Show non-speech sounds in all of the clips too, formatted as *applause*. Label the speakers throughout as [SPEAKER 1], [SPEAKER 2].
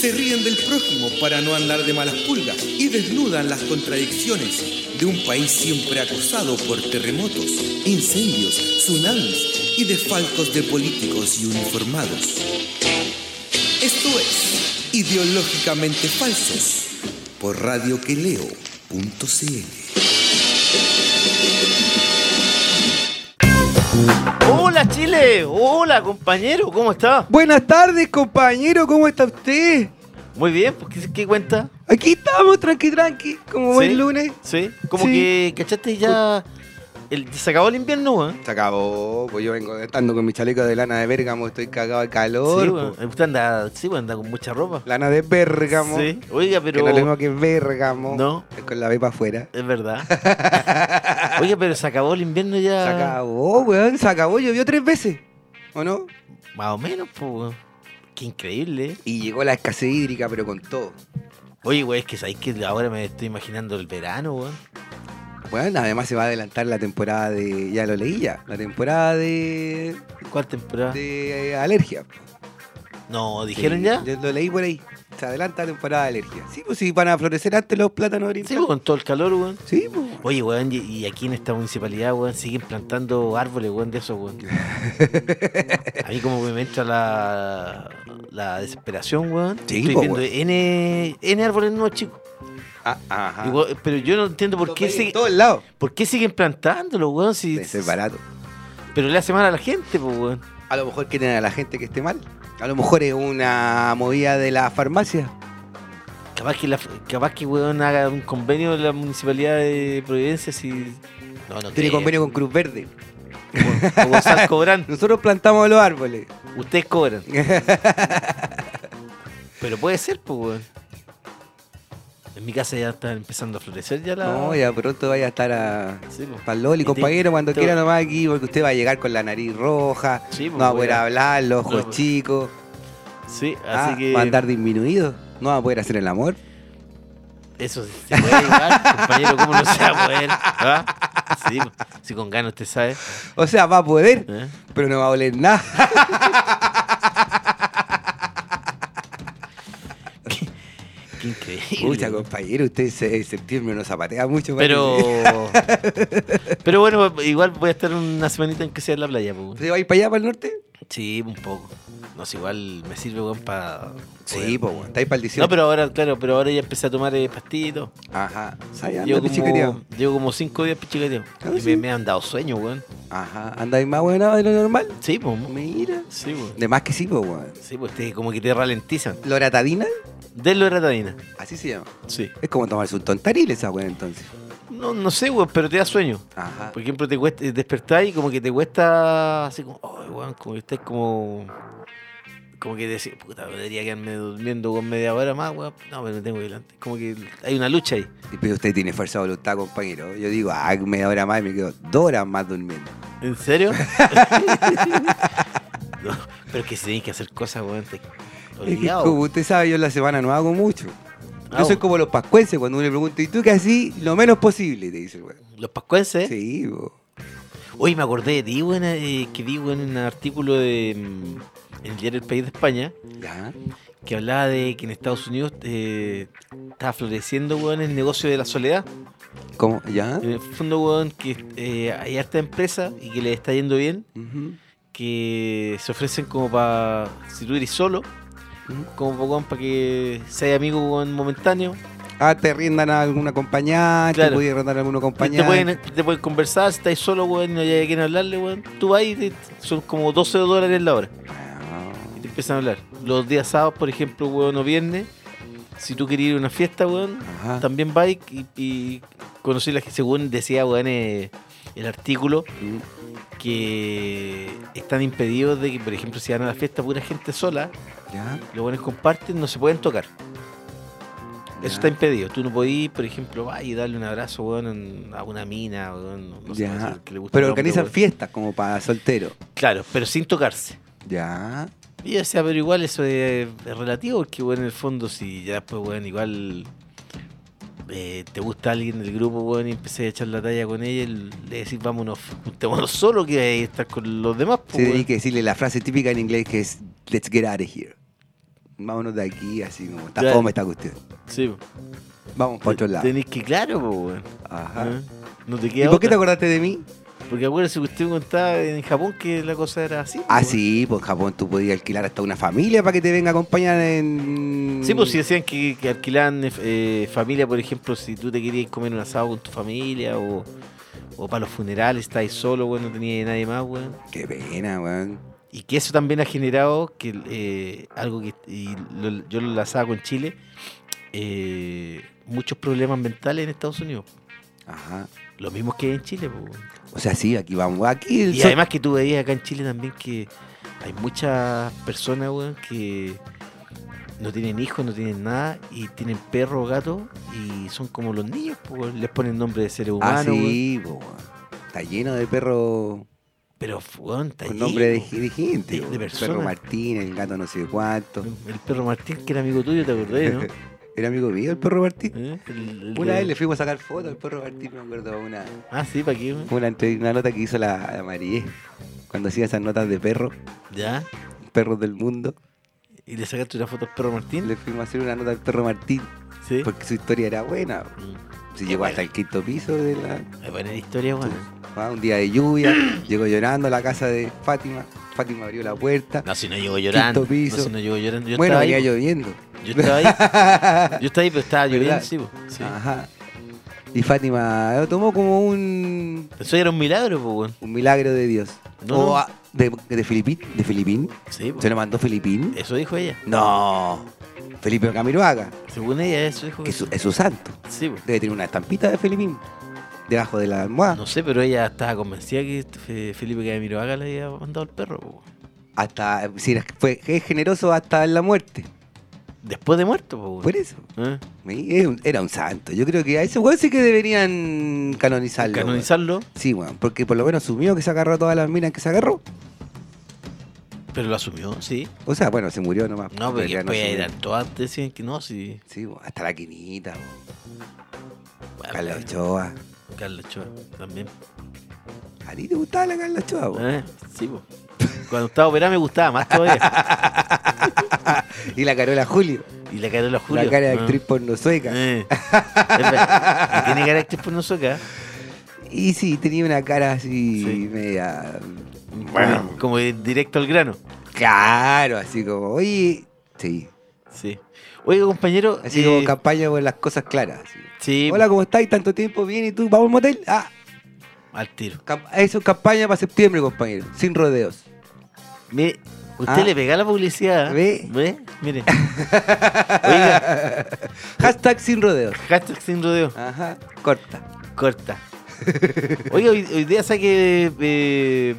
[SPEAKER 1] se ríen del prójimo para no andar de malas pulgas y desnudan las contradicciones de un país siempre acosado por terremotos, incendios, tsunamis y desfalcos de políticos y uniformados. Esto es Ideológicamente Falsos por radioqueleo.cl.
[SPEAKER 2] Hola Chile, hola compañero, ¿cómo está?
[SPEAKER 3] Buenas tardes, compañero, ¿cómo está usted?
[SPEAKER 2] Muy bien, pues, ¿qué, qué cuenta?
[SPEAKER 3] Aquí estamos, tranqui, tranqui, como
[SPEAKER 2] ¿Sí?
[SPEAKER 3] buen lunes.
[SPEAKER 2] Sí, como
[SPEAKER 3] Sí.
[SPEAKER 2] que, ¿cachaste? Ya el- se acabó el invierno, ¿eh?
[SPEAKER 3] Se acabó, pues yo vengo estando con mi chaleco de lana de Bérgamo, estoy cagado de
[SPEAKER 2] Sí,
[SPEAKER 3] calor.
[SPEAKER 2] bueno,
[SPEAKER 3] po.
[SPEAKER 2] usted anda, sí, pues, anda con mucha ropa.
[SPEAKER 3] Lana de Bérgamo.
[SPEAKER 2] Sí, oiga,
[SPEAKER 3] Que no es lo mismo
[SPEAKER 2] pero...
[SPEAKER 3] que Bérgamo.
[SPEAKER 2] No.
[SPEAKER 3] Es con la vepa afuera.
[SPEAKER 2] Es
[SPEAKER 3] *laughs*
[SPEAKER 2] verdad. Oiga, pero se acabó el invierno ya...
[SPEAKER 3] Se acabó, weón, se acabó, llovió tres veces. ¿O no?
[SPEAKER 2] Más o menos, pues, weón. Qué increíble, ¿eh?
[SPEAKER 3] Y llegó la escasez hídrica, pero con todo.
[SPEAKER 2] Oye, güey, es que sabéis que ahora me estoy imaginando el verano, weón.
[SPEAKER 3] Bueno, además se va a adelantar la temporada de. Ya lo leí ya. La temporada de.
[SPEAKER 2] ¿Cuál temporada?
[SPEAKER 3] de eh, alergia.
[SPEAKER 2] No, Ah. ¿dijeron
[SPEAKER 3] Sí,
[SPEAKER 2] ya?
[SPEAKER 3] Yo lo leí por ahí. Se adelanta la temporada de alergia. Sí, pues si van a florecer antes los plátanos
[SPEAKER 2] Sí, pues,
[SPEAKER 3] orientales.
[SPEAKER 2] con todo el calor, weón.
[SPEAKER 3] Sí, pues.
[SPEAKER 2] Oye, weón, y- y aquí en esta municipalidad, weón, siguen plantando árboles, weón, de
[SPEAKER 3] *laughs*
[SPEAKER 2] esos, weón. A mí como que me entra la, la desesperación, weón.
[SPEAKER 3] Sí,
[SPEAKER 2] Estoy
[SPEAKER 3] po,
[SPEAKER 2] viendo
[SPEAKER 3] weón.
[SPEAKER 2] N, N árboles nuevos, chicos.
[SPEAKER 3] Ah, ajá.
[SPEAKER 2] Y, weón, pero yo no entiendo por qué,
[SPEAKER 3] Todo
[SPEAKER 2] siguen-
[SPEAKER 3] en todos lados.
[SPEAKER 2] por qué siguen plantándolos, weón. Si,
[SPEAKER 3] Debe ser barato.
[SPEAKER 2] pero le hace mal a la gente, pues, weón.
[SPEAKER 3] A lo mejor quieren a la gente que esté mal. A lo mejor es una movida de la farmacia.
[SPEAKER 2] Capaz que, la, capaz que, weón, haga un convenio de la municipalidad de Providencia si... No, no
[SPEAKER 3] Tiene
[SPEAKER 2] creo.
[SPEAKER 3] convenio con Cruz Verde.
[SPEAKER 2] O Gonzalo cobran,
[SPEAKER 3] Nosotros plantamos los árboles.
[SPEAKER 2] ustedes
[SPEAKER 3] *laughs*
[SPEAKER 2] cobran. Pero puede ser, pues, weón. En mi casa ya están empezando a florecer ya la...
[SPEAKER 3] No, ya pronto vaya a estar a.
[SPEAKER 2] Sí, po.
[SPEAKER 3] Para LOL y
[SPEAKER 2] te-
[SPEAKER 3] compañero, cuando
[SPEAKER 2] te-
[SPEAKER 3] quiera nomás aquí, porque usted va a llegar con la nariz roja, no
[SPEAKER 2] Sí, pues,
[SPEAKER 3] va a poder
[SPEAKER 2] voy a-
[SPEAKER 3] hablar, los ojos
[SPEAKER 2] No, pues.
[SPEAKER 3] chicos,
[SPEAKER 2] Sí,
[SPEAKER 3] ah,
[SPEAKER 2] así que...
[SPEAKER 3] va a andar disminuido, no va a poder hacer el amor.
[SPEAKER 2] Eso sí se
[SPEAKER 3] *laughs*
[SPEAKER 2] puede llegar, compañero, ¿cómo no se va a poder? ¿Ah? Sí, po. si con ganas usted sabe.
[SPEAKER 3] O sea, va a poder,
[SPEAKER 2] ¿eh?
[SPEAKER 3] pero no va a oler nada.
[SPEAKER 2] Qué increíble.
[SPEAKER 3] Pucha, compañero, usted se- en septiembre no zapatea mucho.
[SPEAKER 2] Pero...
[SPEAKER 3] parece.
[SPEAKER 2] Pero bueno, igual voy a estar una semanita en que sea en la playa, pues. weón.
[SPEAKER 3] ¿Se va a ir para allá, para el norte?
[SPEAKER 2] Sí, un poco. No sé, igual me sirve, weón, para...
[SPEAKER 3] Sí, pues, bueno, está ahí para el 18.
[SPEAKER 2] No, pero ahora, claro, pero ahora ya empecé a tomar eh, pastito.
[SPEAKER 3] Ajá, ahí Eh, anda
[SPEAKER 2] Llevo
[SPEAKER 3] pichicateado.
[SPEAKER 2] como, llevo como cinco días pichicateado.
[SPEAKER 3] Ah,
[SPEAKER 2] Y
[SPEAKER 3] sí.
[SPEAKER 2] me, me han dado sueño, weón.
[SPEAKER 3] Ajá, anda ahí más buena de lo normal.
[SPEAKER 2] Sí, pues.
[SPEAKER 3] Mira.
[SPEAKER 2] Sí, pues.
[SPEAKER 3] De más que sí, pues, weón.
[SPEAKER 2] Sí, pues te- como que te ralentizan.
[SPEAKER 3] ¿Loratadina?
[SPEAKER 2] Desloratadina.
[SPEAKER 3] Así se llama.
[SPEAKER 2] Sí.
[SPEAKER 3] Es como tomarse un tontaril esa weón, entonces.
[SPEAKER 2] No, no sé, weón, pero te da sueño.
[SPEAKER 3] Ajá.
[SPEAKER 2] Por ejemplo, te cuesta, despertar y como que te cuesta así como, ay, weón, como que estás como. Como que decís, puta, debería quedarme durmiendo con media hora más, weón. No, pero me tengo que ir antes. Como que hay una lucha ahí.
[SPEAKER 3] Y Pero usted tiene fuerza de voluntad, compañero. Yo digo, ah, media hora más y me quedo dos horas más durmiendo. *laughs*
[SPEAKER 2] ¿En serio? No, pero es que si tenés que hacer cosas, weón, te
[SPEAKER 3] Es que,
[SPEAKER 2] obligado.
[SPEAKER 3] como usted sabe, yo en la semana no hago mucho.
[SPEAKER 2] Ah,
[SPEAKER 3] Yo soy
[SPEAKER 2] bueno.
[SPEAKER 3] como los pascuenses, cuando uno le pregunta, ¿y tú qué así? Lo menos posible, te dice el weón.
[SPEAKER 2] Los pascuenses. ¿eh?
[SPEAKER 3] Sí, po.
[SPEAKER 2] Hoy me acordé de ti, weón, eh, que vi weón, en un artículo de mm, el diario El País de España
[SPEAKER 3] Ya.
[SPEAKER 2] que hablaba de que en Estados Unidos eh, estaba floreciendo, weón, el negocio de la soledad.
[SPEAKER 3] ¿Cómo? ¿Ya?
[SPEAKER 2] En el fondo, weón, que eh, hay harta empresa y que le está yendo bien,
[SPEAKER 3] Ujú.
[SPEAKER 2] que se ofrecen como para, si tú eres solo,
[SPEAKER 3] Ujú.
[SPEAKER 2] como para que seas amigo weón, momentáneo,
[SPEAKER 3] Ah, te riendan a algún acompañante,
[SPEAKER 2] Claro.
[SPEAKER 3] te puede rentar a algún
[SPEAKER 2] Y Te
[SPEAKER 3] acompañante.
[SPEAKER 2] pueden, te pueden conversar, si estáis solo, weón, y no hay a quien hablarle, weón. Tú vas y te- son como 12 dólares la hora
[SPEAKER 3] Ah,
[SPEAKER 2] y te empiezan a hablar. Los días sábados, por ejemplo, weón, o viernes, si tú querías ir a una fiesta, weón,
[SPEAKER 3] Ajá.
[SPEAKER 2] también vas y, y- y conocí la que, según decía, weón, eh, el artículo,
[SPEAKER 3] Mm.
[SPEAKER 2] que están impedidos de que, por ejemplo, si van a la fiesta pura gente sola,
[SPEAKER 3] ¿Ya?
[SPEAKER 2] los buenos comparten, no se pueden tocar.
[SPEAKER 3] Ya.
[SPEAKER 2] Eso está impedido. Tú no podís, por ejemplo, va y darle un abrazo, weón, en- a una mina, weón, no, no sé,
[SPEAKER 3] Ya.
[SPEAKER 2] si- que le gusta
[SPEAKER 3] Pero
[SPEAKER 2] el hombre,
[SPEAKER 3] organizan
[SPEAKER 2] weón.
[SPEAKER 3] fiestas como para soltero.
[SPEAKER 2] Claro, pero sin tocarse.
[SPEAKER 3] Ya.
[SPEAKER 2] Y yo decía, pero igual eso es, es relativo, porque bueno, en el fondo, si ya después, bueno, igual eh, te gusta alguien del grupo, bueno, y empecé a echar la talla con ella, y le decís, vámonos, juntémonos solo, que ahí estar con los demás, pues,
[SPEAKER 3] Sí,
[SPEAKER 2] weón.
[SPEAKER 3] hay que decirle la frase típica en inglés que es Let's get out of here. Vámonos de aquí, así como está
[SPEAKER 2] Ya.
[SPEAKER 3] fome esta cuestión.
[SPEAKER 2] Sí,
[SPEAKER 3] Vamos para otro
[SPEAKER 2] te-
[SPEAKER 3] lado.
[SPEAKER 2] tenés que, claro, pues, weón.
[SPEAKER 3] Ajá.
[SPEAKER 2] ¿eh? No te
[SPEAKER 3] ¿Y
[SPEAKER 2] queda
[SPEAKER 3] por qué te
[SPEAKER 2] otra.
[SPEAKER 3] acordaste de mí?
[SPEAKER 2] Porque acuérdense que usted me contaba en Japón que la cosa era así.
[SPEAKER 3] Ah,
[SPEAKER 2] pues,
[SPEAKER 3] sí, pues en Japón tú podías alquilar hasta una familia para que te venga a acompañar en.
[SPEAKER 2] Sí, pues si decían que, que alquilaban eh, eh, familia, por ejemplo, si tú te querías comer un asado con tu familia o, o para los funerales, estáis solo, weón, no tenías nadie más, weón.
[SPEAKER 3] Qué pena, weón.
[SPEAKER 2] Y que eso también ha generado que eh, algo que y lo- yo lo enlazaba con Chile, eh, muchos problemas mentales en Estados Unidos.
[SPEAKER 3] Ajá.
[SPEAKER 2] Lo mismo que en Chile, po, weón.
[SPEAKER 3] O sea, sí, aquí vamos. Aquí el
[SPEAKER 2] Y
[SPEAKER 3] sol-
[SPEAKER 2] además que tú veías acá en Chile también que hay muchas personas, weón, que no tienen hijos, no tienen nada, y tienen perro o gato, y son como los niños, po, weón. les ponen nombre de seres
[SPEAKER 3] Ah,
[SPEAKER 2] humanos, weón.
[SPEAKER 3] sí, po, weón. Está lleno de perros
[SPEAKER 2] pero weón, está
[SPEAKER 3] con
[SPEAKER 2] lleno,
[SPEAKER 3] nombre de,
[SPEAKER 2] weón.
[SPEAKER 3] de gente.
[SPEAKER 2] de-
[SPEAKER 3] po.
[SPEAKER 2] de
[SPEAKER 3] Perro
[SPEAKER 2] personas.
[SPEAKER 3] Martín, el gato no sé cuánto.
[SPEAKER 2] El perro Martín, que era amigo tuyo, te
[SPEAKER 3] *laughs*
[SPEAKER 2] acordás, ¿no?
[SPEAKER 3] Era amigo mío el perro Martín.
[SPEAKER 2] ¿Eh? El- el
[SPEAKER 3] Una
[SPEAKER 2] de-
[SPEAKER 3] vez le fuimos a sacar fotos al perro Martín, me acuerdo, una,
[SPEAKER 2] Ah, sí, ¿para qué? weón?
[SPEAKER 3] una, entre- una nota que hizo la, la Marie cuando hacía esas notas de perro,
[SPEAKER 2] Ya.
[SPEAKER 3] perros del mundo.
[SPEAKER 2] ¿Y le sacaste una foto al perro Martín?
[SPEAKER 3] Le fuimos a hacer una nota al perro Martín
[SPEAKER 2] Sí.
[SPEAKER 3] porque su historia era buena. po.
[SPEAKER 2] Mm.
[SPEAKER 3] Se llegó hasta el quinto piso de la.
[SPEAKER 2] Es buena la historia, weón.
[SPEAKER 3] Ah, un día de
[SPEAKER 2] *clears throat*
[SPEAKER 3] lluvia, llegó llorando a la casa de Fátima. Fátima abrió la puerta.
[SPEAKER 2] No, si no llegó llorando. No,
[SPEAKER 3] piso.
[SPEAKER 2] si no llegó llorando. Yo
[SPEAKER 3] bueno,
[SPEAKER 2] estaba
[SPEAKER 3] venía
[SPEAKER 2] ahí. pues.
[SPEAKER 3] lloviendo.
[SPEAKER 2] po. Yo estaba ahí. Yo estaba ahí, pero estaba lloviendo,
[SPEAKER 3] *laughs* ¿Verdad? Ah.
[SPEAKER 2] sí, po. *laughs* sí.
[SPEAKER 3] Ajá. Y Fátima lo tomó como un,
[SPEAKER 2] Eso era un milagro, pues, weón.
[SPEAKER 3] un milagro de Dios.
[SPEAKER 2] No,
[SPEAKER 3] O
[SPEAKER 2] no.
[SPEAKER 3] a- de, de Filipín. ¿De Filipín?
[SPEAKER 2] Sí, po.
[SPEAKER 3] ¿Se lo mandó Filipín?
[SPEAKER 2] Eso dijo ella.
[SPEAKER 3] No. Felipe Camiroaga,
[SPEAKER 2] Según ella, eso dijo.
[SPEAKER 3] que es su, es su santo.
[SPEAKER 2] Sí, po.
[SPEAKER 3] Debe tener una estampita de Filipín debajo de la almohada.
[SPEAKER 2] No sé, pero ella estaba convencida que eh, Felipe Camiroaga le había mandado al perro, po, weón.
[SPEAKER 3] Hasta, si era- fue, es generoso hasta en la muerte.
[SPEAKER 2] Después de muerto, po, weón.
[SPEAKER 3] Por eso.
[SPEAKER 2] ¿Eh?
[SPEAKER 3] Me- Era un, era un santo. Yo creo que a ese weón sí que deberían canonizarlo. weón.
[SPEAKER 2] Canonizarlo,
[SPEAKER 3] Sí, weón. Porque por lo menos asumió que se agarró todas las minas que se agarró.
[SPEAKER 2] pero lo asumió, sí.
[SPEAKER 3] O sea, bueno, se murió nomás.
[SPEAKER 2] No,
[SPEAKER 3] pero
[SPEAKER 2] porque
[SPEAKER 3] ya no
[SPEAKER 2] después
[SPEAKER 3] asumió.
[SPEAKER 2] eran todas decían que no, sí.
[SPEAKER 3] Sí, weón. Hasta la quinita, weón.
[SPEAKER 2] Ah, Bueno,
[SPEAKER 3] Carla Ochoa.
[SPEAKER 2] Carla Ochoa, también.
[SPEAKER 3] ¿A ti te gustaba la Carla Ochoa, weón?
[SPEAKER 2] Eh, sí, po. Cuando estaba operada me gustaba más todavía.
[SPEAKER 3] Y la Carola Julio.
[SPEAKER 2] Y la Carola Julio.
[SPEAKER 3] La cara de
[SPEAKER 2] ah.
[SPEAKER 3] actriz porno sueca.
[SPEAKER 2] Eh. Es verdad. Y Tiene cara de actriz por nosotros
[SPEAKER 3] Y sí, tenía una cara así
[SPEAKER 2] Sí.
[SPEAKER 3] media.
[SPEAKER 2] Como, como de directo al grano.
[SPEAKER 3] Claro, así como, oye. Sí.
[SPEAKER 2] Sí. Oiga, compañero.
[SPEAKER 3] Así
[SPEAKER 2] eh,
[SPEAKER 3] como campaña por las cosas claras. así.
[SPEAKER 2] sí,
[SPEAKER 3] Hola, ¿cómo estáis? ¿Tanto tiempo? ¿Bien? ¿Y tú? ¿Vamos al motel? Ah,
[SPEAKER 2] al tiro.
[SPEAKER 3] cam- eso es campaña para septiembre, compañero. Sin rodeos.
[SPEAKER 2] Mire, usted
[SPEAKER 3] Ah.
[SPEAKER 2] le pega la publicidad. ¿eh?
[SPEAKER 3] Ve.
[SPEAKER 2] ¿Ve?
[SPEAKER 3] *laughs*
[SPEAKER 2] Mire. Oiga,
[SPEAKER 3] Hashtag sin rodeos.
[SPEAKER 2] hashtag sin rodeo.
[SPEAKER 3] Ajá, corta.
[SPEAKER 2] Corta. Oiga, hoy, hoy día sabe que. eh,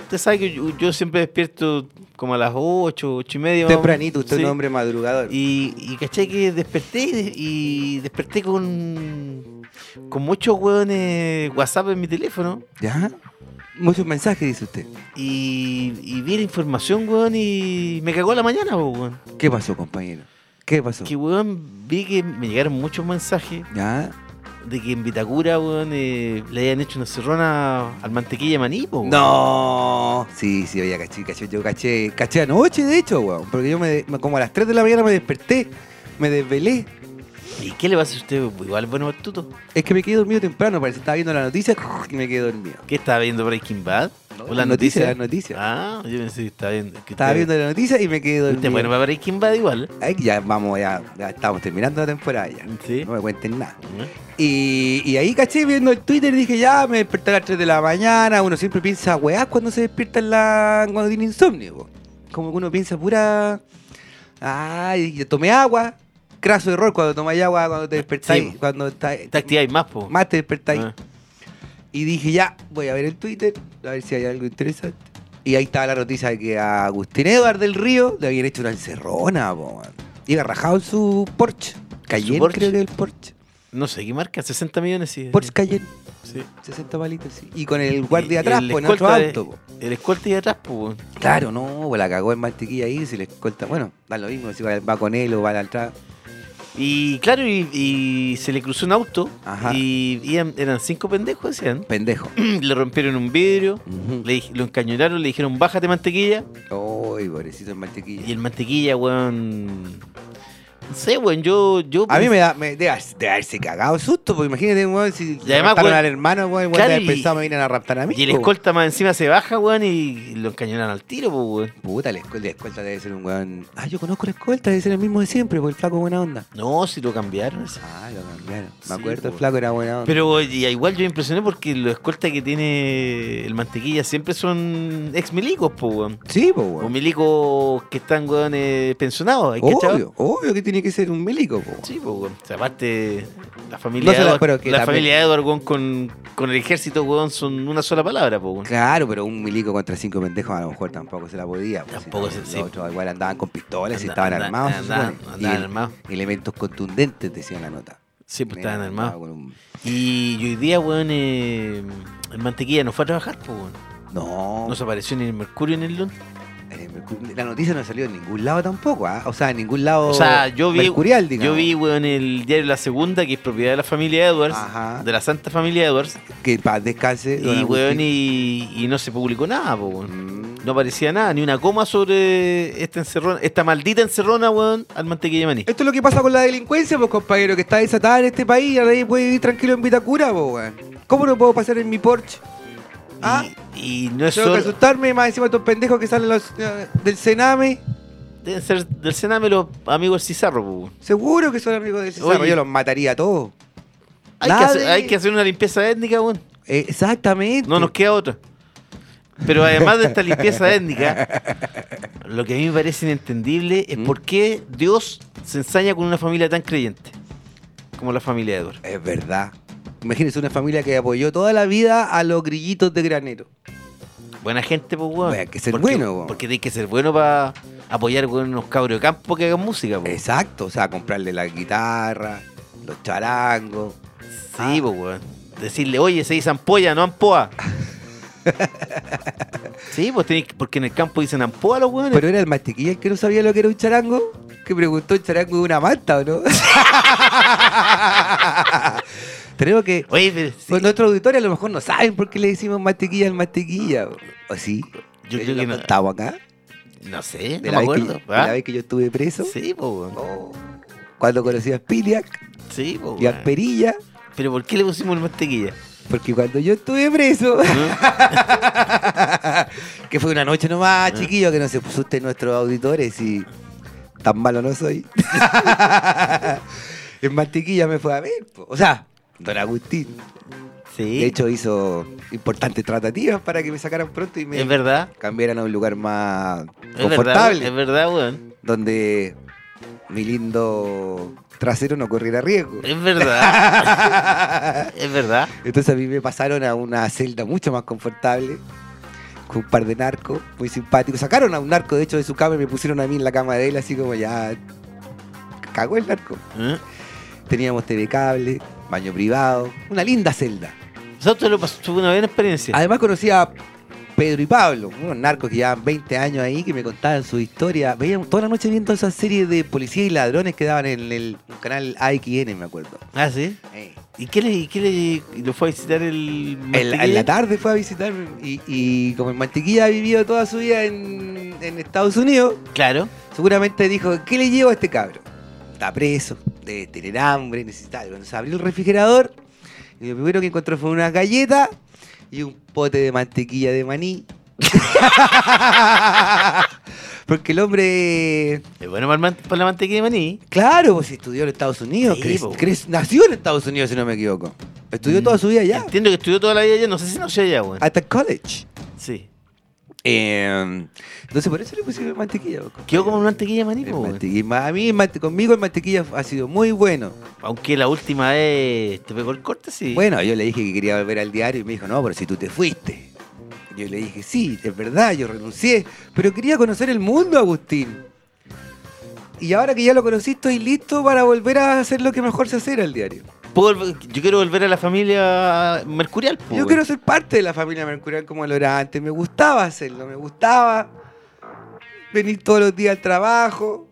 [SPEAKER 2] usted sabe que yo, yo siempre despierto como a las 8, 8 y media. más o menos.
[SPEAKER 3] Tempranito, usted es
[SPEAKER 2] Sí.
[SPEAKER 3] un hombre madrugador.
[SPEAKER 2] Y, y caché que desperté y, de- y desperté con, con muchos hueones WhatsApp en mi teléfono.
[SPEAKER 3] ¿Ya? Muchos mensajes, dice usted.
[SPEAKER 2] Y, y vi la información, hueón, y me cagó la mañana, po, hueón.
[SPEAKER 3] ¿Qué pasó, compañero? ¿Qué pasó?
[SPEAKER 2] Que, hueón, vi que me llegaron muchos mensajes
[SPEAKER 3] ¿Ya?
[SPEAKER 2] de que en Vitacura, hueón, eh, le habían hecho una cerrona al mantequilla de maní,
[SPEAKER 3] Oh.
[SPEAKER 2] po, hueón.
[SPEAKER 3] No. Sí, sí, oye, caché, caché, yo caché, caché anoche, de hecho, weón. Porque yo me, de- me- como a las 3 de la mañana me desperté, me desvelé.
[SPEAKER 2] ¿Y qué le pasa a usted? Igual, bueno, Batuto.
[SPEAKER 3] Es que me quedé dormido temprano, parece que estaba viendo la noticia y me quedé dormido.
[SPEAKER 2] ¿Qué estaba viendo Breaking Bad? ¿O
[SPEAKER 3] La
[SPEAKER 2] las
[SPEAKER 3] noticia, la noticia.
[SPEAKER 2] noticias? Ah, yo pensé que estaba viendo. que
[SPEAKER 3] estaba
[SPEAKER 2] usted-
[SPEAKER 3] viendo la noticia y me quedé
[SPEAKER 2] usted es
[SPEAKER 3] dormido.
[SPEAKER 2] bueno para Breaking Bad igual.
[SPEAKER 3] Ay, ya vamos, ya, ya estamos terminando la temporada ya.
[SPEAKER 2] Sí.
[SPEAKER 3] No me cuenten nada.
[SPEAKER 2] ¿eh?
[SPEAKER 3] Y, y ahí caché viendo el Twitter dije, ya, me desperté a las 3 de la mañana. Uno siempre piensa, weá, cuando se despierta en la... cuando tiene insomnio. po. Como que uno piensa pura... Ay, yo tomé agua. Craso error cuando tomáis agua, cuando te despertáis,
[SPEAKER 2] Sí.
[SPEAKER 3] cuando estáis...
[SPEAKER 2] Te activáis más, po.
[SPEAKER 3] Más te despertáis.
[SPEAKER 2] Ah.
[SPEAKER 3] Y dije, ya, voy a ver el Twitter, a ver si hay algo interesante. Y ahí estaba la noticia de que a Agustín Eduardo del Río le habían hecho una encerrona, po, man. Iba rajado en su Porsche. Cayenne,
[SPEAKER 2] Porsche.
[SPEAKER 3] creo que es el Porsche.
[SPEAKER 2] No sé, ¿qué marca? 60 millones, sí.
[SPEAKER 3] Porsche Cayenne,
[SPEAKER 2] Sí.
[SPEAKER 3] 60 palitos, sí. Y con el
[SPEAKER 2] Y- y
[SPEAKER 3] guardia atrás,
[SPEAKER 2] el
[SPEAKER 3] po, en otro
[SPEAKER 2] escolta de-
[SPEAKER 3] auto. po.
[SPEAKER 2] El escolta y atrás, pues, weón.
[SPEAKER 3] Claro, no, pues la cagó en mantequilla ahí, si le escolta. Bueno, da lo mismo, si va, va con él o va atrás.
[SPEAKER 2] Y claro, y, y se le cruzó un auto.
[SPEAKER 3] Ajá.
[SPEAKER 2] Y iban- eran cinco pendejos, decían. *clears throat*
[SPEAKER 3] Pendejo.
[SPEAKER 2] le rompieron un vidrio.
[SPEAKER 3] Ujú.
[SPEAKER 2] Le, dij- lo encañonaron, le dijeron, bájate mantequilla.
[SPEAKER 3] Uy, pobrecito el mantequilla.
[SPEAKER 2] Y el mantequilla, weón. No sé, weón, yo. yo
[SPEAKER 3] A mí
[SPEAKER 2] pens-
[SPEAKER 3] me da, me, debe, haber- debe haberse cagado el susto, porque imagínate, weón, si
[SPEAKER 2] además,
[SPEAKER 3] raptaron
[SPEAKER 2] weón,
[SPEAKER 3] al hermano, weón, igual
[SPEAKER 2] claro,
[SPEAKER 3] debe haber
[SPEAKER 2] y-
[SPEAKER 3] pensado me vienen a raptar a mí.
[SPEAKER 2] Y el
[SPEAKER 3] po.
[SPEAKER 2] escolta más encima se baja, weón, y lo encañonaron al tiro, pues, weón.
[SPEAKER 3] Puta, el escolta, el escolta debe ser un weón. Ah, yo conozco el escolta, debe ser el mismo de siempre, porque el flaco buena onda.
[SPEAKER 2] No, si lo cambiaron. ese.
[SPEAKER 3] Ah, lo cambiaron. Me
[SPEAKER 2] Sí,
[SPEAKER 3] acuerdo, el
[SPEAKER 2] po.
[SPEAKER 3] flaco era buena onda.
[SPEAKER 2] Pero y, igual yo me impresioné porque los escoltas que tiene el mantequilla siempre son ex milicos, pues, weón.
[SPEAKER 3] sí, po,
[SPEAKER 2] O
[SPEAKER 3] weón.
[SPEAKER 2] milicos que están, weón, eh, pensionados. ¿hay cachado?
[SPEAKER 3] Obvio, obvio que tiene que ser un milico, po. weón.
[SPEAKER 2] Sí, pues, weón. O sea, aparte, la
[SPEAKER 3] No
[SPEAKER 2] familia
[SPEAKER 3] se
[SPEAKER 2] de
[SPEAKER 3] la-
[SPEAKER 2] Edward,
[SPEAKER 3] pero que
[SPEAKER 2] la
[SPEAKER 3] también-
[SPEAKER 2] familia de Edward, weón, con, con el ejército, weón, son una sola palabra, pues, weón.
[SPEAKER 3] Claro, pero un milico contra cinco pendejos a lo mejor tampoco se la podía. po, si
[SPEAKER 2] Tampoco
[SPEAKER 3] no,
[SPEAKER 2] se-
[SPEAKER 3] los
[SPEAKER 2] sí.
[SPEAKER 3] otros igual andaban con pistolas y
[SPEAKER 2] Anda-
[SPEAKER 3] estaban
[SPEAKER 2] anda-
[SPEAKER 3] armados. se
[SPEAKER 2] andaban-
[SPEAKER 3] supone. Y
[SPEAKER 2] andaban
[SPEAKER 3] el-
[SPEAKER 2] armados.
[SPEAKER 3] Elementos contundentes, decía la nota.
[SPEAKER 2] Sí, pues estaban
[SPEAKER 3] Mira,
[SPEAKER 2] armados.
[SPEAKER 3] con un-
[SPEAKER 2] Y hoy día, weón, eh, el mantequilla no fue a trabajar, pues, weón.
[SPEAKER 3] No,
[SPEAKER 2] No se apareció ni en el Mercurio ni en el Lund.
[SPEAKER 3] Eh, Mercu- La noticia no salió en ningún lado tampoco, ¿ah? o sea, en ningún lado
[SPEAKER 2] O sea, yo vi,
[SPEAKER 3] mercurial, digamos.
[SPEAKER 2] yo vi, weón, el diario La Segunda, que es propiedad de la familia Edwards,
[SPEAKER 3] Ajá.
[SPEAKER 2] de la Santa Familia Edwards,
[SPEAKER 3] que para descanse. don
[SPEAKER 2] y,
[SPEAKER 3] Agustín.
[SPEAKER 2] weón, y, y no se publicó nada, po, weón.
[SPEAKER 3] Mm.
[SPEAKER 2] No aparecía nada, ni una coma sobre esta encerrona, esta maldita encerrona, weón, al mantequilla de maní.
[SPEAKER 3] Esto es lo que pasa con la delincuencia, pues, compañero, que está desatada en este país, ahora ahí puede vivir tranquilo en Vitacura, pues, weón. ¿Cómo no puedo pasar en mi Porsche? Ah,
[SPEAKER 2] Y, y no es
[SPEAKER 3] tengo que
[SPEAKER 2] solo.
[SPEAKER 3] asustarme, más encima estos pendejos que salen los, eh, del Sename.
[SPEAKER 2] Deben ser del Sename los amigos del Cizarro, po, weón.
[SPEAKER 3] Seguro que son amigos del Sename.
[SPEAKER 2] Oye.
[SPEAKER 3] Yo los mataría a todos.
[SPEAKER 2] Hay que,
[SPEAKER 3] Nada
[SPEAKER 2] hacer,
[SPEAKER 3] de-
[SPEAKER 2] hay que hacer una limpieza étnica, weón.
[SPEAKER 3] Eh, exactamente.
[SPEAKER 2] No nos queda otra. Pero además de esta limpieza étnica, lo que a mí me parece inentendible es
[SPEAKER 3] ¿Mm?
[SPEAKER 2] por qué Dios se ensaña con una familia tan creyente como la familia de Edward.
[SPEAKER 3] Es verdad. Imagínense una familia que apoyó toda la vida a los grillitos de granero.
[SPEAKER 2] Buena gente, pues, weón.
[SPEAKER 3] Hay que ser
[SPEAKER 2] porque,
[SPEAKER 3] bueno, weón.
[SPEAKER 2] Porque tenés que ser bueno para apoyar con unos cabros de campo que hagan música, weón.
[SPEAKER 3] Exacto, o sea, comprarle la guitarra, los charangos. Ah.
[SPEAKER 2] Sí, pues, weón. Decirle, oye, se dice ampolla, no ampoa.
[SPEAKER 3] *laughs*
[SPEAKER 2] sí, pues tenés que- porque en el campo dicen ampoa los weones.
[SPEAKER 3] Pero era el mantequilla el que no sabía lo que era un charango, que preguntó un charango de una manta o no. *laughs* Tenemos que.
[SPEAKER 2] Oye, pero sí,
[SPEAKER 3] Pues nuestros auditores a lo mejor no saben por qué le decimos mantequilla al mantequilla. ¿O o sí?
[SPEAKER 2] yo creo
[SPEAKER 3] lo
[SPEAKER 2] que no.
[SPEAKER 3] contamos acá.
[SPEAKER 2] No sé,
[SPEAKER 3] De la, vez
[SPEAKER 2] no me
[SPEAKER 3] que,
[SPEAKER 2] acuerdo.
[SPEAKER 3] de
[SPEAKER 2] ¿ah?
[SPEAKER 3] la vez que yo estuve preso.
[SPEAKER 2] Sí, pues, weón.
[SPEAKER 3] Oh, cuando conocí a Spiliac
[SPEAKER 2] Sí, po,
[SPEAKER 3] y a
[SPEAKER 2] weón.
[SPEAKER 3] Perilla.
[SPEAKER 2] Pero ¿por qué le pusimos el mantequilla?
[SPEAKER 3] Porque cuando yo estuve preso,
[SPEAKER 2] ¿Eh?
[SPEAKER 3] *laughs* que fue una noche nomás, chiquillo, que no se asusten nuestros auditores y tan malo no soy. *laughs* en mantequilla me fue a ver. po. O sea, don Agustín.
[SPEAKER 2] Sí.
[SPEAKER 3] De hecho, hizo importantes tratativas para que me sacaran pronto y me
[SPEAKER 2] es verdad.
[SPEAKER 3] cambiaran a un lugar más
[SPEAKER 2] Es verdad,
[SPEAKER 3] confortable,
[SPEAKER 2] es verdad, weón.
[SPEAKER 3] donde mi lindo trasero no corriera riesgo.
[SPEAKER 2] Es verdad,
[SPEAKER 3] *laughs*
[SPEAKER 2] es verdad.
[SPEAKER 3] Entonces a mí me pasaron a una celda mucho más confortable, con un par de narcos, muy simpáticos. Sacaron a un narco, de hecho, de su cama y me pusieron a mí en la cama de él, así como ya... Cagó el narco.
[SPEAKER 2] ¿Eh?
[SPEAKER 3] Teníamos TV cable, baño privado, una linda celda.
[SPEAKER 2] Nosotros lo pasó, tuve una buena experiencia.
[SPEAKER 3] Además conocí a Pedro y Pablo, unos narcos que llevaban 20 años ahí, que me contaban su historia. Veíamos toda la noche viendo esa serie de policías y ladrones que daban en el canal AXN, me acuerdo.
[SPEAKER 2] Ah, sí. ¿Y qué le, y qué le y lo fue a visitar el
[SPEAKER 3] En, la-
[SPEAKER 2] mantequilla?
[SPEAKER 3] en la tarde fue a visitarme y, y como el mantequilla ha vivido toda su vida en, en Estados Unidos,
[SPEAKER 2] Claro.
[SPEAKER 3] seguramente dijo, ¿qué le llevo a este cabro? Está preso, debe tener hambre, necesita algo. Entonces abrió el refrigerador y lo primero que encontró fue una galleta y un pote de mantequilla de
[SPEAKER 2] *laughs*
[SPEAKER 3] maní. Porque el hombre,
[SPEAKER 2] Es bueno para, el man- para la mantequilla de maní.
[SPEAKER 3] claro, pues estudió en Estados Unidos,
[SPEAKER 2] Sí,
[SPEAKER 3] cre-
[SPEAKER 2] po. Mm.
[SPEAKER 3] cre- nació en Estados Unidos si no me equivoco. Estudió toda su vida allá,
[SPEAKER 2] Entiendo que estudió toda la vida allá. No sé si no sé allá, weón.
[SPEAKER 3] hasta college.
[SPEAKER 2] Sí. Em,
[SPEAKER 3] Eh, entonces por eso le pusieron mantequilla. po,
[SPEAKER 2] Quedó
[SPEAKER 3] compañero.
[SPEAKER 2] como el mantequilla de maní,
[SPEAKER 3] El
[SPEAKER 2] po, weón.
[SPEAKER 3] mantequilla- A mí, el mante- conmigo el mantequilla ha sido muy bueno.
[SPEAKER 2] Aunque la última vez te pegó el corte, sí.
[SPEAKER 3] Bueno, yo le dije que quería volver al diario y me dijo, no, pero si tú te fuiste. Yo le dije, sí, es verdad, yo renuncié, pero quería conocer el mundo, Agustín. Y ahora que ya lo conocí, estoy listo para volver a hacer lo que mejor se hacer al diario.
[SPEAKER 2] Puedo volver- yo quiero volver a la familia mercurial. po,
[SPEAKER 3] Yo
[SPEAKER 2] weón.
[SPEAKER 3] quiero ser parte de la familia Mercurial como lo era antes. Me gustaba hacerlo, me gustaba venir todos los días al trabajo,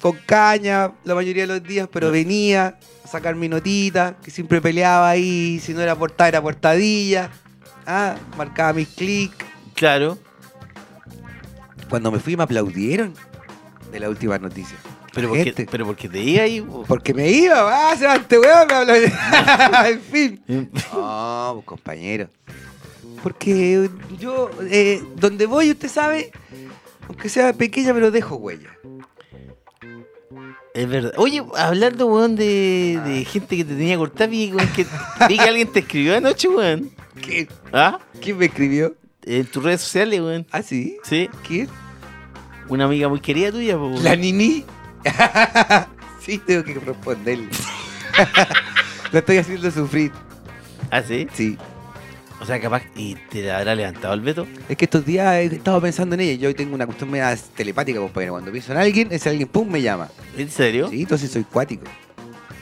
[SPEAKER 3] con caña, la mayoría de los días, pero venía a sacar mi notita, que siempre peleaba ahí, si no era portada, era portadilla. Ah, marcaba mis clics.
[SPEAKER 2] Claro.
[SPEAKER 3] Cuando me fui me aplaudieron de la última noticia.
[SPEAKER 2] Pero
[SPEAKER 3] La
[SPEAKER 2] porque,
[SPEAKER 3] gente.
[SPEAKER 2] pero porque te iba ahí. po.
[SPEAKER 3] Porque me iba, ah, Sebastián, weón, me *laughs* habló. en fin. No, pues, compañero. Porque yo, eh, donde voy, usted sabe, aunque sea pequeña, pero dejo huella.
[SPEAKER 2] Es verdad. Oye, hablando, weón, de, de gente que te tenía cortada, vi, weón, que, vi que alguien te escribió anoche, weón.
[SPEAKER 3] ¿Qué?
[SPEAKER 2] ¿Ah?
[SPEAKER 3] ¿Quién me escribió?
[SPEAKER 2] En tus redes sociales, weón.
[SPEAKER 3] ¿Ah, sí?
[SPEAKER 2] Sí.
[SPEAKER 3] ¿Quién?
[SPEAKER 2] Una amiga muy querida tuya, po, weón.
[SPEAKER 3] ¿La Nini? *laughs* sí, tengo que responderle. *laughs* La estoy haciendo sufrir,
[SPEAKER 2] Ah, sí.
[SPEAKER 3] sí.
[SPEAKER 2] O sea, capaz. ¿Y te la habrá levantado el veto?
[SPEAKER 3] Es que estos días he estado pensando en ella. Yo tengo una costumbre telepática, compañero. Cuando pienso en alguien, ese alguien, pum, me llama.
[SPEAKER 2] ¿En serio?
[SPEAKER 3] Sí, entonces soy cuático.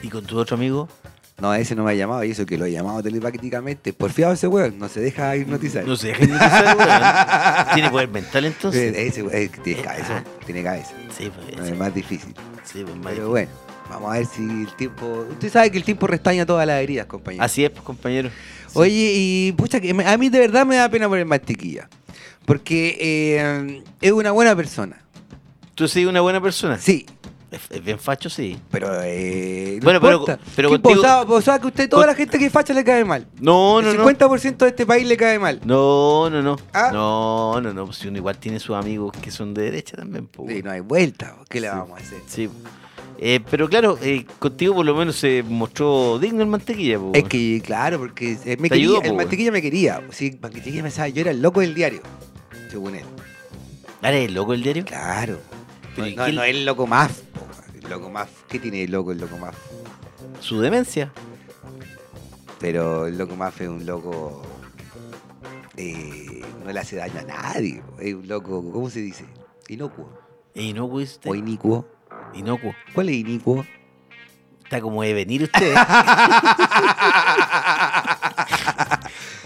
[SPEAKER 2] ¿Y con tu otro amigo?
[SPEAKER 3] No, ese no me ha llamado y eso que lo he llamado telepáticamente. Porfiado ese weón, no se deja hipnotizar.
[SPEAKER 2] No se deja hipnotizar, weón.
[SPEAKER 3] *laughs*
[SPEAKER 2] Tiene poder mental
[SPEAKER 3] Eh,
[SPEAKER 2] entonces.
[SPEAKER 3] ese weón eh, tiene cabeza, tiene cabeza.
[SPEAKER 2] Sí, pues.
[SPEAKER 3] No, es más difícil.
[SPEAKER 2] Sí, pues, más
[SPEAKER 3] Pero
[SPEAKER 2] difícil.
[SPEAKER 3] bueno, vamos a ver si el tiempo. Usted sabe que el tiempo restaña todas las heridas, compañero.
[SPEAKER 2] Así es, pues, compañero.
[SPEAKER 3] Oye, y pucha, que me- a mí de verdad me da pena por el mantequilla. Porque eh, es una buena persona.
[SPEAKER 2] ¿Tú sí una buena persona?
[SPEAKER 3] Sí,
[SPEAKER 2] Es, es bien facho, sí.
[SPEAKER 3] pero. Eh, no
[SPEAKER 2] Bueno, pero-
[SPEAKER 3] importa.
[SPEAKER 2] pero
[SPEAKER 3] ¿Qué
[SPEAKER 2] contigo-
[SPEAKER 3] posaba- posaba que usted, toda
[SPEAKER 2] con-
[SPEAKER 3] la gente que es facha le cae mal.
[SPEAKER 2] No, no,
[SPEAKER 3] el
[SPEAKER 2] no.
[SPEAKER 3] 50% de este país le cae mal.
[SPEAKER 2] No, no, no.
[SPEAKER 3] Ah.
[SPEAKER 2] No, no, no. Si uno igual tiene sus amigos que son de derecha también.
[SPEAKER 3] Y
[SPEAKER 2] po, weón.
[SPEAKER 3] no hay vuelta, ¿qué le
[SPEAKER 2] Sí.
[SPEAKER 3] vamos a hacer?
[SPEAKER 2] Sí. Eh, pero claro, eh, contigo por lo menos se mostró digno el mantequilla. po,
[SPEAKER 3] Es
[SPEAKER 2] weón.
[SPEAKER 3] que, claro, porque eh, me
[SPEAKER 2] Te
[SPEAKER 3] quería,
[SPEAKER 2] ayudó, po,
[SPEAKER 3] el
[SPEAKER 2] weón.
[SPEAKER 3] mantequilla me quería. Sí, mantequilla me sabe, yo era el loco del diario, según él.
[SPEAKER 2] Ahora, ¿es loco el diario?
[SPEAKER 3] Claro.
[SPEAKER 2] Pero, ¿y
[SPEAKER 3] No,
[SPEAKER 2] qué-
[SPEAKER 3] no, el loco más. po, El loco más. ¿Qué tiene el loco, el loco más?
[SPEAKER 2] Su demencia.
[SPEAKER 3] Pero el loco más es un loco. eh, no le hace daño a nadie. po. Es un loco, ¿cómo se dice? Inocuo.
[SPEAKER 2] E Inocuo, dice usted.
[SPEAKER 3] O inicuo.
[SPEAKER 2] Inocuo.
[SPEAKER 3] ¿Cuál es inicuo?
[SPEAKER 2] Está como de
[SPEAKER 3] *laughs*
[SPEAKER 2] venir usted.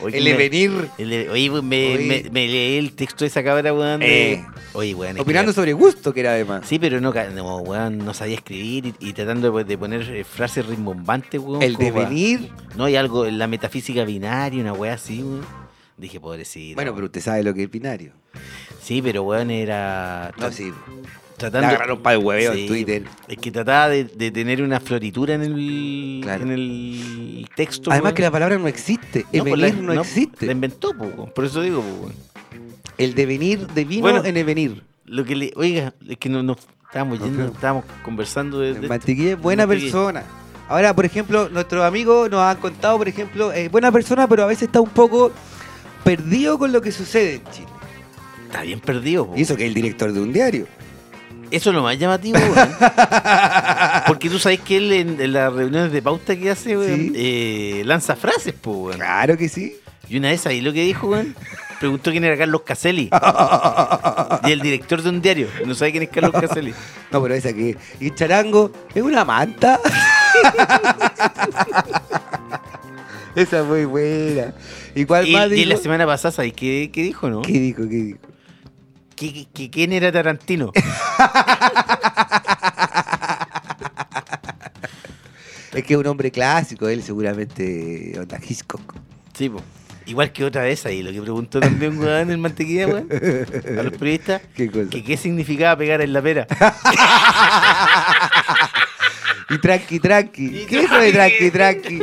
[SPEAKER 2] Oye,
[SPEAKER 3] el
[SPEAKER 2] me-
[SPEAKER 3] venir.
[SPEAKER 2] el de- Oye, pues, me,
[SPEAKER 3] Oye.
[SPEAKER 2] me- me leí el texto de esa cabra, weón. de-
[SPEAKER 3] Eh.
[SPEAKER 2] Oye, weón. es
[SPEAKER 3] Opinando
[SPEAKER 2] que-
[SPEAKER 3] sobre gusto, que era además.
[SPEAKER 2] Sí, pero no, ca- no, weón, no sabía escribir y, y tratando de, de poner eh, frases rimbombantes, weón.
[SPEAKER 3] El
[SPEAKER 2] como pa-
[SPEAKER 3] devenir.
[SPEAKER 2] No, y algo, en la metafísica binaria, una weá así, weón. Dije, pobrecito.
[SPEAKER 3] Bueno, pero usted sabe lo que es binario.
[SPEAKER 2] Sí, pero weón era.
[SPEAKER 3] No,
[SPEAKER 2] tra-
[SPEAKER 3] sí.
[SPEAKER 2] Tratando.
[SPEAKER 3] La agarraron para el hueveo
[SPEAKER 2] Sí,
[SPEAKER 3] en Twitter.
[SPEAKER 2] Es que trataba de, de tener una floritura en el,
[SPEAKER 3] Claro.
[SPEAKER 2] en el texto.
[SPEAKER 3] Además
[SPEAKER 2] weón.
[SPEAKER 3] que la palabra no existe. El
[SPEAKER 2] No, pues, la-
[SPEAKER 3] venir no,
[SPEAKER 2] no,
[SPEAKER 3] existe.
[SPEAKER 2] La inventó, po, weón. por eso digo, po, weón.
[SPEAKER 3] El devenir de vino
[SPEAKER 2] Bueno.
[SPEAKER 3] en el venir.
[SPEAKER 2] Lo que le. Oiga, es que no, no estábamos
[SPEAKER 3] No,
[SPEAKER 2] yendo,
[SPEAKER 3] claro.
[SPEAKER 2] estábamos conversando de.
[SPEAKER 3] El
[SPEAKER 2] de-
[SPEAKER 3] mantequilla es buena
[SPEAKER 2] mantequilla.
[SPEAKER 3] persona. Ahora, por ejemplo, nuestros amigos nos han contado, por ejemplo, es buena persona, pero a veces está un poco perdido con lo que sucede en Chile.
[SPEAKER 2] Está bien perdido, po,
[SPEAKER 3] Y eso que es el director de un diario.
[SPEAKER 2] Eso es lo más llamativo,
[SPEAKER 3] *laughs*
[SPEAKER 2] weón. Porque tú sabes que él en, en las reuniones de pauta que hace, weón,
[SPEAKER 3] Sí.
[SPEAKER 2] eh, lanza frases, po, weón.
[SPEAKER 3] Claro que sí.
[SPEAKER 2] Y una vez ahí lo que dijo, weón, preguntó quién era Carlos
[SPEAKER 3] *laughs*
[SPEAKER 2] Caselli. y el director de un diario. No sabe quién es Carlos Caselli.
[SPEAKER 3] No, pero esa que y charango es una manta. *laughs* esa es muy buena. ¿Y cuál
[SPEAKER 2] Y,
[SPEAKER 3] más
[SPEAKER 2] y la
[SPEAKER 3] dijo?
[SPEAKER 2] semana pasada, ¿sabes qué, qué dijo, no?
[SPEAKER 3] ¿Qué dijo? ¿Qué dijo?
[SPEAKER 2] ¿Qué- qué- qué- quién era Tarantino?
[SPEAKER 3] Es que es un hombre clásico, él seguramente onda Hitchcock.
[SPEAKER 2] sí, po. Igual que otra vez ahí, lo que preguntó también, weón, el mantequilla, weón, a los periodistas,
[SPEAKER 3] ¿Qué cosa?
[SPEAKER 2] que qué significaba pegar en la pera.
[SPEAKER 3] Y tranqui, tranqui. ¿Qué es eso de tranqui, tranqui?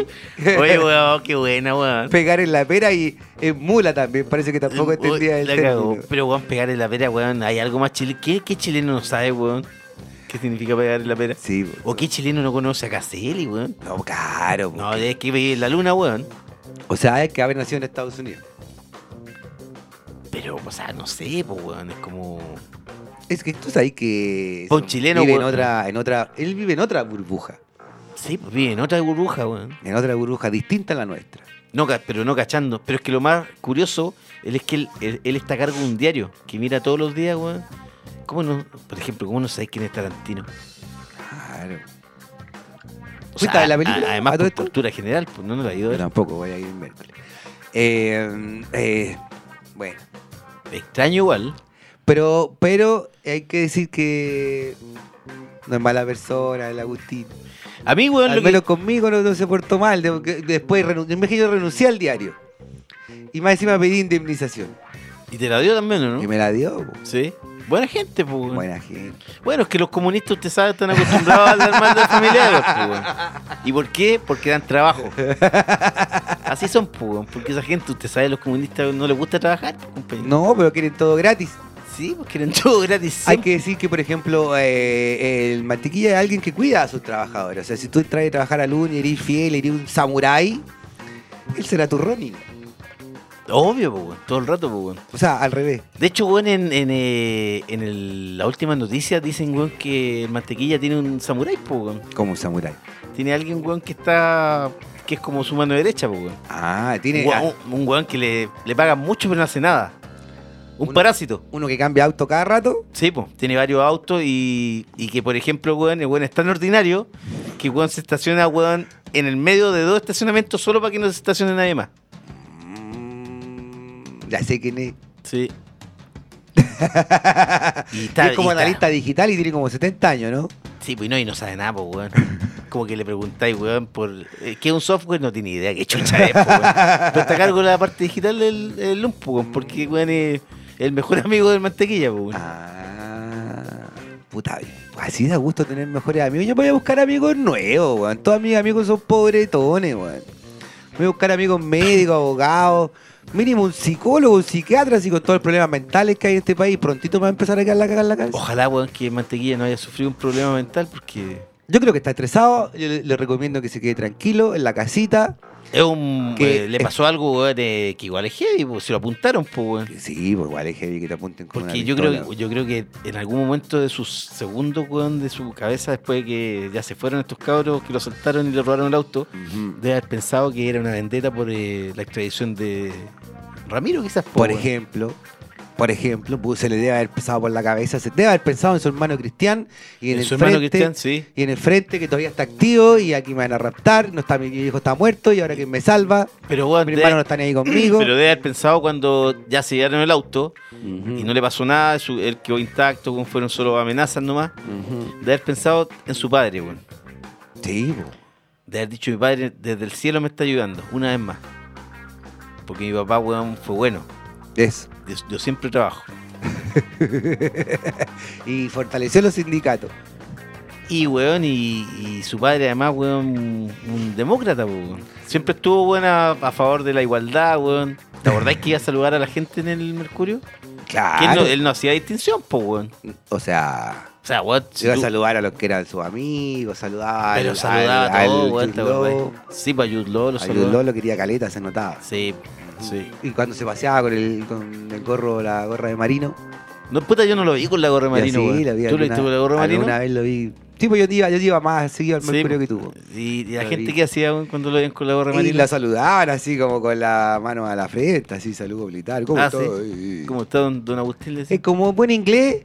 [SPEAKER 2] Oye, weón, qué buena, weón.
[SPEAKER 3] *laughs* Pegar en la pera y en mula también. Parece que tampoco
[SPEAKER 2] Uy,
[SPEAKER 3] entendía el
[SPEAKER 2] la cagó.
[SPEAKER 3] término.
[SPEAKER 2] Pero, weón, pegar en la pera, weón, hay algo más chileno. ¿Qué, qué chileno no sabe, weón? ¿Qué significa pegar en la pera?
[SPEAKER 3] Sí, po.
[SPEAKER 2] ¿O qué chileno no conoce a Caselli, weón?
[SPEAKER 3] No, claro. po.
[SPEAKER 2] No, es que vive en la luna, weón.
[SPEAKER 3] O sea, es que haber nacido en Estados Unidos.
[SPEAKER 2] Pero, o sea, no sé, pues, weón, es como...
[SPEAKER 3] Es que tú sabes que.
[SPEAKER 2] Pa' un chileno,
[SPEAKER 3] vive en
[SPEAKER 2] weón.
[SPEAKER 3] otra, en otra. Él vive en otra burbuja.
[SPEAKER 2] Sí, pues vive en otra burbuja, weón.
[SPEAKER 3] En otra burbuja distinta a la nuestra.
[SPEAKER 2] No, ca- pero no cachando. Pero es que lo más curioso, él es que él, él- él está a cargo de un diario que mira todos los días, weón. ¿Cómo no? Por ejemplo, ¿cómo no sabéis quién es Tarantino?
[SPEAKER 3] Claro.
[SPEAKER 2] O
[SPEAKER 3] ¿Fuiste a ver la película?
[SPEAKER 2] a- además,
[SPEAKER 3] ¿A todo
[SPEAKER 2] por
[SPEAKER 3] esto?
[SPEAKER 2] cultura general, pues no nos la ha ido a
[SPEAKER 3] Yo
[SPEAKER 2] ver.
[SPEAKER 3] tampoco voy a ir a Berkeley. Eh, eh, bueno.
[SPEAKER 2] Extraño igual.
[SPEAKER 3] Pero, pero hay que decir que no es mala persona el Agustín.
[SPEAKER 2] A mí, weón,
[SPEAKER 3] Al
[SPEAKER 2] lo que-
[SPEAKER 3] menos conmigo no, no se portó mal. de- que- Después renun- en vez que yo renuncié al diario. Y más encima pedí indemnización.
[SPEAKER 2] Y te la dio también, ¿o
[SPEAKER 3] Y
[SPEAKER 2] ¿no?
[SPEAKER 3] me la dio. po.
[SPEAKER 2] Sí. Buena gente, pues. weón.
[SPEAKER 3] Buena gente.
[SPEAKER 2] Bueno, es que los comunistas, usted sabe, están acostumbrados a dar mandas familiares, pues, weón. ¿Y por qué? Porque dan
[SPEAKER 3] *laughs*
[SPEAKER 2] trabajo. Así son, pues, weón, porque esa gente, usted sabe, los comunistas no les gusta trabajar, pues, compañero.
[SPEAKER 3] No, pero quieren todo gratis.
[SPEAKER 2] Sí, pues *laughs* quieren todo gratis.
[SPEAKER 3] Hay
[SPEAKER 2] siempre.
[SPEAKER 3] que decir que, por ejemplo, eh, el mantequilla es alguien que cuida a sus trabajadores. O sea, si tú traes a trabajar a Luna y eres fiel, eres un samurái, él será tu Ronin.
[SPEAKER 2] Obvio, pues, weón, todo el rato, pues, weón.
[SPEAKER 3] O sea, al revés.
[SPEAKER 2] De hecho, weón, en, en, eh, en el- la última noticia dicen, weón, que el mantequilla tiene un samurái, pues, weón.
[SPEAKER 3] Como un samurái.
[SPEAKER 2] Tiene alguien, weón, que está. que es como su mano derecha, pues, weón.
[SPEAKER 3] Ah,
[SPEAKER 2] Un
[SPEAKER 3] tiene ah,
[SPEAKER 2] weón, un weón que le, le pagan mucho, pero no hace nada. Un
[SPEAKER 3] Uno-
[SPEAKER 2] parásito.
[SPEAKER 3] uno que cambia auto cada rato.
[SPEAKER 2] Sí, po, tiene varios autos y, y que, por ejemplo, weón, el weón es tan ordinario que weón se estaciona, weón, en el medio de dos estacionamientos solo para que no se estacione nadie más.
[SPEAKER 3] Ya sé quién es.
[SPEAKER 2] *laughs* Sí. y está,
[SPEAKER 3] Es como
[SPEAKER 2] y está-
[SPEAKER 3] analista digital y tiene como 70 años, ¿no?
[SPEAKER 2] Sí, pues no, y no sabe nada, pues, weón. *laughs* Como que le preguntáis, weón, por eh, qué es un software, no tiene idea qué chucha es, po, weón. Pero está a cargo de la parte digital del, del Lumpo, weón, porque, weón, es el mejor *laughs* amigo del mantequilla, pues, weón.
[SPEAKER 3] Ah, puta, así da gusto tener mejores amigos. Yo voy a buscar amigos nuevos, weón. Todos mis amigos son pobretones, weón. Voy a buscar amigos médicos, abogados, mínimo un psicólogo, un psiquiatra, así con todos los problemas mentales que hay en este país. Prontito me va a empezar a quedar la cagada en la cabeza.
[SPEAKER 2] Ojalá, weón, que mantequilla no haya sufrido un problema mental porque.
[SPEAKER 3] Yo creo que está estresado. Yo le, le recomiendo que se quede tranquilo en la casita.
[SPEAKER 2] Es un.
[SPEAKER 3] Que-
[SPEAKER 2] eh, le pasó algo, weón, eh, que igual es heavy, pues, se lo apuntaron, pues, weón.
[SPEAKER 3] Sí, pues igual es heavy que te apunten con
[SPEAKER 2] Porque
[SPEAKER 3] una
[SPEAKER 2] yo creo,
[SPEAKER 3] pistola.
[SPEAKER 2] yo creo que en algún momento de sus segundos, weón, de su cabeza, después de que ya se fueron estos cabros que lo soltaron y le robaron el auto,
[SPEAKER 3] Ujú.
[SPEAKER 2] debe haber pensado que era una vendetta por eh, la extradición de Ramiro, quizás. po,
[SPEAKER 3] Por
[SPEAKER 2] weón.
[SPEAKER 3] ejemplo, por ejemplo, pues, se le debe haber pasado por la cabeza, se debe haber pensado en su hermano Cristian y en,
[SPEAKER 2] En
[SPEAKER 3] el
[SPEAKER 2] su hermano
[SPEAKER 3] frente,
[SPEAKER 2] Cristian, sí.
[SPEAKER 3] Y en el frente que todavía está activo y aquí me van a raptar, no está mi hijo está muerto y ahora que me salva,
[SPEAKER 2] Pero, weón,
[SPEAKER 3] mi
[SPEAKER 2] debe-
[SPEAKER 3] hermano no está ni ahí conmigo.
[SPEAKER 2] pero debe haber pensado cuando ya se llevaron el auto
[SPEAKER 3] Ujú,
[SPEAKER 2] y no le pasó nada, su- él quedó intacto, weón, fueron solo amenazas nomás.
[SPEAKER 3] ujú.
[SPEAKER 2] Debe haber pensado en su padre, weón.
[SPEAKER 3] Sí, po.
[SPEAKER 2] De haber dicho mi padre, desde el cielo me está ayudando, una vez más. Porque mi papá, weón, fue bueno.
[SPEAKER 3] pues, eso. *laughs*
[SPEAKER 2] Yo, yo siempre trabajo.
[SPEAKER 3] Y fortaleció los sindicatos.
[SPEAKER 2] Y, weón, y, y su padre además, weón, un demócrata, po, weón. Siempre estuvo, weón, a, a favor de la igualdad, weón. ¿Te acordáis que iba a saludar a la gente en el Mercurio? Que él
[SPEAKER 3] Claro.
[SPEAKER 2] no, él no hacía distinción, po, weón.
[SPEAKER 3] O sea,
[SPEAKER 2] O sea, weón, si
[SPEAKER 3] iba a
[SPEAKER 2] tú-
[SPEAKER 3] saludar a los que eran sus amigos, saludaba al-
[SPEAKER 2] pero
[SPEAKER 3] al-
[SPEAKER 2] saludaba a
[SPEAKER 3] al
[SPEAKER 2] todos, weón,
[SPEAKER 3] Jude
[SPEAKER 2] ¿te
[SPEAKER 3] Law.
[SPEAKER 2] acordáis? Sí, para Jude Law lo
[SPEAKER 3] A Jude Law
[SPEAKER 2] saludó.
[SPEAKER 3] lo quería caleta, se notaba.
[SPEAKER 2] Sí, sí.
[SPEAKER 3] Y cuando se paseaba con el, con el gorro, la gorra de marino.
[SPEAKER 2] No, puta, yo no lo vi con la gorra de marino,
[SPEAKER 3] sí,
[SPEAKER 2] weón.
[SPEAKER 3] lo vi
[SPEAKER 2] ¿Tú lo
[SPEAKER 3] alguna-
[SPEAKER 2] viste con la gorra de marino?
[SPEAKER 3] Alguna vez lo vi. Sí, pues yo te iba, yo te iba más seguido al
[SPEAKER 2] Sí,
[SPEAKER 3] Mercurio que
[SPEAKER 2] pues.
[SPEAKER 3] tuvo.
[SPEAKER 2] Y, y la
[SPEAKER 3] Lo
[SPEAKER 2] gente
[SPEAKER 3] vi.
[SPEAKER 2] que hacía weón, cuando lo veían con la gorra de
[SPEAKER 3] Y
[SPEAKER 2] marino.
[SPEAKER 3] la saludaban así como con la mano a la frente, así saludo militar, como
[SPEAKER 2] Ah,
[SPEAKER 3] todo. Y-
[SPEAKER 2] ¿Cómo está don, don Agustín? Le decía.
[SPEAKER 3] Es como buen inglés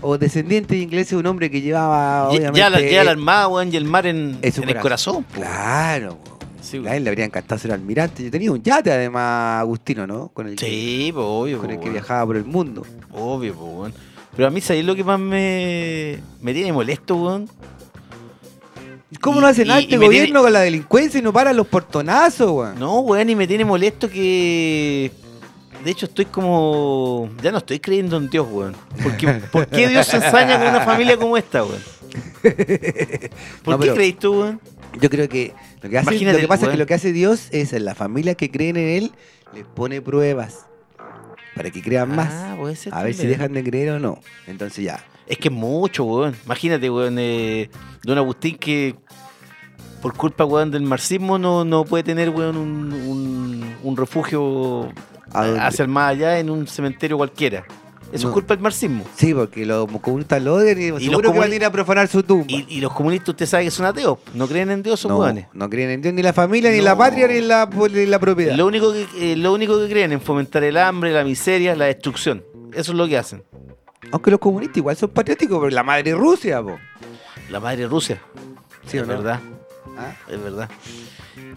[SPEAKER 3] o descendiente de inglés, es un hombre que llevaba
[SPEAKER 2] Ya-
[SPEAKER 3] obviamente.
[SPEAKER 2] ya, la, ya la armada, weón, y el mar en,
[SPEAKER 3] en su
[SPEAKER 2] en el eh, corazón. po.
[SPEAKER 3] Claro. po.
[SPEAKER 2] Sí,
[SPEAKER 3] A él le habría encantado ser almirante. Yo tenía un yate además, Agustino, ¿no? Con el,
[SPEAKER 2] Sí, po,
[SPEAKER 3] que,
[SPEAKER 2] obvio.
[SPEAKER 3] con
[SPEAKER 2] po,
[SPEAKER 3] el que
[SPEAKER 2] weón.
[SPEAKER 3] viajaba por el mundo.
[SPEAKER 2] Obvio, po, weón. Pero a mí, ¿sabes lo que más me, me tiene molesto, weón?
[SPEAKER 3] ¿Cómo
[SPEAKER 2] Y-
[SPEAKER 3] no hacen
[SPEAKER 2] y-
[SPEAKER 3] nada
[SPEAKER 2] y
[SPEAKER 3] este
[SPEAKER 2] me
[SPEAKER 3] gobierno
[SPEAKER 2] tiene-
[SPEAKER 3] con la delincuencia y no paran los portonazos, weón?
[SPEAKER 2] No, weón, y me tiene molesto que. De hecho, estoy como. Ya no estoy creyendo en Dios, weón. *laughs* Porque, ¿Por qué Dios se ensaña con una familia como esta, *laughs* weón? ¿Por
[SPEAKER 3] No,
[SPEAKER 2] qué
[SPEAKER 3] pero-
[SPEAKER 2] crees tú, weón?
[SPEAKER 3] Yo creo que lo que, hace,
[SPEAKER 2] Imagínate
[SPEAKER 3] lo que
[SPEAKER 2] el
[SPEAKER 3] pasa es que
[SPEAKER 2] weón.
[SPEAKER 3] lo que hace Dios es en las familias que creen en Él, les pone pruebas para que crean
[SPEAKER 2] Ah,
[SPEAKER 3] más.
[SPEAKER 2] puede ser
[SPEAKER 3] A ver si
[SPEAKER 2] también.
[SPEAKER 3] dejan de creer o no. Entonces ya.
[SPEAKER 2] Es que es mucho, weón. Imagínate, weón, eh, don Agustín que por culpa, weón, del marxismo no, no puede tener, weón, un, un- un refugio eh,
[SPEAKER 3] ¿A dónde?
[SPEAKER 2] hacia el más allá en un cementerio cualquiera.
[SPEAKER 3] Ah,
[SPEAKER 2] Eso
[SPEAKER 3] No.
[SPEAKER 2] es culpa del marxismo.
[SPEAKER 3] Sí, porque los comunistas lo odian y, seguro que
[SPEAKER 2] comuni-
[SPEAKER 3] van a ir a profanar su tumba.
[SPEAKER 2] Y, y los comunistas, usted sabe que son ateos. No creen en Dios, son
[SPEAKER 3] no,
[SPEAKER 2] weones.
[SPEAKER 3] no creen en Dios, ni la familia, ni
[SPEAKER 2] No.
[SPEAKER 3] la patria, ni la, ni la propiedad.
[SPEAKER 2] Lo único, que, eh, lo único que creen en fomentar el hambre, la miseria, la destrucción. Eso es lo que hacen.
[SPEAKER 3] Aunque los comunistas igual son patrióticos, pero la madre Rusia, po.
[SPEAKER 2] La madre Rusia.
[SPEAKER 3] ¿Sí o
[SPEAKER 2] es
[SPEAKER 3] no?
[SPEAKER 2] verdad,
[SPEAKER 3] Ah,
[SPEAKER 2] es verdad.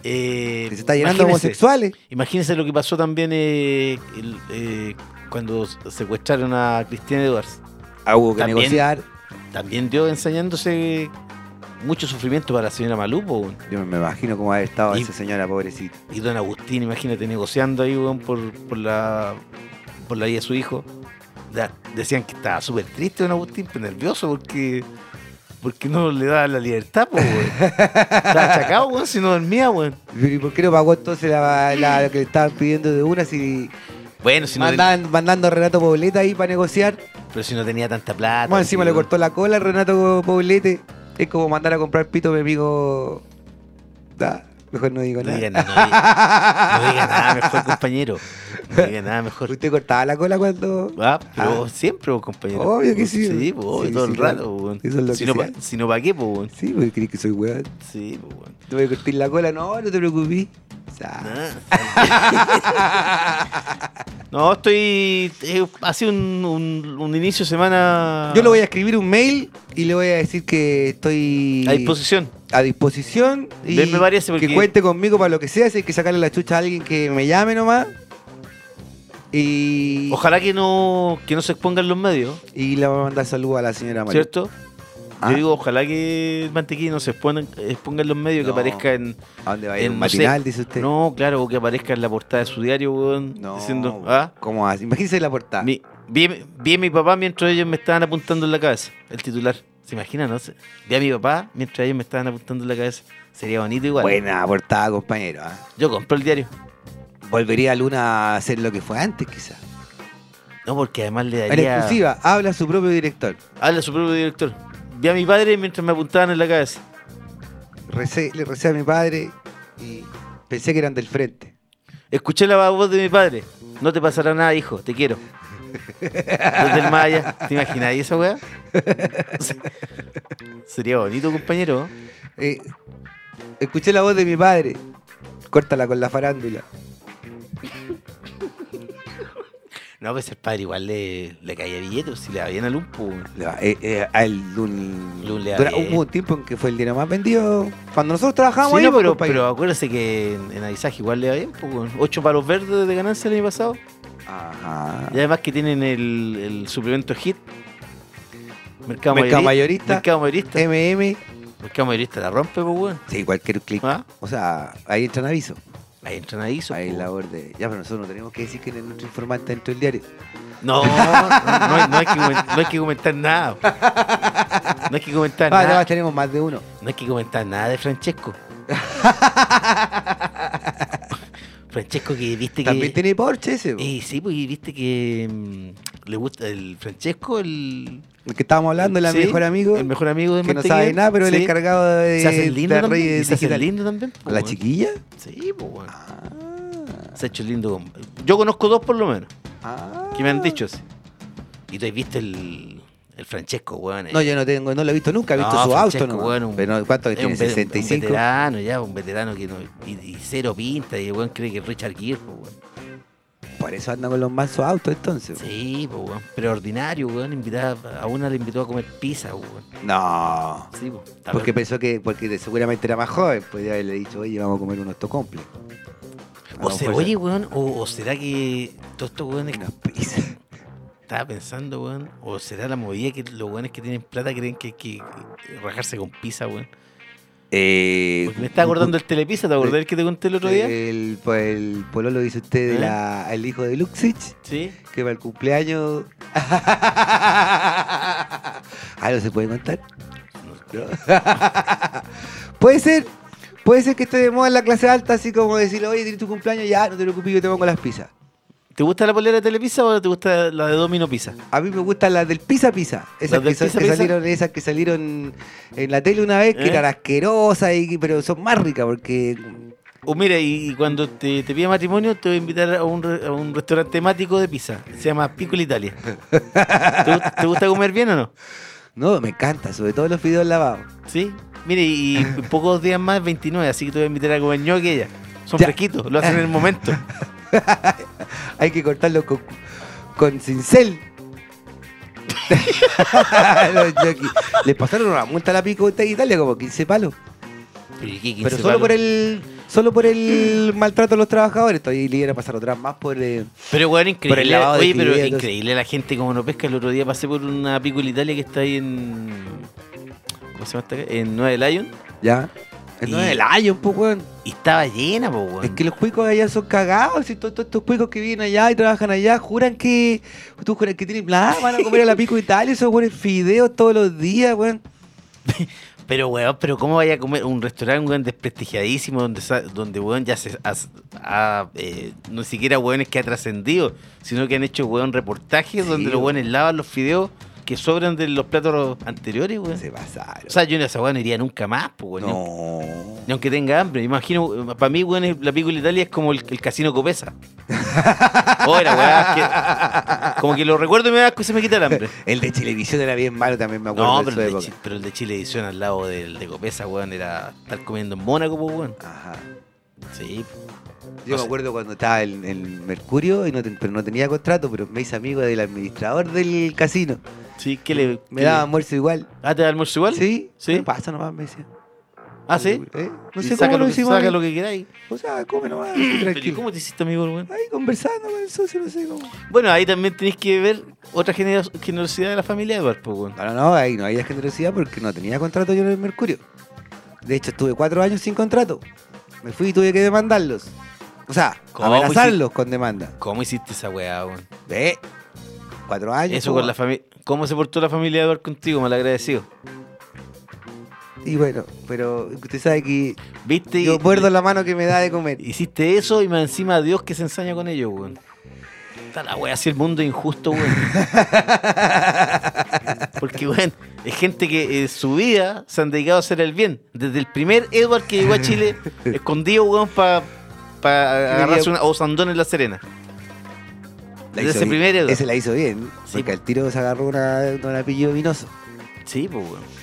[SPEAKER 2] Eh,
[SPEAKER 3] que se está llenando de
[SPEAKER 2] imagínense-
[SPEAKER 3] homosexuales.
[SPEAKER 2] Imagínense lo que pasó también eh, el- eh, cuando secuestraron a Cristian Edwards.
[SPEAKER 3] Ah, hubo que
[SPEAKER 2] También.
[SPEAKER 3] negociar.
[SPEAKER 2] También dio enseñándose mucho sufrimiento para la señora Malupo. weón.
[SPEAKER 3] Yo me imagino cómo ha estado
[SPEAKER 2] Y-
[SPEAKER 3] esa señora, pobrecita.
[SPEAKER 2] Y don Agustín, imagínate, negociando ahí, weón, por, por la por la vida de su hijo. Da- decían que estaba súper triste don Agustín, pero nervioso porque porque no le daba la libertad,
[SPEAKER 3] *laughs*
[SPEAKER 2] po, weón. Estaba achacado, weón, si no dormía, weón.
[SPEAKER 3] ¿Y por qué no pagó entonces la, la- lo que le estaban pidiendo de una si
[SPEAKER 2] Bueno, si no ten-
[SPEAKER 3] mandaban- mandando a Renato Poblete ahí para negociar?
[SPEAKER 2] pero si no tenía tanta plata.
[SPEAKER 3] Más encima
[SPEAKER 2] sí,
[SPEAKER 3] le
[SPEAKER 2] weón.
[SPEAKER 3] cortó la cola a Renato Poblete. Es como mandar a comprar pito a mi amigo. Da, mejor no digo
[SPEAKER 2] No
[SPEAKER 3] nada. *laughs*
[SPEAKER 2] diga, nada, no, diga, no diga nada mejor, compañero. No diga nada mejor.
[SPEAKER 3] ¿Usted cortaba la cola cuando.?
[SPEAKER 2] Ah, pero
[SPEAKER 3] Ah.
[SPEAKER 2] siempre, vos, compañero.
[SPEAKER 3] Obvio que sí.
[SPEAKER 2] Sí, pues, obvio,
[SPEAKER 3] Sí,
[SPEAKER 2] todo
[SPEAKER 3] sí,
[SPEAKER 2] el
[SPEAKER 3] claro.
[SPEAKER 2] rato. weón.
[SPEAKER 3] Eso es lo
[SPEAKER 2] si,
[SPEAKER 3] que
[SPEAKER 2] no pa-
[SPEAKER 3] sea.
[SPEAKER 2] si no, ¿para qué? pues, weón?
[SPEAKER 3] Sí, porque crees que soy weón.
[SPEAKER 2] Sí, pues, weón.
[SPEAKER 3] Te voy a cortar la cola. No, no te preocupes. O sea,
[SPEAKER 2] Nada. no, estoy. eh, ha sido un, un- un inicio de semana.
[SPEAKER 3] Yo le voy a escribir un mail y le voy a decir que estoy.
[SPEAKER 2] A disposición.
[SPEAKER 3] a disposición y
[SPEAKER 2] Ven, me parece, porque-
[SPEAKER 3] que cuente conmigo para lo que sea, si hay que sacarle la chucha a alguien que me llame nomás. Y,
[SPEAKER 2] Ojalá que no, que no se expongan los medios,
[SPEAKER 3] y le voy a mandar saludos a la señora María.
[SPEAKER 2] ¿cierto?
[SPEAKER 3] Ah.
[SPEAKER 2] Yo digo, ojalá que el mantequilla no se expongan, expongan los medios,
[SPEAKER 3] No.
[SPEAKER 2] que aparezca en.
[SPEAKER 3] ¿A dónde va a ir?
[SPEAKER 2] en,
[SPEAKER 3] ¿Un
[SPEAKER 2] Eh, no sé,
[SPEAKER 3] matinal, dice usted?
[SPEAKER 2] No, claro, o que aparezca en la portada de su diario, weón.
[SPEAKER 3] No,
[SPEAKER 2] Diciendo, ah,
[SPEAKER 3] ¿Cómo hace? Imagínese la portada.
[SPEAKER 2] mi- vi, vi a mi papá mientras ellos me estaban apuntando en la cabeza, el titular. ¿Se imaginan? No? Se- Vi a mi papá mientras ellos me estaban apuntando en la cabeza. Sería bonito igual.
[SPEAKER 3] Buena portada, compañero. ¿ah?
[SPEAKER 2] Yo compré el diario.
[SPEAKER 3] Volvería a Luna a hacer lo que fue antes, quizás.
[SPEAKER 2] No, porque además le
[SPEAKER 3] En
[SPEAKER 2] daría.
[SPEAKER 3] exclusiva, habla su propio director.
[SPEAKER 2] Habla su propio director. Vi a mi padre mientras me apuntaban en la cabeza.
[SPEAKER 3] Recé- le recé a mi padre y pensé que eran del frente.
[SPEAKER 2] Escuché la voz de mi padre. No te pasará nada, hijo. Te quiero. Desde el Maya. ¿Te imagináis esa weá? Se- Sería bonito, compañero.
[SPEAKER 3] Eh, escuché la voz de mi padre. Córtala con la farándula.
[SPEAKER 2] No, pues el padre igual le, le caía billetes. Si le habían al Lumpo.
[SPEAKER 3] Le va- eh, eh, a el Lun-
[SPEAKER 2] Lun le da
[SPEAKER 3] dura-
[SPEAKER 2] bien.
[SPEAKER 3] hubo un tiempo en que fue el dinero más vendido. Cuando nosotros trabajábamos
[SPEAKER 2] Sí,
[SPEAKER 3] ahí, pues,
[SPEAKER 2] no, pero,
[SPEAKER 3] compadre.
[SPEAKER 2] pero acuérdese que en, en Avisaje igual le da bien. po, weón. Ocho palos verdes de ganancia el año pasado.
[SPEAKER 3] Ajá.
[SPEAKER 2] Y además que tienen el, el suplemento HIT.
[SPEAKER 3] Mercado
[SPEAKER 2] Mercado, mayorista.
[SPEAKER 3] mayorista,
[SPEAKER 2] Mercado mayorista.
[SPEAKER 3] MM.
[SPEAKER 2] Mercado mayorista la rompe, pues, weón.
[SPEAKER 3] Sí, cualquier clic.
[SPEAKER 2] ¿Ah?
[SPEAKER 3] O sea, ahí entran avisos.
[SPEAKER 2] Ahí entran ahí, po,
[SPEAKER 3] Ahí
[SPEAKER 2] weón.
[SPEAKER 3] la orden. Ya, pero nosotros no tenemos que decir que es nuestro informante dentro del diario.
[SPEAKER 2] No, no, no hay, no hay que, comen- no hay que comentar nada. po. No hay que
[SPEAKER 3] Ah,
[SPEAKER 2] comentar
[SPEAKER 3] nada
[SPEAKER 2] nada.
[SPEAKER 3] más tenemos más de uno.
[SPEAKER 2] No hay que comentar nada
[SPEAKER 3] *laughs*
[SPEAKER 2] de Francesco. Francesco que viste que.
[SPEAKER 3] También tiene Porsche ese, po,
[SPEAKER 2] Eh, sí, porque viste que mm, le gusta el Francesco, el.
[SPEAKER 3] el que estábamos hablando, el
[SPEAKER 2] Sí,
[SPEAKER 3] mejor amigo.
[SPEAKER 2] El mejor amigo de
[SPEAKER 3] que no
[SPEAKER 2] Mantequilla.
[SPEAKER 3] sabe nada, pero el
[SPEAKER 2] Sí.
[SPEAKER 3] encargado de,
[SPEAKER 2] Se hace el lindo
[SPEAKER 3] de
[SPEAKER 2] también.
[SPEAKER 3] redes
[SPEAKER 2] y se hace el
[SPEAKER 3] digitales.
[SPEAKER 2] lindo también. po,
[SPEAKER 3] ¿La
[SPEAKER 2] weón.
[SPEAKER 3] chiquilla?
[SPEAKER 2] Sí, pues bueno.
[SPEAKER 3] Ah,
[SPEAKER 2] Se ha hecho el lindo con- Yo conozco dos por lo menos,
[SPEAKER 3] ah.
[SPEAKER 2] que me han dicho así. Y tú has visto el, el Francesco, weón. eh.
[SPEAKER 3] No, yo no tengo, no lo he visto nunca, he visto
[SPEAKER 2] No,
[SPEAKER 3] su
[SPEAKER 2] Francesco,
[SPEAKER 3] auto, ¿no?
[SPEAKER 2] weón, un-
[SPEAKER 3] pero ¿cuánto
[SPEAKER 2] Es
[SPEAKER 3] tiene?
[SPEAKER 2] ve-
[SPEAKER 3] 65.
[SPEAKER 2] Un veterano ya, un veterano que no, y, y cero pinta, y el weón cree que es Richard Gere, pues weón.
[SPEAKER 3] Por eso anda con los mansos autos entonces.
[SPEAKER 2] Sí, pues weón. Pero ordinario, weón. Invitaba, a una le invitó a comer pizza, weón.
[SPEAKER 3] pues. No.
[SPEAKER 2] Sí, pues.
[SPEAKER 3] Porque pensó que, porque de- seguramente era más joven, podría haberle dicho, oye, vamos a comer unos tocomple.
[SPEAKER 2] O se, oye, weón, o, o será que todos estos weones
[SPEAKER 3] unas pizzas.
[SPEAKER 2] *laughs* estaba pensando, weón, o será la movida que los weones que tienen plata creen que hay que rajarse con pizza, weón.
[SPEAKER 3] Eh,
[SPEAKER 2] Porque me está acordando el telepizza, ¿te acordás
[SPEAKER 3] eh,
[SPEAKER 2] el que te conté el otro día?
[SPEAKER 3] El, pues, el pololo dice usted de
[SPEAKER 2] ¿Eh?
[SPEAKER 3] la, el hijo de Luxich,
[SPEAKER 2] Sí.
[SPEAKER 3] que para el cumpleaños. *laughs* ah, no se puede contar. ¿No? puede ser, puede ser que esté de moda en la clase alta, así como decirle, oye, tienes tu cumpleaños, ya, no te preocupes, yo te pongo las pizzas.
[SPEAKER 2] ¿Te gusta la polera de telepizza o te gusta la de Domino Pizza?
[SPEAKER 3] A mí me gustan las del Pizza Pizza. Esas,
[SPEAKER 2] ¿Las
[SPEAKER 3] que,
[SPEAKER 2] del
[SPEAKER 3] son-
[SPEAKER 2] Pizza
[SPEAKER 3] que
[SPEAKER 2] Pizza?
[SPEAKER 3] salieron, esas que salieron en la tele una vez, que
[SPEAKER 2] ¿Eh?
[SPEAKER 3] eran asquerosas, y, que- pero son más ricas porque.
[SPEAKER 2] O mira, y y cuando te, te pida matrimonio, te voy a invitar a un, re- a un restaurante temático de pizza. Se llama Piccolo Italia. ¿Te, gu- te gusta comer bien o no?
[SPEAKER 3] No, me encanta, sobre todo los fideos lavados.
[SPEAKER 2] Sí. Mire,
[SPEAKER 3] *laughs*
[SPEAKER 2] y en pocos días más, 29, así que te voy a invitar a comer ñoqui ella. Son
[SPEAKER 3] Ya.
[SPEAKER 2] fresquitos, lo hacen en el momento.
[SPEAKER 3] *laughs* Hay que cortarlo con, con cincel. *laughs* Los jockeys. Les pasaron una multa a la pico de Italia, como 15 palos.
[SPEAKER 2] Pero, ¿y qué,
[SPEAKER 3] Pero
[SPEAKER 2] 15
[SPEAKER 3] solo por
[SPEAKER 2] palos?
[SPEAKER 3] el solo por el maltrato a los trabajadores. Todavía le iban a pasar otras más por. eh,
[SPEAKER 2] Pero weón, increíble.
[SPEAKER 3] Por el lavado de
[SPEAKER 2] Oye, pero
[SPEAKER 3] dividendos.
[SPEAKER 2] increíble la gente como no pesca. El otro día pasé por una apícola Italia que está ahí en. ¿Cómo se llama esta? calle? En Nueva de Lyon.
[SPEAKER 3] ya.
[SPEAKER 2] Y-
[SPEAKER 3] No es el año, pues, weón.
[SPEAKER 2] Y estaba llena, po, weón.
[SPEAKER 3] Es que los cuicos allá son cagados. Y todos todos estos cuicos que viven allá y trabajan allá juran que. Tú juras que tienen plata, van
[SPEAKER 2] *laughs*
[SPEAKER 3] a comer a la pico de Italia. Esos weones fideos todos los días, weón.
[SPEAKER 2] Pero, weón, pero ¿cómo vaya a comer un restaurante, weón, desprestigiadísimo donde, sa- donde weón, ya se. as- ha, eh, no siquiera weones que ha trascendido, sino que han hecho, weón, reportajes
[SPEAKER 3] Sí,
[SPEAKER 2] donde los
[SPEAKER 3] weón.
[SPEAKER 2] weones lavan los fideos que sobran de los platos anteriores, weón.
[SPEAKER 3] Se pasaron.
[SPEAKER 2] O sea, yo en esa weón no iría nunca más, po, weón. ni
[SPEAKER 3] no.
[SPEAKER 2] Ni aunque tenga hambre, imagino, para mí, weón, es- la película Italia es como el, el
[SPEAKER 3] *laughs*
[SPEAKER 2] casino Copesa. Oh, era, weá, que- como que lo recuerdo y me da asco y se me quita el hambre.
[SPEAKER 3] El de Televisión era bien malo también, me acuerdo.
[SPEAKER 2] No,
[SPEAKER 3] de
[SPEAKER 2] pero
[SPEAKER 3] su
[SPEAKER 2] el, de
[SPEAKER 3] época.
[SPEAKER 2] Chi- pero el de Chile Edición al lado del de Copesa, weón, era estar comiendo en Mónaco, po, weón.
[SPEAKER 3] Ajá.
[SPEAKER 2] Sí.
[SPEAKER 3] Yo
[SPEAKER 2] No sé.
[SPEAKER 3] me acuerdo cuando estaba en, en Mercurio, y no ten- pero no tenía contrato, pero me hice amigo del administrador del casino.
[SPEAKER 2] Sí, que le.
[SPEAKER 3] Me
[SPEAKER 2] qué
[SPEAKER 3] daba
[SPEAKER 2] le-
[SPEAKER 3] almuerzo igual.
[SPEAKER 2] Ah, te da almuerzo igual.
[SPEAKER 3] ¿Sí?
[SPEAKER 2] Sí.
[SPEAKER 3] Me pasa nomás, me decía.
[SPEAKER 2] Ah, sí.
[SPEAKER 3] ¿Eh? No
[SPEAKER 2] Y
[SPEAKER 3] sé
[SPEAKER 2] saca
[SPEAKER 3] cómo
[SPEAKER 2] lo
[SPEAKER 3] lo
[SPEAKER 2] que-
[SPEAKER 3] hicimos.
[SPEAKER 2] Saca lo que queráis.
[SPEAKER 3] O sea, come nomás,
[SPEAKER 2] Pero ¿y
[SPEAKER 3] tranquilo.
[SPEAKER 2] ¿Cómo te hiciste amigo, weón?
[SPEAKER 3] Ahí conversando con el socio, no sé cómo.
[SPEAKER 2] Bueno, ahí también tenés que ver otra gener- generosidad de la familia Edward, po, weón.
[SPEAKER 3] No, no, no, ahí no había generosidad porque no tenía contrato yo en el Mercurio. De hecho, estuve cuatro años sin contrato. Me fui y tuve que demandarlos. O sea,
[SPEAKER 2] ¿Cómo
[SPEAKER 3] amenazarlos con demanda.
[SPEAKER 2] ¿Cómo hiciste esa weá, weón?
[SPEAKER 3] ¿Ve? Cuatro años.
[SPEAKER 2] Eso
[SPEAKER 3] po.
[SPEAKER 2] con la familia. ¿Cómo se portó la familia de Eduard contigo? Malagradecido.
[SPEAKER 3] Y bueno, pero usted sabe que
[SPEAKER 2] ¿Viste?
[SPEAKER 3] yo muerdo la mano que me da de comer.
[SPEAKER 2] Hiciste eso y más encima Dios que se ensaña con ellos, weón. Está la wea, así el mundo es injusto, weón. Porque, weón, es gente que en su vida se han dedicado a hacer el bien. Desde el primer Edward que llegó a Chile, escondido, weón, para agarrarse una, o Sandón en La Serena.
[SPEAKER 3] La
[SPEAKER 2] Desde
[SPEAKER 3] hizo
[SPEAKER 2] ese
[SPEAKER 3] bien.
[SPEAKER 2] primer Edward.
[SPEAKER 3] Ese la hizo bien.
[SPEAKER 2] Sí,
[SPEAKER 3] Porque
[SPEAKER 2] po.
[SPEAKER 3] al tiro se agarró una, un apellido vinoso.
[SPEAKER 2] Sí, pues, weón.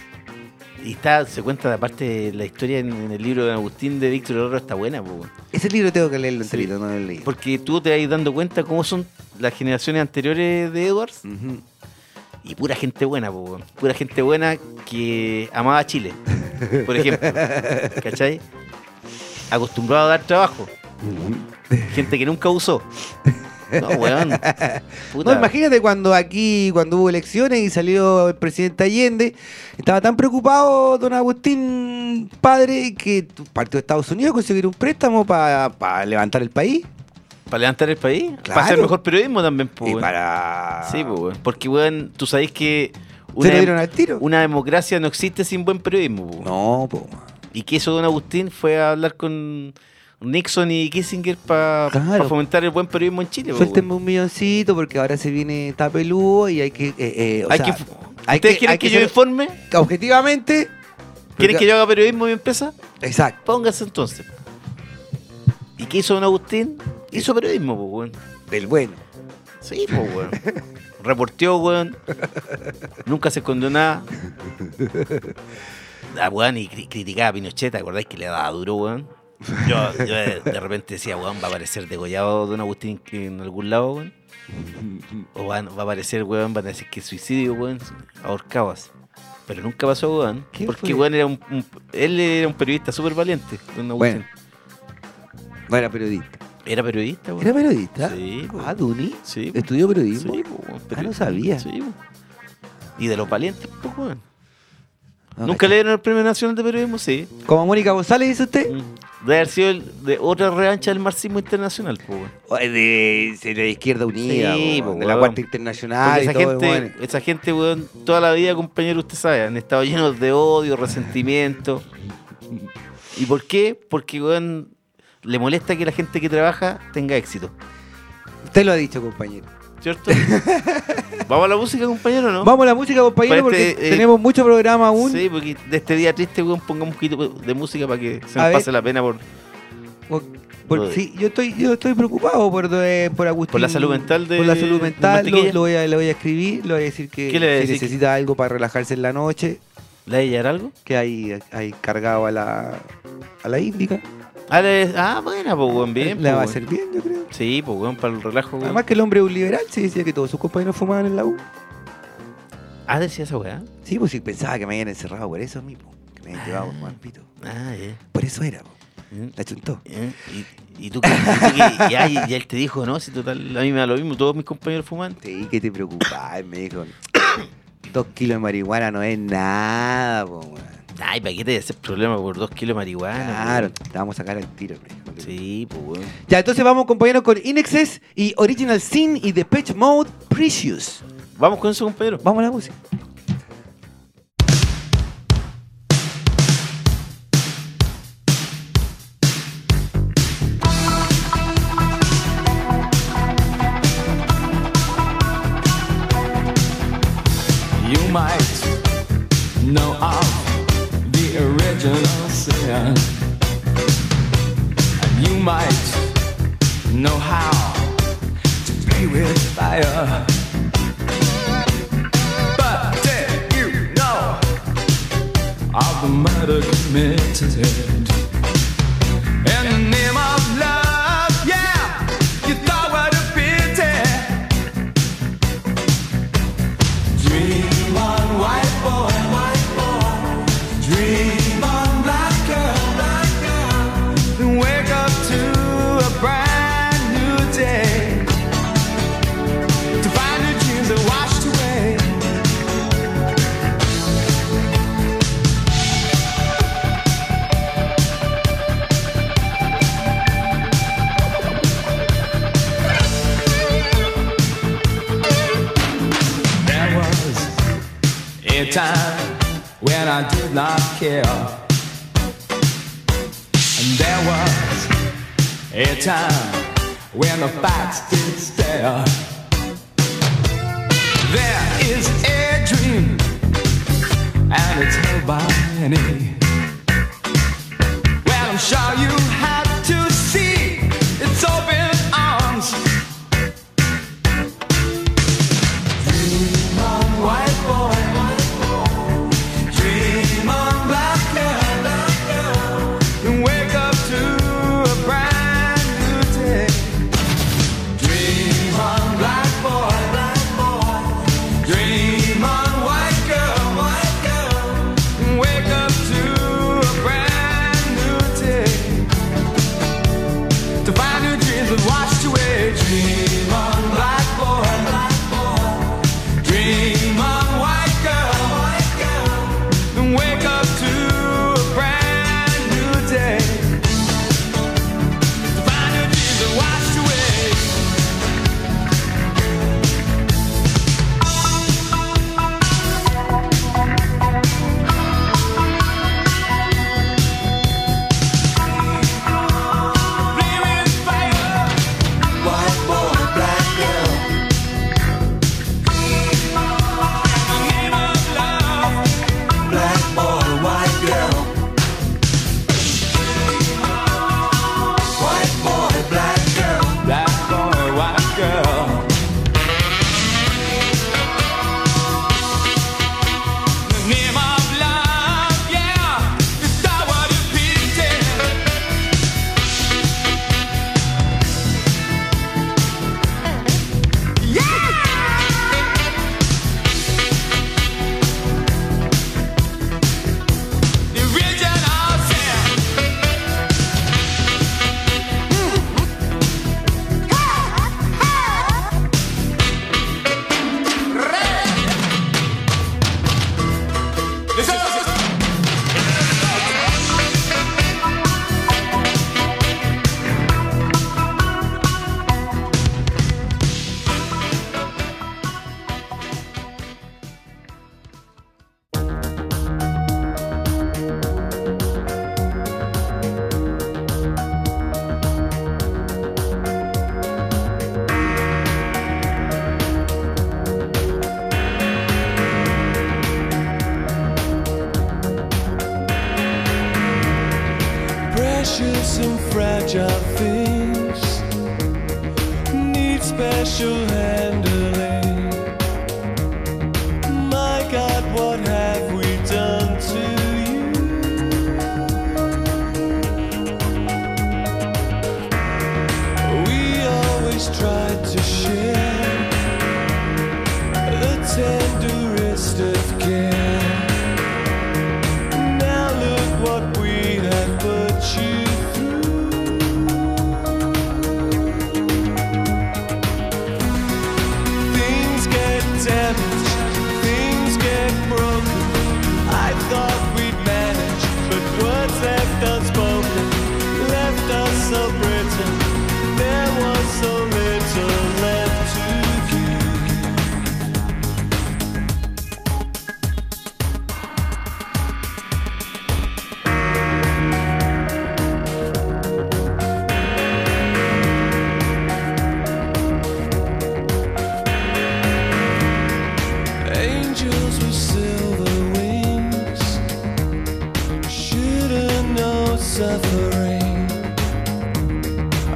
[SPEAKER 2] Y está, se cuenta, aparte, la historia en, en el libro de Agustín de Víctor Oro está buena, pues, weón.
[SPEAKER 3] Ese libro tengo que leerlo
[SPEAKER 2] Sí.
[SPEAKER 3] enterito, no lo leí.
[SPEAKER 2] Porque tú te vas dando cuenta cómo son las generaciones anteriores de Edwards
[SPEAKER 3] Ujú.
[SPEAKER 2] y pura gente buena, po, weón. pura gente buena que amaba a Chile,
[SPEAKER 3] *laughs*
[SPEAKER 2] por ejemplo. ¿Cachai? Acostumbrado a dar trabajo. Gente que nunca usó. No,
[SPEAKER 3] *laughs*
[SPEAKER 2] weón. Puta.
[SPEAKER 3] No, imagínate cuando aquí, cuando hubo elecciones y salió el presidente Allende, estaba tan preocupado don Agustín, padre, que partió de Estados Unidos a conseguir un préstamo para levantar el país.
[SPEAKER 2] Para levantar el país,
[SPEAKER 3] Claro.
[SPEAKER 2] para hacer mejor periodismo también, po,
[SPEAKER 3] y
[SPEAKER 2] weón.
[SPEAKER 3] para...
[SPEAKER 2] Sí, po, weón. Porque, weón, tú sabés que
[SPEAKER 3] ¿Se
[SPEAKER 2] una,
[SPEAKER 3] lo
[SPEAKER 2] dem-
[SPEAKER 3] dieron al tiro?
[SPEAKER 2] una democracia no existe sin buen periodismo, po, weón.
[SPEAKER 3] No, pues po.
[SPEAKER 2] Y que eso Don Agustín fue a hablar con Nixon y Kissinger para
[SPEAKER 3] Claro.
[SPEAKER 2] fomentar el buen periodismo en Chile. po,
[SPEAKER 3] Suéltenme un milloncito porque ahora se viene tapeludo y hay que... eh, eh,
[SPEAKER 2] weón.
[SPEAKER 3] o
[SPEAKER 2] Hay
[SPEAKER 3] sea,
[SPEAKER 2] que-
[SPEAKER 3] hay
[SPEAKER 2] ¿Ustedes
[SPEAKER 3] que-
[SPEAKER 2] quieren
[SPEAKER 3] hay
[SPEAKER 2] que,
[SPEAKER 3] que
[SPEAKER 2] yo
[SPEAKER 3] ser-
[SPEAKER 2] informe?
[SPEAKER 3] objetivamente...
[SPEAKER 2] ¿Quieren que yo haga periodismo en mi empresa?
[SPEAKER 3] Exacto.
[SPEAKER 2] Póngase entonces. ¿Y qué hizo Don Agustín? Hizo periodismo, pues, weón.
[SPEAKER 3] Del *laughs* bueno.
[SPEAKER 2] Sí, pues, weón. Reporteó, weón. Nunca se escondió nada. Ah, weón, y cri- criticaba a Pinochet, ¿te acordáis que le daba duro, weón? Yo, yo de, de repente decía, weón, va a aparecer degollado Don Agustín en algún lado, weón. O van- va a aparecer, weón, van a decir que suicidio, weón, ahorcado así. Pero nunca pasó, weón.
[SPEAKER 3] ¿Qué
[SPEAKER 2] Porque,
[SPEAKER 3] fue?
[SPEAKER 2] weón, era un, un- él era un periodista súper valiente, Don Agustín.
[SPEAKER 3] Bueno. No era periodista.
[SPEAKER 2] Era periodista, weón.
[SPEAKER 3] ¿Era periodista?
[SPEAKER 2] Sí, po.
[SPEAKER 3] Ah, Duni.
[SPEAKER 2] Sí, po.
[SPEAKER 3] ¿Estudió
[SPEAKER 2] Sí,
[SPEAKER 3] periodismo?
[SPEAKER 2] po, weón,
[SPEAKER 3] Ah, no
[SPEAKER 2] periodista.
[SPEAKER 3] sabía.
[SPEAKER 2] Sí, po. Y de los valientes, pues, weón.
[SPEAKER 3] No,
[SPEAKER 2] ¿Nunca
[SPEAKER 3] Ah, cacha.
[SPEAKER 2] le dieron el Premio Nacional de Periodismo? Sí.
[SPEAKER 3] Como Mónica González dice usted.
[SPEAKER 2] Mm. Debe haber sido el- de otra revancha del marxismo internacional, pues, weón.
[SPEAKER 3] O De, de la Izquierda Unida,
[SPEAKER 2] Sí,
[SPEAKER 3] po,
[SPEAKER 2] po,
[SPEAKER 3] de la
[SPEAKER 2] weón.
[SPEAKER 3] Cuarta
[SPEAKER 2] Porque
[SPEAKER 3] Internacional. Ah, y
[SPEAKER 2] esa,
[SPEAKER 3] todo,
[SPEAKER 2] gente,
[SPEAKER 3] weón.
[SPEAKER 2] esa gente, weón, toda la vida, compañero, usted sabe, han estado llenos de odio, resentimiento. ¿Y por qué? Porque, weón, le molesta que la gente que trabaja tenga éxito,
[SPEAKER 3] Usted lo ha dicho, compañero. *laughs*
[SPEAKER 2] ¿cierto? ¿Vamos a la música, compañero, o no?
[SPEAKER 3] Vamos a la música, compañero,
[SPEAKER 2] Parece,
[SPEAKER 3] porque
[SPEAKER 2] eh,
[SPEAKER 3] tenemos mucho programa aún.
[SPEAKER 2] Sí, porque de este día triste, weón, ponga un poquito de música para que se
[SPEAKER 3] A
[SPEAKER 2] nos
[SPEAKER 3] ver.
[SPEAKER 2] pase la pena por,
[SPEAKER 3] O- por-
[SPEAKER 2] Lo-
[SPEAKER 3] sí, yo estoy, yo estoy preocupado por, eh, por Agustín.
[SPEAKER 2] Por la salud mental de-
[SPEAKER 3] Por la salud mental,
[SPEAKER 2] de
[SPEAKER 3] lo,
[SPEAKER 2] Mantequilla.
[SPEAKER 3] lo voy a, le voy a escribir, le voy a decir que
[SPEAKER 2] ¿Qué le voy a
[SPEAKER 3] si
[SPEAKER 2] decir?
[SPEAKER 3] necesita algo para relajarse en la noche,
[SPEAKER 2] ¿La de llegar algo?
[SPEAKER 3] que ahí, ahí cargado a la, a la índica.
[SPEAKER 2] Ah, le- ah, buena, pues, weón, bien.
[SPEAKER 3] Le va
[SPEAKER 2] po,
[SPEAKER 3] a
[SPEAKER 2] weón.
[SPEAKER 3] hacer bien, yo creo.
[SPEAKER 2] Sí, pues, weón, para el relajo, weón.
[SPEAKER 3] Además que el hombre es un liberal, se decía que todos sus compañeros fumaban en la U.
[SPEAKER 2] Ah, decía esa weá.
[SPEAKER 3] Sí, pues sí, pensaba que me habían encerrado por eso, mi, po, que me habían llevado por mal pito.
[SPEAKER 2] Ah, ya.
[SPEAKER 3] Por eso era, po.
[SPEAKER 2] Mm.
[SPEAKER 3] la chuntó.
[SPEAKER 2] ¿Eh? Y, y tú, que- y tú que- ya, y, y él te dijo, no, si total, a mí me da lo mismo, todos mis compañeros fuman.
[SPEAKER 3] Sí, que te preocupás, me dijo. *coughs* Dos kilos de marihuana no es nada, po, weón.
[SPEAKER 2] Ay, ¿para qué te haces problema por dos kilos de marihuana?
[SPEAKER 3] Claro,
[SPEAKER 2] weón?
[SPEAKER 3] te vamos a sacar el tiro, me dijo.
[SPEAKER 2] Ah, Sí, pues, weón.
[SPEAKER 3] Ya, entonces vamos, compañeros, con Inexes y Original Sin y Depeche Mode Precious.
[SPEAKER 2] Vamos con eso, compañero.
[SPEAKER 3] Vamos a la música.
[SPEAKER 4] You might know of the original sin. And you might know how to play with fire. But did you know of the murder committed? In the name of love, yeah, you thought what a pity. Dream on, white boy, white boy. Dream on, black girl, black girl. Then wake up to a brand new day. To find your dreams are washed away. There was a time when I did not care. And there was a time when the facts did stare. There is a dream, and it's held by many. Well, I'm sure you had to see its open arms. White boy, dream on black girl, and wake up to a brand new day. Dream on black boy, black boy, dream on white girl, white girl, and wake up to a brand new day. To find new dreams that washed away. Dream on black boy, black boy. Dream on, white girl, white girl, and wake up to a brand new day. To find your dreams are washed away. Dreaming fire, white boy, black girl. Dream of love.
[SPEAKER 1] Black boy, white girl. White boy, black girl.
[SPEAKER 4] Black boy, white girl. The name of love, yeah, is that what it pretend? Yeah! The original sin. precious and fragile things need special handling. My God, what have we done to you? We always tried to share the tenderest of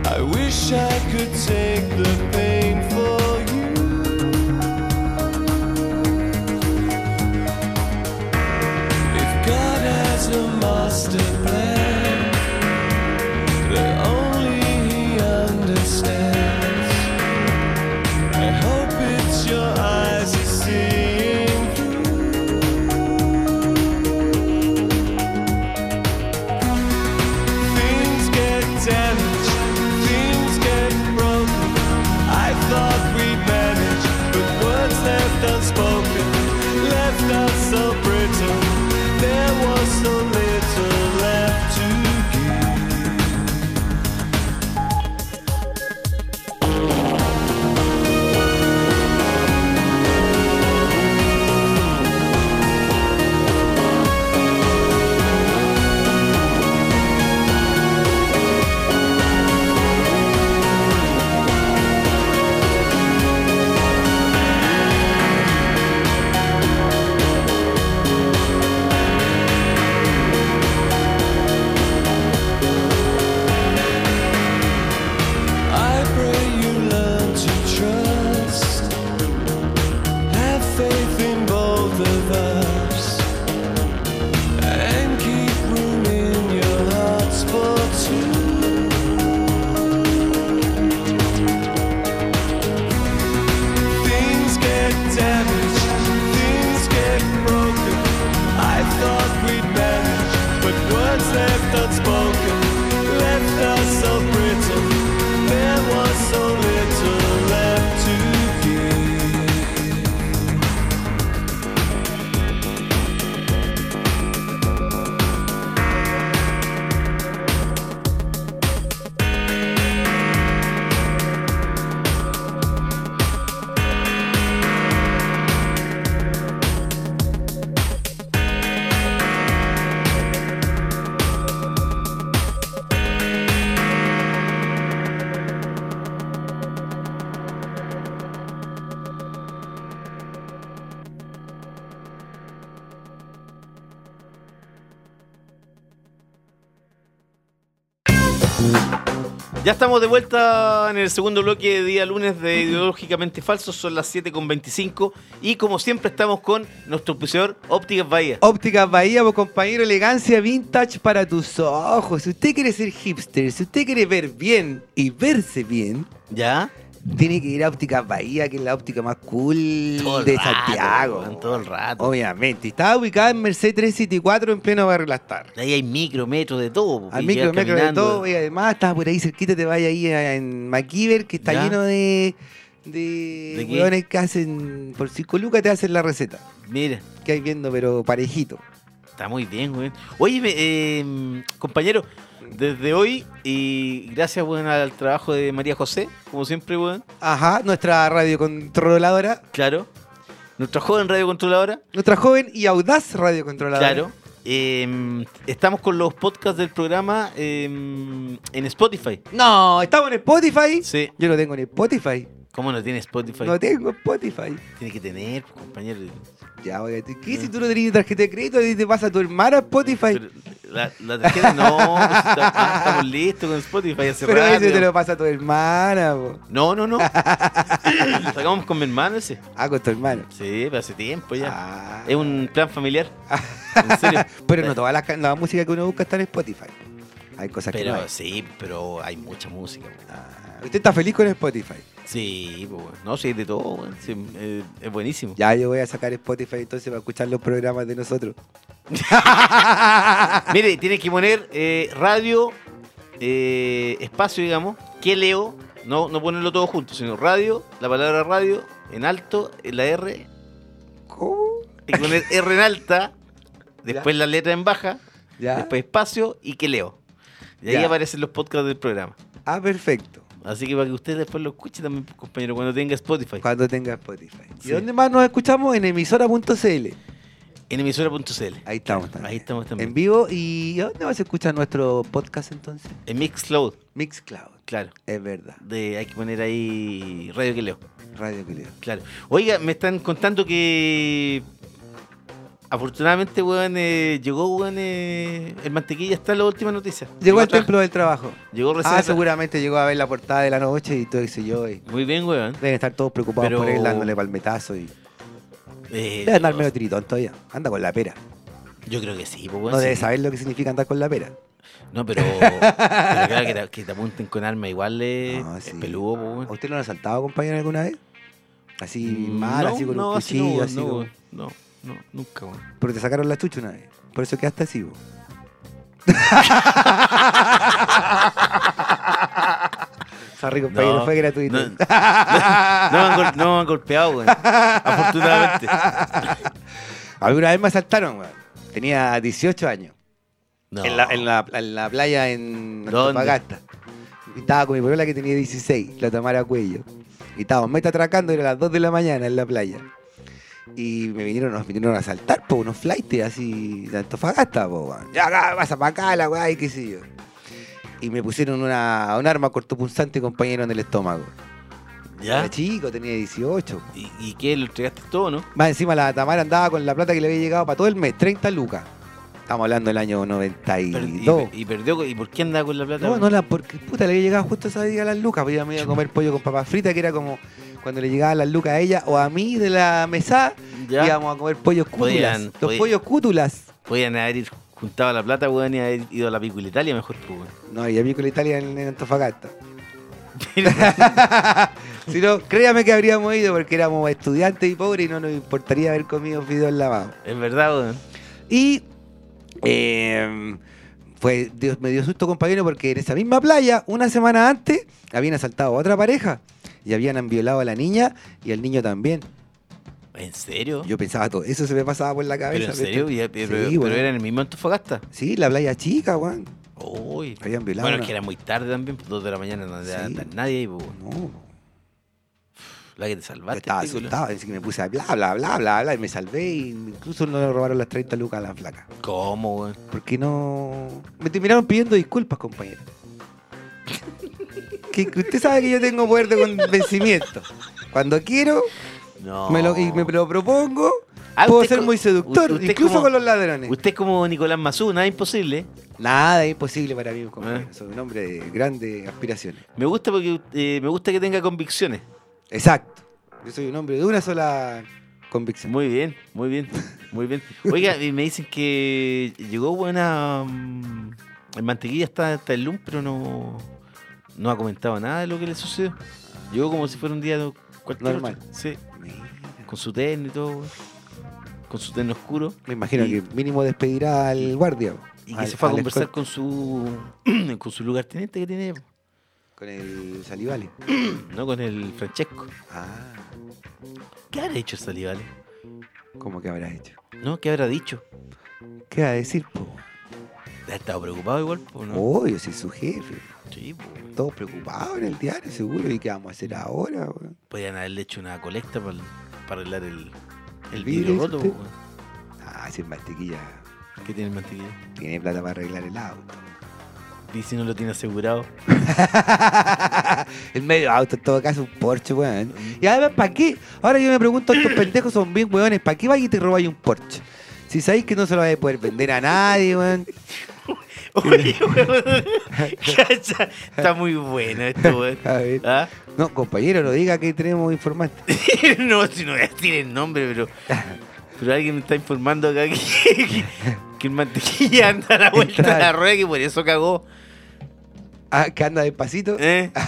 [SPEAKER 5] I wish I could take the pain for you. If God has a master plan, that only He understands. I hope it's your eyes are seeing through. Things get damaged, things get broken. I thought we'd manage, but words left unspoken left us so brittle. There was so little left to give. I pray you learn to trust. Have faith in both of us. And keep room in your hearts for two. Things get damaged, things get broken. I thought we'd manage, but words left unspoken left us so brittle. There was so little left to give.
[SPEAKER 2] Ya estamos de vuelta en el segundo bloque de día lunes de Ideológicamente Falsos, son las 7.25 y como siempre estamos con nuestro profesor Ópticas Bahía.
[SPEAKER 3] Ópticas Bahía, pues compañero, elegancia vintage para tus ojos. Si usted quiere ser hipster, si usted quiere ver bien y verse bien,
[SPEAKER 2] ¿Ya?
[SPEAKER 3] tiene que ir a Ópticas Bahía, que es la óptica más cool
[SPEAKER 2] Todo el
[SPEAKER 3] de
[SPEAKER 2] rato,
[SPEAKER 3] Santiago.
[SPEAKER 2] weón, todo el rato.
[SPEAKER 3] Obviamente, está ubicada en Merced 374 en pleno Barrio Las Tarras.
[SPEAKER 2] Ahí hay micro, metro, de todo.
[SPEAKER 3] Al
[SPEAKER 2] y
[SPEAKER 3] micro,
[SPEAKER 2] llegas
[SPEAKER 3] micro de
[SPEAKER 2] caminando.
[SPEAKER 3] todo, y además estás por ahí cerquita, te vayas ahí a- en MacGyver, que está
[SPEAKER 2] Ya.
[SPEAKER 3] lleno de, de,
[SPEAKER 2] ¿De qué?
[SPEAKER 3] hueones que hacen, por 5 lucas te hacen la receta,
[SPEAKER 2] Mira,
[SPEAKER 3] que hay viendo, pero parejito.
[SPEAKER 2] está muy bien, güey. Oye, me- eh, compañero, desde hoy, y gracias, weón, al trabajo de María José, como siempre, weón.
[SPEAKER 3] Ajá, nuestra radiocontroladora,
[SPEAKER 2] Claro. Nuestra joven radiocontroladora.
[SPEAKER 3] nuestra joven y audaz radiocontroladora.
[SPEAKER 2] Claro. Eh, estamos con los podcasts del programa eh, en Spotify.
[SPEAKER 3] No, estamos en Spotify.
[SPEAKER 2] Sí.
[SPEAKER 3] Yo no tengo en Spotify.
[SPEAKER 2] ¿Cómo no tiene Spotify?
[SPEAKER 3] No tengo Spotify.
[SPEAKER 2] Tiene que tener, pues, compañero.
[SPEAKER 3] Ya, oye, ¿qué si tú no tenías tarjeta de crédito y te pasa a tu hermana Spotify?
[SPEAKER 2] Pero la, la tarjeta no. está- ah, estamos listos con Spotify hace
[SPEAKER 3] Pero
[SPEAKER 2] rato.
[SPEAKER 3] ese te lo pasa a tu hermana, po.
[SPEAKER 2] No,
[SPEAKER 3] *laughs*
[SPEAKER 2] no, no. lo sacamos con mi hermano ese.
[SPEAKER 3] Ah, con tu hermano.
[SPEAKER 2] Sí, pero hace tiempo ya.
[SPEAKER 3] Ah.
[SPEAKER 2] Es un
[SPEAKER 3] *laughs*
[SPEAKER 2] plan familiar. En serio.
[SPEAKER 3] Pero no todas las can- la música que uno busca está en Spotify. Hay cosas que no hay.
[SPEAKER 2] Pero sí, pero hay mucha música. weón.
[SPEAKER 3] Ah, Usted está feliz con Spotify.
[SPEAKER 2] Sí, pues, weón. no, sí, de todo. weón. Sí, eh, es buenísimo.
[SPEAKER 3] Ya yo voy a sacar Spotify entonces para escuchar los programas de nosotros. *laughs*
[SPEAKER 2] Mire, tiene que poner eh, radio, eh, espacio, digamos, que leo, no, no ponerlo todo junto, sino radio, la palabra radio, en alto, en la R,
[SPEAKER 3] ¿Cómo?
[SPEAKER 2] y poner R
[SPEAKER 3] *laughs*
[SPEAKER 2] en alta, después la letra en baja,
[SPEAKER 3] Ya.
[SPEAKER 2] después espacio y que leo. Y ahí
[SPEAKER 3] Ya.
[SPEAKER 2] aparecen los podcasts del programa.
[SPEAKER 3] Ah, perfecto.
[SPEAKER 2] Así que para que usted después lo escuche también, pues, compañero, cuando tenga Spotify.
[SPEAKER 3] Cuando tenga Spotify.
[SPEAKER 2] Sí.
[SPEAKER 3] ¿Y dónde más nos escuchamos? En emisora.cl.
[SPEAKER 2] En emisora.cl,
[SPEAKER 3] Ahí estamos también.
[SPEAKER 2] Ahí estamos también.
[SPEAKER 3] En vivo. ¿Y dónde vas a escuchar nuestro podcast entonces?
[SPEAKER 2] en Mixcloud,
[SPEAKER 3] Mixcloud.
[SPEAKER 2] claro.
[SPEAKER 3] Es verdad.
[SPEAKER 2] De, hay que poner ahí radio que leo.
[SPEAKER 3] Radio Culeo.
[SPEAKER 2] Claro. Oiga, me están contando que afortunadamente, weón, eh, llegó, weón, eh, el mantequilla está en la última noticia.
[SPEAKER 3] Llegó al
[SPEAKER 2] atrás.
[SPEAKER 3] templo del trabajo.
[SPEAKER 2] Llegó recién.
[SPEAKER 3] Ah,
[SPEAKER 2] atrás.
[SPEAKER 3] seguramente llegó a ver la portada de la noche y todo eso yo. y
[SPEAKER 2] Muy bien, weón.
[SPEAKER 3] deben estar todos preocupados
[SPEAKER 2] Pero-
[SPEAKER 3] por él dándole palmetazo y.
[SPEAKER 2] Eh,
[SPEAKER 3] Debe andar medio tiritón todavía. Anda con la pera.
[SPEAKER 2] yo creo que sí, pues, weón.
[SPEAKER 3] No
[SPEAKER 2] sí.
[SPEAKER 3] debe saber lo que significa andar con la pera.
[SPEAKER 2] No,
[SPEAKER 3] *laughs*
[SPEAKER 2] pero, pero claro, que te, que te apunten con arma igual eh,
[SPEAKER 3] No,
[SPEAKER 2] es
[SPEAKER 3] sí.
[SPEAKER 2] peludo, pues, weón. Mm,
[SPEAKER 3] ¿A usted lo han asaltado, compañero, alguna vez? Así mal,
[SPEAKER 2] no,
[SPEAKER 3] así con
[SPEAKER 2] no,
[SPEAKER 3] un
[SPEAKER 2] así no,
[SPEAKER 3] cuchillo,
[SPEAKER 2] weón,
[SPEAKER 3] así.
[SPEAKER 2] no,
[SPEAKER 3] como-
[SPEAKER 2] weón. no, no, nunca, weón.
[SPEAKER 3] *laughs* Pero te sacaron la chucha una vez. Por eso quedaste así,
[SPEAKER 2] *laughs*
[SPEAKER 3] vos. Sorry, compañero,
[SPEAKER 2] No,
[SPEAKER 3] fue gratuito.
[SPEAKER 2] No, no, no me han, gol- no me han golpeado, weón.
[SPEAKER 3] *laughs*
[SPEAKER 2] Afortunadamente.
[SPEAKER 3] *laughs* Alguna vez me asaltaron, weón. Tenía 18 años.
[SPEAKER 2] No.
[SPEAKER 3] En, la, en, la, en la playa en
[SPEAKER 2] ¿Dónde?
[SPEAKER 3] Antofagasta. Y estaba con mi polola que tenía 16, la Tamara Cuello. Y estábamos meta atracando, era las 2 de la mañana en la playa. Y me vinieron, nos vinieron a asaltar, por unos flights así de Antofagasta, po, weón. Ya, acá, pasa para acá, la weá, y qué sé yo. Y me pusieron una, un arma cortopunzante, compañero, en el estómago.
[SPEAKER 2] ¿Ya?
[SPEAKER 3] Era chico, tenía 18. po.
[SPEAKER 2] ¿Y, ¿Y qué? ¿Lo entregaste todo, no?
[SPEAKER 3] Más encima la Tamara andaba con la plata que le había llegado para todo el mes, 30 lucas. Estamos hablando del año
[SPEAKER 2] Per- y,
[SPEAKER 3] 92.
[SPEAKER 2] y perdió. ¿Y por qué andaba con la plata?
[SPEAKER 3] No,
[SPEAKER 2] weón?
[SPEAKER 3] no, la, porque puta, le había llegado justo esa día a las lucas, porque ella me iba a comer pollo con papas fritas, que era como cuando le llegaban las lucas a ella o a mí de la mesa,
[SPEAKER 2] Ya.
[SPEAKER 3] íbamos a comer pollos cútulas.
[SPEAKER 2] Podían-
[SPEAKER 3] los
[SPEAKER 2] podían-
[SPEAKER 3] pollos cútulas.
[SPEAKER 2] Podían haber juntado la plata, weón, y haber ido a la Pico Italia mejor, pues, weón.
[SPEAKER 3] No, había pico la Italia en, en
[SPEAKER 2] *laughs*
[SPEAKER 3] Antofagasta. *laughs* si no, créame que habríamos ido porque éramos estudiantes y pobres y no nos importaría haber comido fideos lavados.
[SPEAKER 2] Es verdad, weón.
[SPEAKER 3] Y eh, fue, Dios, me dio susto, compañero, porque en esa misma playa, una semana antes, habían asaltado a otra pareja y habían violado a la niña y al niño también.
[SPEAKER 2] ¿En serio?
[SPEAKER 3] Yo pensaba todo, eso se me pasaba por la
[SPEAKER 2] ¿Pero
[SPEAKER 3] cabeza.
[SPEAKER 2] en serio?
[SPEAKER 3] ¿viste?
[SPEAKER 2] Ya, pero, pero
[SPEAKER 3] sí, bueno.
[SPEAKER 2] era en el mismo Antofagasta.
[SPEAKER 3] Sí, la playa chica, weón.
[SPEAKER 2] Uy.
[SPEAKER 3] Habían violado.
[SPEAKER 2] Bueno,
[SPEAKER 3] a
[SPEAKER 2] es que era muy tarde también, pues, dos de la mañana, no había
[SPEAKER 3] Sí.
[SPEAKER 2] nadie ahí, pues, weón.
[SPEAKER 3] No,
[SPEAKER 2] La que te
[SPEAKER 3] yo
[SPEAKER 2] salvaste.
[SPEAKER 3] estaba
[SPEAKER 2] pico,
[SPEAKER 3] asustado, así que me puse a bla, bla, bla, bla, bla, y me salvé, y incluso no le robaron las 30 lucas a la flaca.
[SPEAKER 2] weón. ¿Cómo, weón?
[SPEAKER 3] Porque no. Me terminaron pidiendo disculpas, compañero. que que usted sabe que yo tengo poder de convencimiento. Cuando quiero
[SPEAKER 2] No.
[SPEAKER 3] me lo, y me lo propongo,
[SPEAKER 2] Ah,
[SPEAKER 3] puedo
[SPEAKER 2] usted
[SPEAKER 3] ser
[SPEAKER 2] co-
[SPEAKER 3] muy seductor,
[SPEAKER 2] usted
[SPEAKER 3] incluso
[SPEAKER 2] como-
[SPEAKER 3] con los ladrones.
[SPEAKER 2] Usted es como Nicolás Mazú, nada imposible.
[SPEAKER 3] Nada es imposible para mí, compañero.
[SPEAKER 2] Ah.
[SPEAKER 3] Eh. Soy un hombre de grandes aspiraciones.
[SPEAKER 2] Me gusta porque eh, me gusta que tenga convicciones.
[SPEAKER 3] Exacto. Yo soy un hombre de una sola convicción.
[SPEAKER 2] Muy bien, muy bien, muy bien. Oiga, y me dicen que llegó buena. mm, El mantequilla está, está en Loom, pero no, no ha comentado nada de lo que le sucedió. Llegó como si fuera un día cualquier
[SPEAKER 3] Normal.
[SPEAKER 2] otro. Sí,
[SPEAKER 3] Mira,
[SPEAKER 2] con su terno y todo, weón. con su terno oscuro.
[SPEAKER 3] Me imagino
[SPEAKER 2] Y-
[SPEAKER 3] que mínimo despedirá al guardia.
[SPEAKER 2] Y que
[SPEAKER 3] al-
[SPEAKER 2] se fue a
[SPEAKER 3] al
[SPEAKER 2] conversar
[SPEAKER 3] escort-
[SPEAKER 2] con su con su *clears throat* lugarteniente que tiene,
[SPEAKER 3] con el Salivale.
[SPEAKER 2] no con el Francesco.
[SPEAKER 3] Ah,
[SPEAKER 2] ¿Qué habrá dicho Salivale?
[SPEAKER 3] ¿cómo que habrás hecho?
[SPEAKER 2] ¿No? ¿Qué habrá dicho?
[SPEAKER 3] ¿Qué va a decir, po?
[SPEAKER 2] Ha estado preocupado igual, po, ¿no?
[SPEAKER 3] Obvio, si es su jefe.
[SPEAKER 2] Sí, po.
[SPEAKER 3] Todos preocupados en el diario, seguro. ¿Y qué vamos a hacer ahora? weón?
[SPEAKER 2] Podrían haberle hecho una colecta para, para arreglar el, el
[SPEAKER 3] ¿El
[SPEAKER 2] vidrio
[SPEAKER 3] vidrio,
[SPEAKER 2] roto,
[SPEAKER 3] dice
[SPEAKER 2] po, weón.
[SPEAKER 3] Ah, si el mantequilla
[SPEAKER 2] que tiene el mantequilla.
[SPEAKER 3] tiene plata para arreglar el auto. *laughs*
[SPEAKER 2] Y si no lo tiene asegurado.
[SPEAKER 3] el medio auto, en todo caso, un Porsche, weón. Y además, ¿para qué? Ahora yo me pregunto, estos pendejos son bien weones, ¿para qué vas y te robáis un Porsche? Si sabéis que no se lo vais a poder vender a nadie, weón.
[SPEAKER 2] Oye, weón. *laughs* Cacha, Está muy bueno esto, weón.
[SPEAKER 3] A ver.
[SPEAKER 2] ¿Ah? *laughs*
[SPEAKER 3] No, compañero, no diga que tenemos informante.
[SPEAKER 2] no, si no voy a decir el nombre, pero. Pero alguien me está informando acá que, que, que el
[SPEAKER 3] *laughs*
[SPEAKER 2] mantequilla anda a la vuelta de la
[SPEAKER 3] Entrar.
[SPEAKER 2] rueda que por eso cagó.
[SPEAKER 3] Ah, que anda despacito.
[SPEAKER 2] ¿eh?
[SPEAKER 3] *laughs*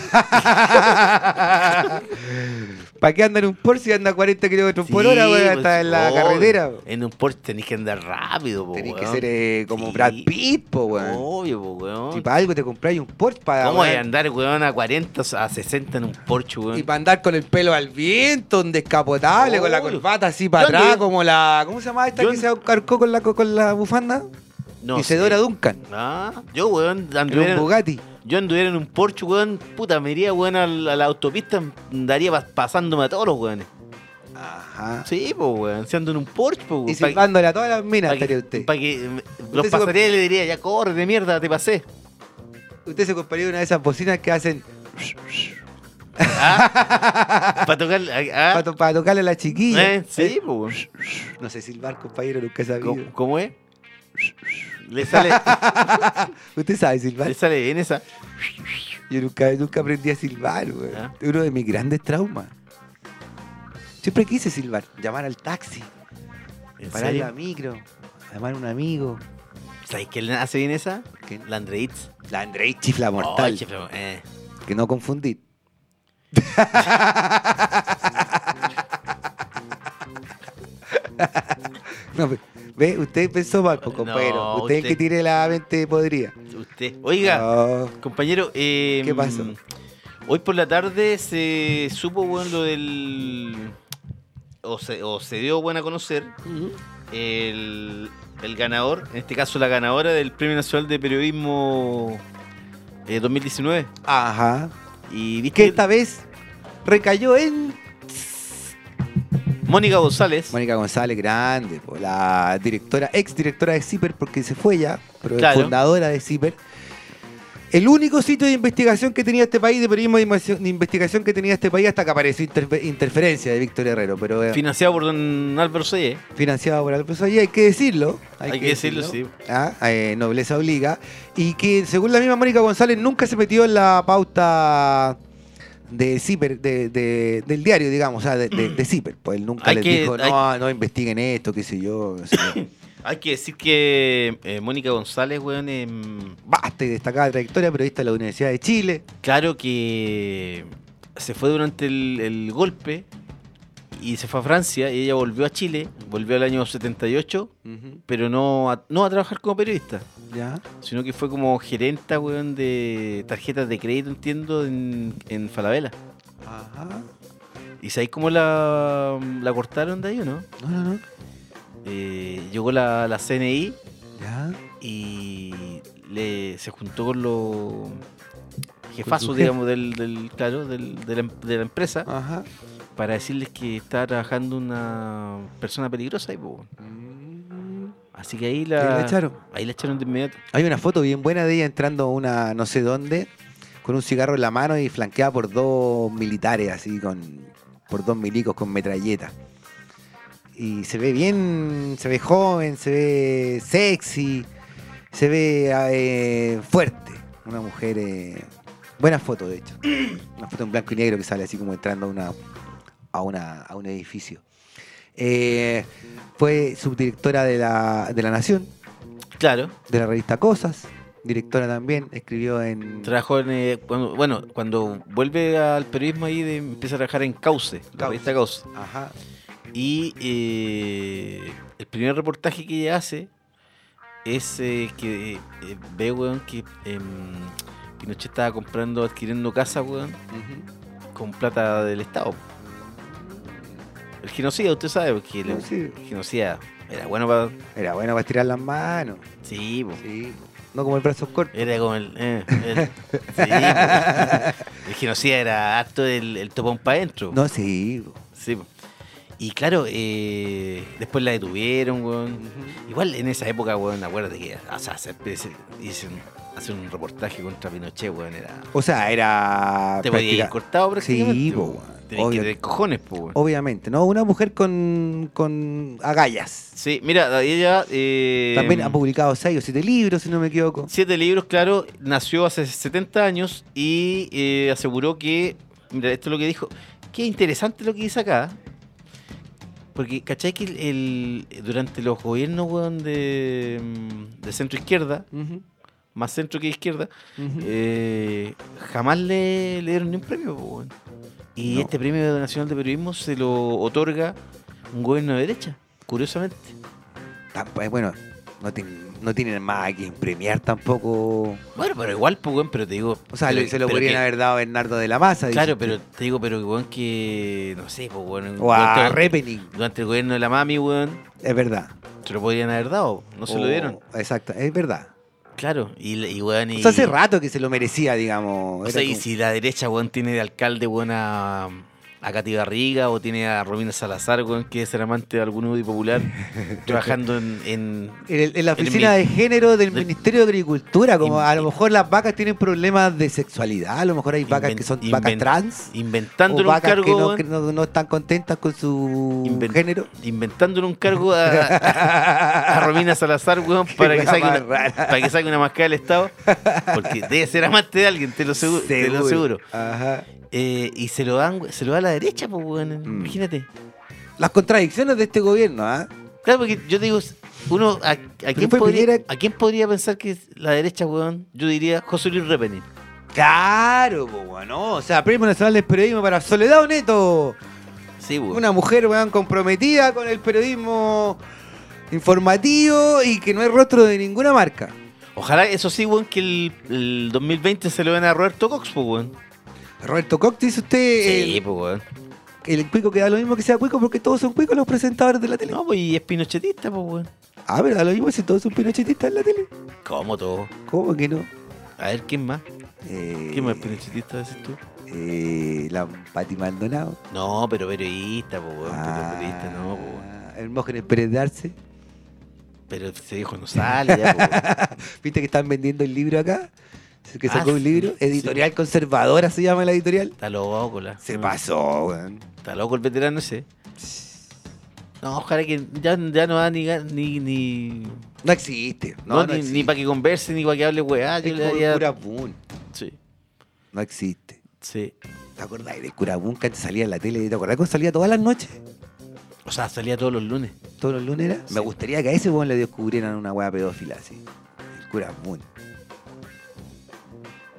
[SPEAKER 3] ¿Para qué anda en un Porsche si anda a 40 kilómetros por
[SPEAKER 2] Sí,
[SPEAKER 3] hora, weón?
[SPEAKER 2] pues,
[SPEAKER 3] Está en la
[SPEAKER 2] oh,
[SPEAKER 3] carretera. weón.
[SPEAKER 2] En un Porsche tenés que andar rápido, po,
[SPEAKER 3] Tenés que
[SPEAKER 2] Oh, weón.
[SPEAKER 3] ser eh, como
[SPEAKER 2] Sí.
[SPEAKER 3] Brad Pitt, po, weón.
[SPEAKER 2] Obvio, po, weón.
[SPEAKER 3] Si para algo te compráis un Porsche para
[SPEAKER 2] ¿Cómo hay a
[SPEAKER 3] weón,
[SPEAKER 2] andar, weón, a 40, a 60 en un Porsche,
[SPEAKER 3] y
[SPEAKER 2] weón?
[SPEAKER 3] para andar con el pelo al viento, un descapotable, con la
[SPEAKER 2] Obvio.
[SPEAKER 3] corbata así para
[SPEAKER 2] Yo andé-
[SPEAKER 3] atrás, como la. ¿Cómo se llama esta
[SPEAKER 2] Yo
[SPEAKER 3] que
[SPEAKER 2] and-
[SPEAKER 3] se carcó con la, con la bufanda?
[SPEAKER 2] No
[SPEAKER 3] Isidora
[SPEAKER 2] sé.
[SPEAKER 3] Duncan.
[SPEAKER 2] Ah, yo, weón,
[SPEAKER 3] En un
[SPEAKER 2] anduviera,
[SPEAKER 3] Bugatti.
[SPEAKER 2] yo anduviera en un Porsche, weón, puta, me iría, weón, a la, a la autopista, andaría pas- pasándome a todos los weones.
[SPEAKER 3] Ajá.
[SPEAKER 2] Sí, po, weón, si ando en un Porsche, po,
[SPEAKER 3] Y
[SPEAKER 2] weón. pa' que-
[SPEAKER 3] silbándole a todas las minas
[SPEAKER 2] pa' que,
[SPEAKER 3] estaría usted.
[SPEAKER 2] pa' que me- los
[SPEAKER 3] se
[SPEAKER 2] pasaría y le diría, ya corre
[SPEAKER 3] *laughs*
[SPEAKER 2] de mierda, te pasé.
[SPEAKER 3] Usted se compraría una de esas bocinas que hacen.
[SPEAKER 2] Para tocar. ah,
[SPEAKER 3] Para, tocarle a la chiquilla.
[SPEAKER 2] eh, sí, pues.
[SPEAKER 3] No sé silbar, compañero, nunca he sabido.
[SPEAKER 2] ¿Cómo, cómo es?
[SPEAKER 3] *laughs*
[SPEAKER 2] Le sale,
[SPEAKER 3] Usted sabe silbar.
[SPEAKER 2] le sale bien esa.
[SPEAKER 3] Yo nunca, nunca aprendí a silbar, güey.
[SPEAKER 2] ¿Ah?
[SPEAKER 3] Uno de mis grandes traumas. Siempre quise silbar. Llamar al taxi,
[SPEAKER 2] ¿En
[SPEAKER 3] parar la
[SPEAKER 2] serio?
[SPEAKER 3] micro, llamar a un amigo.
[SPEAKER 2] ¿Sabes quién hace bien esa?
[SPEAKER 3] ¿Quién?
[SPEAKER 2] La Andreitz.
[SPEAKER 3] La Andrei Chifla
[SPEAKER 2] Oh,
[SPEAKER 3] Mortal.
[SPEAKER 2] chifla, eh.
[SPEAKER 3] que no confundir. *laughs* No, ve- ve, usted pensó mal, pues,
[SPEAKER 2] No,
[SPEAKER 3] compañero. usted es el
[SPEAKER 2] usted-
[SPEAKER 3] que tiene la mente podrida.
[SPEAKER 2] Usted. Oiga.
[SPEAKER 3] No.
[SPEAKER 2] Compañero, eh,
[SPEAKER 3] ¿Qué pasó?
[SPEAKER 2] Hoy por la tarde se supo bueno, lo del. O se, o se dio bueno a conocer el, el ganador, en este caso la ganadora del Premio Nacional de Periodismo eh, 2019.
[SPEAKER 3] Ajá.
[SPEAKER 2] Y viste
[SPEAKER 3] Que esta vez recayó en
[SPEAKER 2] Mónica González.
[SPEAKER 3] Mónica González, grande, po, la directora, ex directora de CIPER, porque se fue ya, pero es
[SPEAKER 2] Claro.
[SPEAKER 3] fundadora de CIPER. El único sitio de investigación que tenía este país, de periodismo de invasi- de investigación que tenía este país, hasta que apareció interfe- interferencia de Víctor Herrero, pero eh,
[SPEAKER 2] financiado por don Álvaro Selle.
[SPEAKER 3] financiado por Alfonso Allí, hay que decirlo.
[SPEAKER 2] Hay que decirlo,
[SPEAKER 3] Ah, eh, nobleza obliga. Y que, según la misma Mónica González, nunca se metió en la pauta de CIPER, de- de- del diario, digamos, o sea, de, de, de CIPER. Pues él nunca
[SPEAKER 2] Hay
[SPEAKER 3] les
[SPEAKER 2] que-
[SPEAKER 3] dijo, no, no investiguen esto, qué sé yo. no sé
[SPEAKER 2] *coughs*
[SPEAKER 3] qué".
[SPEAKER 2] Hay que decir que eh, Mónica González, weón, em,
[SPEAKER 3] Basta y destacada trayectoria periodista de la Universidad de Chile.
[SPEAKER 2] Claro que se fue durante el, el golpe y se fue a Francia y ella volvió a Chile, volvió al año 78, pero no a, no a trabajar como periodista,
[SPEAKER 3] ¿Ya?
[SPEAKER 2] sino que fue como gerenta, weón, de tarjetas de crédito, entiendo, en, en Falabella.
[SPEAKER 3] Ajá.
[SPEAKER 2] ¿Y sabéis cómo la, la cortaron de ahí o no?
[SPEAKER 3] No, no, no.
[SPEAKER 2] Eh, llegó la, la CNI
[SPEAKER 3] ¿Ya?
[SPEAKER 2] y le, se juntó con los
[SPEAKER 3] Con tu
[SPEAKER 2] jefazos,
[SPEAKER 3] jefe. Ah.
[SPEAKER 2] digamos, del, del, claro, del- de, la, em- de la empresa.
[SPEAKER 3] Ajá.
[SPEAKER 2] para decirles que está trabajando una persona peligrosa ahí, po, weón.
[SPEAKER 3] Mm.
[SPEAKER 2] Así que ahí
[SPEAKER 3] ¿Y
[SPEAKER 2] la,
[SPEAKER 3] la echaron?
[SPEAKER 2] Ahí la echaron de inmediato.
[SPEAKER 3] Hay una foto bien buena de ella entrando a una no sé dónde con un cigarro en la mano y flanqueada por dos militares así con por dos milicos con metralleta. Y se ve bien, se ve joven, se ve sexy, se ve eh, fuerte, una mujer eh, buena foto de hecho. Una foto en blanco y negro que sale así como entrando a una a una a un edificio. Eh, fue subdirectora de la, de la Nación,
[SPEAKER 2] Claro,
[SPEAKER 3] de la revista Cosas, directora también, escribió en
[SPEAKER 2] trabajó en. eh, cuando- bueno, cuando vuelve al periodismo ahí, de- empieza a trabajar en Cauce,
[SPEAKER 3] Cauce.
[SPEAKER 2] la revista Cauce.
[SPEAKER 3] Ajá.
[SPEAKER 2] Y eh, el primer reportaje que ella hace es eh, que eh, ve, weón, que em, Pinochet estaba comprando, adquiriendo casa, weón, con plata del Estado. El genocida, usted sabe, porque le-
[SPEAKER 3] Sí,
[SPEAKER 2] genocida. Era bueno para.
[SPEAKER 3] Era bueno para estirar las manos.
[SPEAKER 2] Sí, po.
[SPEAKER 3] Sí. No como el brazo corto.
[SPEAKER 2] Era como el. eh,
[SPEAKER 3] *laughs*
[SPEAKER 2] el- sí, po. El genocida era harto el, el topón para adentro.
[SPEAKER 3] No, sí. po.
[SPEAKER 2] Sí, po. Y claro, eh, después la detuvieron, weón. Igual en esa época, weón, acuérdate que. O sea, hacer, dicen, hacer un reportaje contra Pinochet, weón, era.
[SPEAKER 3] O sea, era.
[SPEAKER 2] Te podías ir
[SPEAKER 3] práctica-
[SPEAKER 2] cortado prácticamente.
[SPEAKER 3] Sí, po,
[SPEAKER 2] weón.
[SPEAKER 3] weón.
[SPEAKER 2] Tenías que
[SPEAKER 3] Obvio.
[SPEAKER 2] tener cojones, po, weón.
[SPEAKER 3] Obviamente, ¿no? Una mujer con, con agallas.
[SPEAKER 2] Sí, mira, ella. eh,
[SPEAKER 3] También ha publicado seis o siete libros, si no me equivoco.
[SPEAKER 2] Siete libros, claro, nació hace 70 años y eh, aseguró que, mira, esto es lo que dijo, qué interesante lo que dice acá, porque, ¿cachai que el, el- durante los gobiernos weón, de, mm, de centro izquierda,
[SPEAKER 4] Mm-hmm.
[SPEAKER 3] Ujú,
[SPEAKER 2] más centro que izquierda,
[SPEAKER 3] ujú.
[SPEAKER 2] eh, jamás le, le dieron ni un premio? po, weón. Y
[SPEAKER 3] No.
[SPEAKER 2] este premio nacional de periodismo se lo otorga un gobierno de derecha, curiosamente.
[SPEAKER 3] Tamp- eh, bueno, no, ten- no tienen más a quien premiar tampoco.
[SPEAKER 2] Bueno, pero igual, pues, weón, pero te digo...
[SPEAKER 3] O sea,
[SPEAKER 2] pero-
[SPEAKER 3] le- se lo
[SPEAKER 2] pero
[SPEAKER 3] podrían
[SPEAKER 2] que-
[SPEAKER 3] haber dado a Bernardo de la Maza.
[SPEAKER 2] Claro,
[SPEAKER 3] dices
[SPEAKER 2] pero
[SPEAKER 3] tú.
[SPEAKER 2] te digo, pero weón que. No sé, pues weón.
[SPEAKER 3] O a
[SPEAKER 2] durante-
[SPEAKER 3] Repening.
[SPEAKER 2] Durante el gobierno de la mami, weón,
[SPEAKER 3] Es verdad.
[SPEAKER 2] se lo podrían haber dado. No se
[SPEAKER 3] O-
[SPEAKER 2] lo dieron.
[SPEAKER 3] Exacto, es verdad.
[SPEAKER 2] Claro. Y, le- y weón, y.
[SPEAKER 3] O sea, hace rato que se lo merecía, digamos.
[SPEAKER 2] o
[SPEAKER 3] Era
[SPEAKER 2] sea, y
[SPEAKER 3] como-
[SPEAKER 2] si la derecha, weón, tiene de alcalde, weón, a. a Katy Barriga o tiene a Romina Salazar, weón, que es el amante de algún
[SPEAKER 3] *laughs*
[SPEAKER 2] UDI popular, trabajando en, en-
[SPEAKER 3] En, el- en la
[SPEAKER 2] En
[SPEAKER 3] oficina
[SPEAKER 2] mi-
[SPEAKER 3] de género del
[SPEAKER 2] del-
[SPEAKER 3] Ministerio de Agricultura, como
[SPEAKER 2] In-
[SPEAKER 3] a lo mejor las vacas tienen problemas de sexualidad, a lo mejor hay vacas
[SPEAKER 2] inven-
[SPEAKER 3] que son
[SPEAKER 2] inven-
[SPEAKER 3] vacas trans, o
[SPEAKER 2] Inventándole un
[SPEAKER 3] vacas
[SPEAKER 2] cargo,
[SPEAKER 3] que, no,
[SPEAKER 2] weón,
[SPEAKER 3] que no- no están contentas con su
[SPEAKER 2] inven- *laughs*
[SPEAKER 3] género.
[SPEAKER 2] Inventándole un cargo
[SPEAKER 3] *laughs*
[SPEAKER 2] a, a- a Romina Salazar, weón, para que,
[SPEAKER 3] weá
[SPEAKER 2] saque
[SPEAKER 3] más
[SPEAKER 2] una,
[SPEAKER 3] rara.
[SPEAKER 2] para que saque una mascada del Estado, porque debe ser amante de alguien, te lo seguro. Te lo aseguro.
[SPEAKER 3] Ajá.
[SPEAKER 2] Eh, y se lo dan, se lo da a la derecha, pues, weón,
[SPEAKER 3] Mm.
[SPEAKER 2] imagínate.
[SPEAKER 3] Las contradicciones de este gobierno, ¿ah?
[SPEAKER 2] Claro, porque yo te digo, uno, ¿a, a quién
[SPEAKER 3] fue
[SPEAKER 2] podría,
[SPEAKER 3] Piñera-
[SPEAKER 2] ¿a quién podría pensar que es la derecha, weón? Yo diría José Luis Repenil.
[SPEAKER 3] Claro, po, weón, no, o sea, Premio Nacional del Periodismo para Soledad Oneto.
[SPEAKER 2] Sí, weón.
[SPEAKER 3] Una mujer, weón, comprometida con el periodismo informativo y que no es rostro de ninguna marca.
[SPEAKER 2] Ojalá, eso sí, weón, que el, el 2020 se lo den a Roberto Cox, pues, weón.
[SPEAKER 3] Roberto Cox, dice usted
[SPEAKER 2] Sí,
[SPEAKER 3] el-
[SPEAKER 2] pues, weón.
[SPEAKER 3] el, cuico que da lo mismo que sea cuico porque todos son cuicos los presentadores de la tele.
[SPEAKER 2] No, pues, y es pinochetista, pues, weón.
[SPEAKER 3] Ah, pero da lo mismo si todos son pinochetistas en la tele.
[SPEAKER 2] Como todo.
[SPEAKER 3] ¿Cómo que no?
[SPEAKER 2] A ver, ¿quién más?
[SPEAKER 3] Eh,
[SPEAKER 2] ¿Quién más es pinochetista, decís tú?
[SPEAKER 3] eh, la Pati Maldonado.
[SPEAKER 2] No, pero periodista, pues, weón. pero periodista, no, pues, weón.
[SPEAKER 3] Ah, Hermógenes Pérez de Arce.
[SPEAKER 2] Pero ese viejo no sale, ya,
[SPEAKER 3] *laughs*
[SPEAKER 2] pues, weón.
[SPEAKER 3] ¿Viste que están vendiendo el libro acá? Que
[SPEAKER 2] Ah,
[SPEAKER 3] sacó un
[SPEAKER 2] sí,
[SPEAKER 3] libro.
[SPEAKER 2] sí.
[SPEAKER 3] Editorial Conservadora se llama la editorial.
[SPEAKER 2] Está loco, la.
[SPEAKER 3] Se pasó, weón.
[SPEAKER 2] Está loco el veterano ese. No, ojalá que ya, ya no da ni, ga- ni, ni,
[SPEAKER 3] No existe. No,
[SPEAKER 2] no,
[SPEAKER 3] no
[SPEAKER 2] ni,
[SPEAKER 3] existe.
[SPEAKER 2] para que converse, ni para que hable weá. Yo
[SPEAKER 3] Es
[SPEAKER 2] le
[SPEAKER 3] como
[SPEAKER 2] daría-
[SPEAKER 3] el curabún.
[SPEAKER 2] Sí,
[SPEAKER 3] No existe.
[SPEAKER 2] sí.
[SPEAKER 3] ¿Te acordás del curabún que antes salía en la tele? ¿Te acordás cuando salía todas las noches?
[SPEAKER 2] O sea, salía todos los lunes.
[SPEAKER 3] Todos los lunes era. Me gustaría que a ese weón le descubrieran una weá pedófila así. El curabún.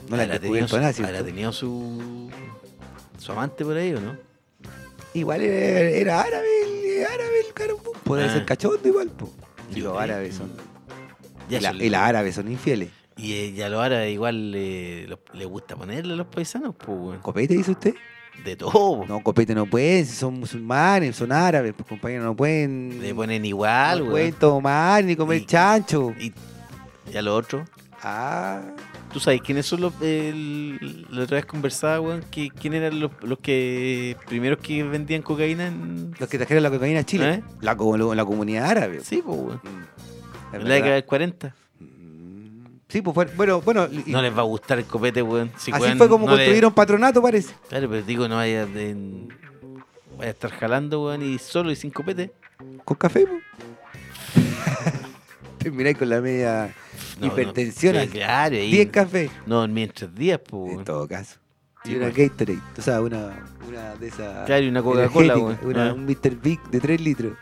[SPEAKER 3] No la han
[SPEAKER 2] habrá tenido,
[SPEAKER 3] descubierto
[SPEAKER 2] su,
[SPEAKER 3] nada, ¿cierto?
[SPEAKER 2] habrá tenido su, su amante por ahí, ¿o no?
[SPEAKER 3] Igual era, era árabe, el- árabe el curabún. Podría
[SPEAKER 2] Ah.
[SPEAKER 3] ser cachondo igual, po. Y
[SPEAKER 2] Yo
[SPEAKER 3] los
[SPEAKER 2] creo.
[SPEAKER 3] árabes son.
[SPEAKER 2] Ya
[SPEAKER 3] Y la-
[SPEAKER 2] son-
[SPEAKER 3] y los árabes son infieles.
[SPEAKER 2] Y eh, ya lo ahora igual eh, lo- le gusta ponerle a los paisanos, pues, weón.
[SPEAKER 3] ¿Copete dice usted?
[SPEAKER 2] De todo.
[SPEAKER 3] No, copete no pueden, si son musulmanes, son árabes, pues compañeros, no pueden.
[SPEAKER 2] Le ponen
[SPEAKER 3] no
[SPEAKER 2] igual,
[SPEAKER 3] pueden
[SPEAKER 2] weón.
[SPEAKER 3] tomar ni comer
[SPEAKER 2] ¿eh? Y-
[SPEAKER 3] chancho.
[SPEAKER 2] Y, y a lo otro.
[SPEAKER 3] Ah,
[SPEAKER 2] ¿Tú sabes quiénes son los. el- la otra vez conversaba, weón, que quién eran los, los que. primeros que vendían cocaína en.
[SPEAKER 3] los que trajeron la cocaína a Chile.
[SPEAKER 2] ¿Eh?
[SPEAKER 3] La, co- lo- la comunidad árabe.
[SPEAKER 2] Sí, pues, weón.
[SPEAKER 3] Mm, es
[SPEAKER 2] En la
[SPEAKER 3] verdad.
[SPEAKER 2] década del 40.
[SPEAKER 3] Mm, Sí, pues fue- bueno, bueno. y-
[SPEAKER 2] No les va a gustar el copete, weón. Si,
[SPEAKER 3] así
[SPEAKER 2] weón,
[SPEAKER 3] fue como
[SPEAKER 2] no le-
[SPEAKER 3] construyeron patronato, parece.
[SPEAKER 2] Claro, pero digo, no vaya, de- vaya a estar jalando, weón, y solo y sin copete.
[SPEAKER 3] Con café,
[SPEAKER 2] *laughs*
[SPEAKER 3] pues. Termináis con la media
[SPEAKER 2] No,
[SPEAKER 3] hipertensión.
[SPEAKER 2] no,
[SPEAKER 3] al-
[SPEAKER 2] sí, claro, ahí.
[SPEAKER 3] 10 cafés.
[SPEAKER 2] No, dormí en tres días, pues,
[SPEAKER 3] En
[SPEAKER 2] weón.
[SPEAKER 3] todo caso.
[SPEAKER 2] Sí,
[SPEAKER 3] Y una
[SPEAKER 2] pues.
[SPEAKER 3] Gatorade, o sea, una, una de esas.
[SPEAKER 2] Claro, y una Coca-Cola,
[SPEAKER 3] energéticas,
[SPEAKER 2] weón.
[SPEAKER 3] una-
[SPEAKER 2] Ah. Oh.
[SPEAKER 3] Un Mr. Big de 3 litros.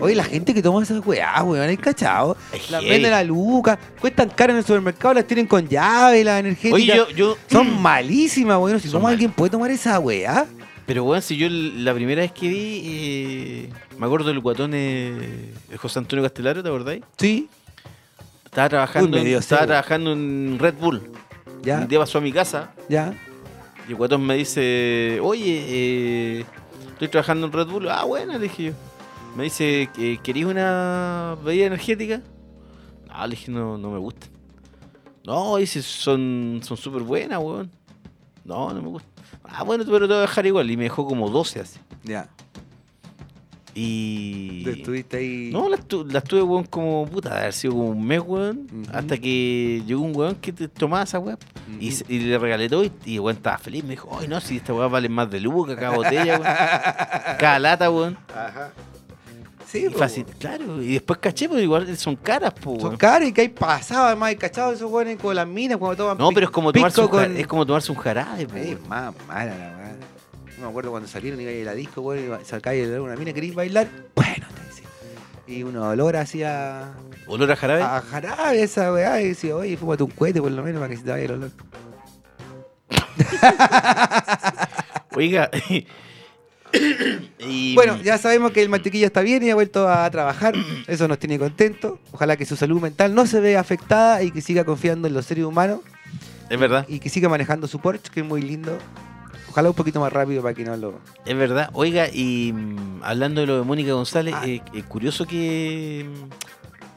[SPEAKER 3] Oye, la gente que toma esas weá, weón, es cachado.
[SPEAKER 2] Es
[SPEAKER 3] Las
[SPEAKER 2] heavy.
[SPEAKER 3] venden a lucas, cuestan caras en el supermercado, las tienen con llave, las
[SPEAKER 2] Oye,
[SPEAKER 3] energéticas.
[SPEAKER 2] yo, yo.
[SPEAKER 3] Son malísimas, weón. Si
[SPEAKER 2] Son
[SPEAKER 3] ¿Cómo
[SPEAKER 2] mal.
[SPEAKER 3] alguien puede tomar esa weá?
[SPEAKER 2] Pero weón, si yo l- la primera vez que vi, eh, me acuerdo del guatón eh, el José Antonio Castelaro, ¿te acordáis?
[SPEAKER 3] Sí.
[SPEAKER 2] Estaba trabajando,
[SPEAKER 3] Uy, me
[SPEAKER 2] en-
[SPEAKER 3] dio
[SPEAKER 2] estaba
[SPEAKER 3] sed, weón.
[SPEAKER 2] trabajando en Red Bull.
[SPEAKER 3] Ya,
[SPEAKER 2] Un día pasó a mi casa
[SPEAKER 3] ya.
[SPEAKER 2] y el guatón me dice, oye, eh, estoy trabajando en Red Bull. Ah, bueno, le dije yo. Me dice, "Eh, ¿querís una bebida energética? No, le dije, no, no me gusta. No, dice, son son súper buenas, weón. No, no me gusta. Ah, bueno, pero te voy a dejar igual. Y me dejó como 12 así.
[SPEAKER 3] Ya.
[SPEAKER 2] Y.
[SPEAKER 3] Tú Estuviste ahí.
[SPEAKER 2] No, las tu- las tuve, weón, como puta, de haber sido como un mes, weón.
[SPEAKER 3] Ujú.
[SPEAKER 2] Hasta que llegó un weón que te tomaba esa weá. y, se- y le regalé todo y, y el weón estaba feliz. Me dijo, ay, no, si esta weá vale más de lucas, cada botella, weón.
[SPEAKER 3] *laughs*
[SPEAKER 2] cada lata, weón.
[SPEAKER 3] Sí,
[SPEAKER 2] Y
[SPEAKER 3] po,
[SPEAKER 2] fácil,
[SPEAKER 3] weón.
[SPEAKER 2] claro. Y después caché, pues igual son caras, pues,
[SPEAKER 3] Son caras y que hay pasado, además, hay cachado esos weones con las minas cuando toman
[SPEAKER 2] No,
[SPEAKER 3] pic-
[SPEAKER 2] pero es como,
[SPEAKER 3] pisco
[SPEAKER 2] tomarse un
[SPEAKER 3] con-
[SPEAKER 2] ja- es como tomarse un jarabe, po,
[SPEAKER 3] Es
[SPEAKER 2] weón.
[SPEAKER 3] más mala la weá. No me acuerdo cuando salieron, iba a ir a la disco, weón, iba- sacaba y era una mina, ¿querís bailar? Bueno, te decía. Y uno olor hacia
[SPEAKER 2] Olor a jarabe.
[SPEAKER 3] a jarabe esa weá, y decía, oye, fúmate un cohete por lo menos para que se te vaya el olor.
[SPEAKER 2] Oiga. *coughs* y,
[SPEAKER 3] Bueno, ya sabemos que el mantequilla está bien y ha vuelto a trabajar. *clears throat* Eso nos tiene contentos. Ojalá que su salud mental no se vea afectada y que siga confiando en los seres humanos
[SPEAKER 2] Es verdad.
[SPEAKER 3] y que siga manejando su Porsche, que es muy lindo. Ojalá un poquito más rápido para que no lo.
[SPEAKER 2] Es verdad. Oiga, y mm, hablando de lo de Mónica González,
[SPEAKER 3] Ah.
[SPEAKER 2] eh, eh, curioso que. mm,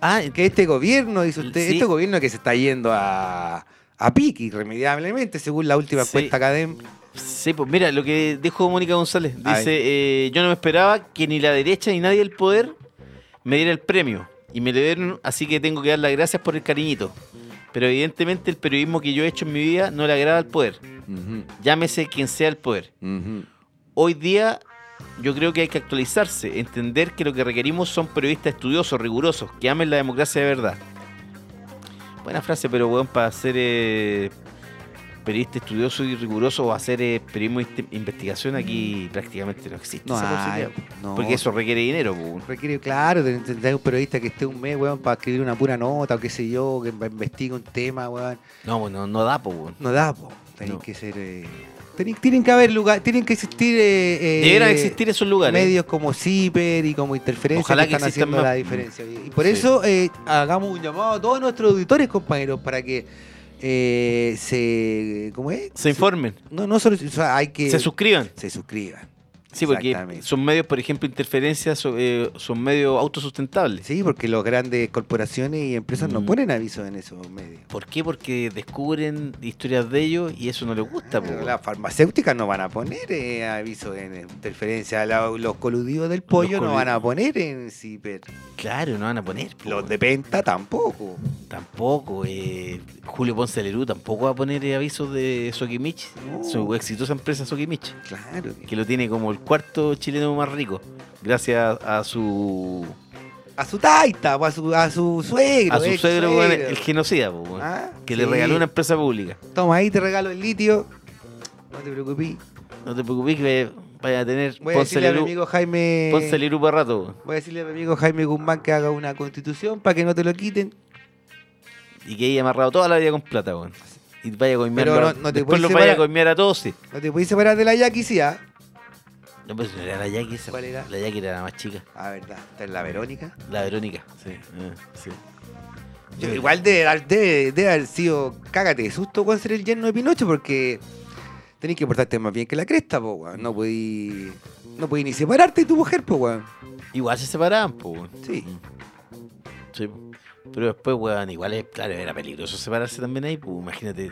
[SPEAKER 2] Ah, eh,
[SPEAKER 3] que este gobierno, dice usted,
[SPEAKER 2] Sí.
[SPEAKER 3] este gobierno que se está yendo a, a pique irremediablemente, según la última
[SPEAKER 2] Sí.
[SPEAKER 3] encuesta CADEM,
[SPEAKER 2] Sí, pues mira, lo que dijo Mónica González.
[SPEAKER 3] A
[SPEAKER 2] Dice, eh, yo no me esperaba que ni la derecha ni nadie del poder me diera el premio. Y me lo dieron, así que tengo que dar las gracias por el cariñito. Pero evidentemente el periodismo que yo he hecho en mi vida no le agrada al poder.
[SPEAKER 3] Ujú,
[SPEAKER 2] Llámese quien sea el poder.
[SPEAKER 3] ujú.
[SPEAKER 2] Hoy día yo creo que hay que actualizarse, entender que lo que requerimos son periodistas estudiosos, rigurosos, que amen la democracia de verdad. Buena frase, pero weón, para ser eh, periodista estudioso y riguroso o hacer eh, periodismo de investigación aquí prácticamente no existe.
[SPEAKER 3] No
[SPEAKER 2] esa
[SPEAKER 3] hay,
[SPEAKER 2] posibilidad.
[SPEAKER 3] no.
[SPEAKER 2] Porque eso requiere dinero. po, weón.
[SPEAKER 3] Requiere, claro, de, de- de un periodista que esté un mes, weón, para escribir una pura nota o qué sé yo, que investigue un tema, weón.
[SPEAKER 2] No, weón, no, no da. po, weón.
[SPEAKER 3] No da, po. Tenéis
[SPEAKER 2] No.
[SPEAKER 3] que ser. eh, tení- tienen que haber lugar, tienen que existir. Eh, eh,
[SPEAKER 2] Deberían existir esos lugares.
[SPEAKER 3] Medios como CIPER y como Interferencia
[SPEAKER 2] Ojalá
[SPEAKER 3] que
[SPEAKER 2] que
[SPEAKER 3] están
[SPEAKER 2] existan
[SPEAKER 3] haciendo
[SPEAKER 2] más.
[SPEAKER 3] la diferencia. Y por
[SPEAKER 2] Sí.
[SPEAKER 3] eso eh, hagamos un llamado a todos nuestros auditores, compañeros, para que eh, se. ¿Cómo es?
[SPEAKER 2] Se informen,
[SPEAKER 3] No, no solo. o sea, hay que.
[SPEAKER 2] se suscriban.
[SPEAKER 3] se suscriban.
[SPEAKER 2] Sí, porque
[SPEAKER 3] Exactamente.
[SPEAKER 2] son medios, por ejemplo, interferencias, son, eh, son medios autosustentables.
[SPEAKER 3] Sí, porque las grandes corporaciones y empresas no
[SPEAKER 2] Mm.
[SPEAKER 3] ponen aviso en esos medios.
[SPEAKER 2] ¿Por qué? Porque descubren historias de ellos y eso no les gusta. po,
[SPEAKER 3] Ah,
[SPEAKER 2] weón.
[SPEAKER 3] Las farmacéuticas no van a poner eh, aviso en interferencia. La- los coludidos del pollo no
[SPEAKER 2] coludidos.
[SPEAKER 3] van a poner en ciber.
[SPEAKER 2] Claro, no van a poner. po,
[SPEAKER 3] Los
[SPEAKER 2] weón.
[SPEAKER 3] de penta tampoco.
[SPEAKER 2] Tampoco. eh, Julio Ponce Lerú tampoco va a poner eh, avisos de Soquimich.
[SPEAKER 3] No.
[SPEAKER 2] Su exitosa empresa Soquimich.
[SPEAKER 3] Claro.
[SPEAKER 2] Que lo tiene como el cuarto chileno más rico. Gracias a su.
[SPEAKER 3] A su taita, o a su, a su suegro.
[SPEAKER 2] a su
[SPEAKER 3] ex
[SPEAKER 2] suegro, weón, el genocida, po, weón,
[SPEAKER 3] Ah,
[SPEAKER 2] Que le
[SPEAKER 3] sí.
[SPEAKER 2] regaló una empresa pública.
[SPEAKER 3] Toma, ahí te regalo el litio. No te preocupes.
[SPEAKER 2] No te preocupes que vaya a tener
[SPEAKER 3] Voy a
[SPEAKER 2] Ponce
[SPEAKER 3] decirle a mi
[SPEAKER 2] Lerú.
[SPEAKER 3] amigo Jaime.
[SPEAKER 2] Ponce Lerú para rato. weón.
[SPEAKER 3] Voy a decirle a mi amigo Jaime Guzmán que haga una constitución para que no te lo quiten.
[SPEAKER 2] Y que haya amarrado toda la vida con plata, weón. Y vaya a coimearlo.
[SPEAKER 3] Pero
[SPEAKER 2] a-
[SPEAKER 3] no- no te
[SPEAKER 2] después
[SPEAKER 3] puedes
[SPEAKER 2] los vaya a
[SPEAKER 3] separar.
[SPEAKER 2] coimear a todos, sí.
[SPEAKER 3] No te puedes separar de la Jackie, sí, ah.
[SPEAKER 2] No, pues no era la Jackie esa.
[SPEAKER 3] ¿Cuál era?
[SPEAKER 2] La Jackie era la más chica.
[SPEAKER 3] Ah, verdad. Está en la Verónica.
[SPEAKER 2] La Verónica. Sí. eh, sí.
[SPEAKER 3] Yo- igual debe, dar- debe- debe haber sido cágate de susto con ser el yerno de Pinocho porque tenés que portarte más bien que la cresta, po, weón. No podí, no podí ni separarte de tu mujer, po, weón.
[SPEAKER 2] Igual se separaban, pues, weón.
[SPEAKER 3] Sí.
[SPEAKER 2] Sí, po. Pero después, weón, igual, es- claro, era peligroso separarse también ahí, pues, imagínate.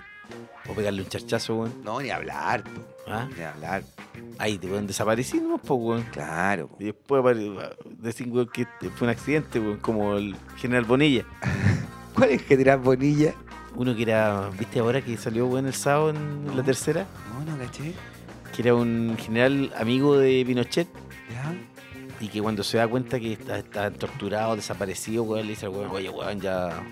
[SPEAKER 2] O pegarle un charchazo, weón.
[SPEAKER 3] No, ni hablar, po.
[SPEAKER 2] ¿Ah?
[SPEAKER 3] Ni hablar.
[SPEAKER 2] Ahí te pueden desaparecer, ¿no? Pues, weón.
[SPEAKER 3] Claro, po.
[SPEAKER 2] Y después apare- decir, weón, que fue un accidente, weón, como el general Bonilla.
[SPEAKER 3] ¿Cuál es que tirás bonilla?
[SPEAKER 2] Uno que era, viste ahora que salió, weón, el sábado en la tercera.
[SPEAKER 3] No, no, caché.
[SPEAKER 2] que era un general amigo de Pinochet
[SPEAKER 3] Ya.
[SPEAKER 2] y que cuando se da cuenta que está, está torturado, desaparecido, weón, le dice al weón, oye, weón, ya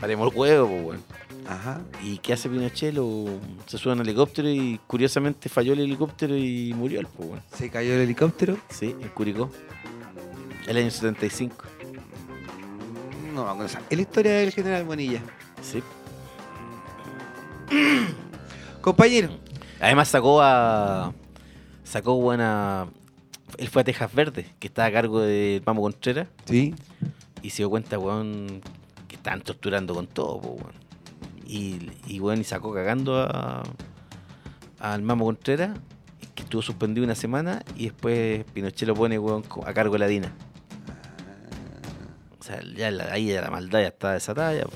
[SPEAKER 2] paremos el huevo, po, weón.
[SPEAKER 3] Ajá.
[SPEAKER 2] ¿Y qué hace Pinochet? Lo- se sube a un helicóptero y curiosamente falló el helicóptero y murió el po, weón.
[SPEAKER 3] Se cayó el helicóptero.
[SPEAKER 2] Sí, en Curicó. El año 75.
[SPEAKER 3] No, vamos a conocer. Es la historia del general Bonilla.
[SPEAKER 2] Sí.
[SPEAKER 3] Compañero.
[SPEAKER 2] Además sacó a... Sacó, weón, a... Él fue a Tejas Verde, que estaba a cargo de Pamo Contreras.
[SPEAKER 3] Sí.
[SPEAKER 2] Y se dio cuenta, weón, que estaban torturando con todo, po, weón. Y, y, weón, y sacó cagando a, al Mamo Contreras, que estuvo suspendido una semana, y después Pinochet lo pone, weón, co- a cargo de la DINA. O sea, ya la, ahí ya la maldad ya está desatada. ya, po.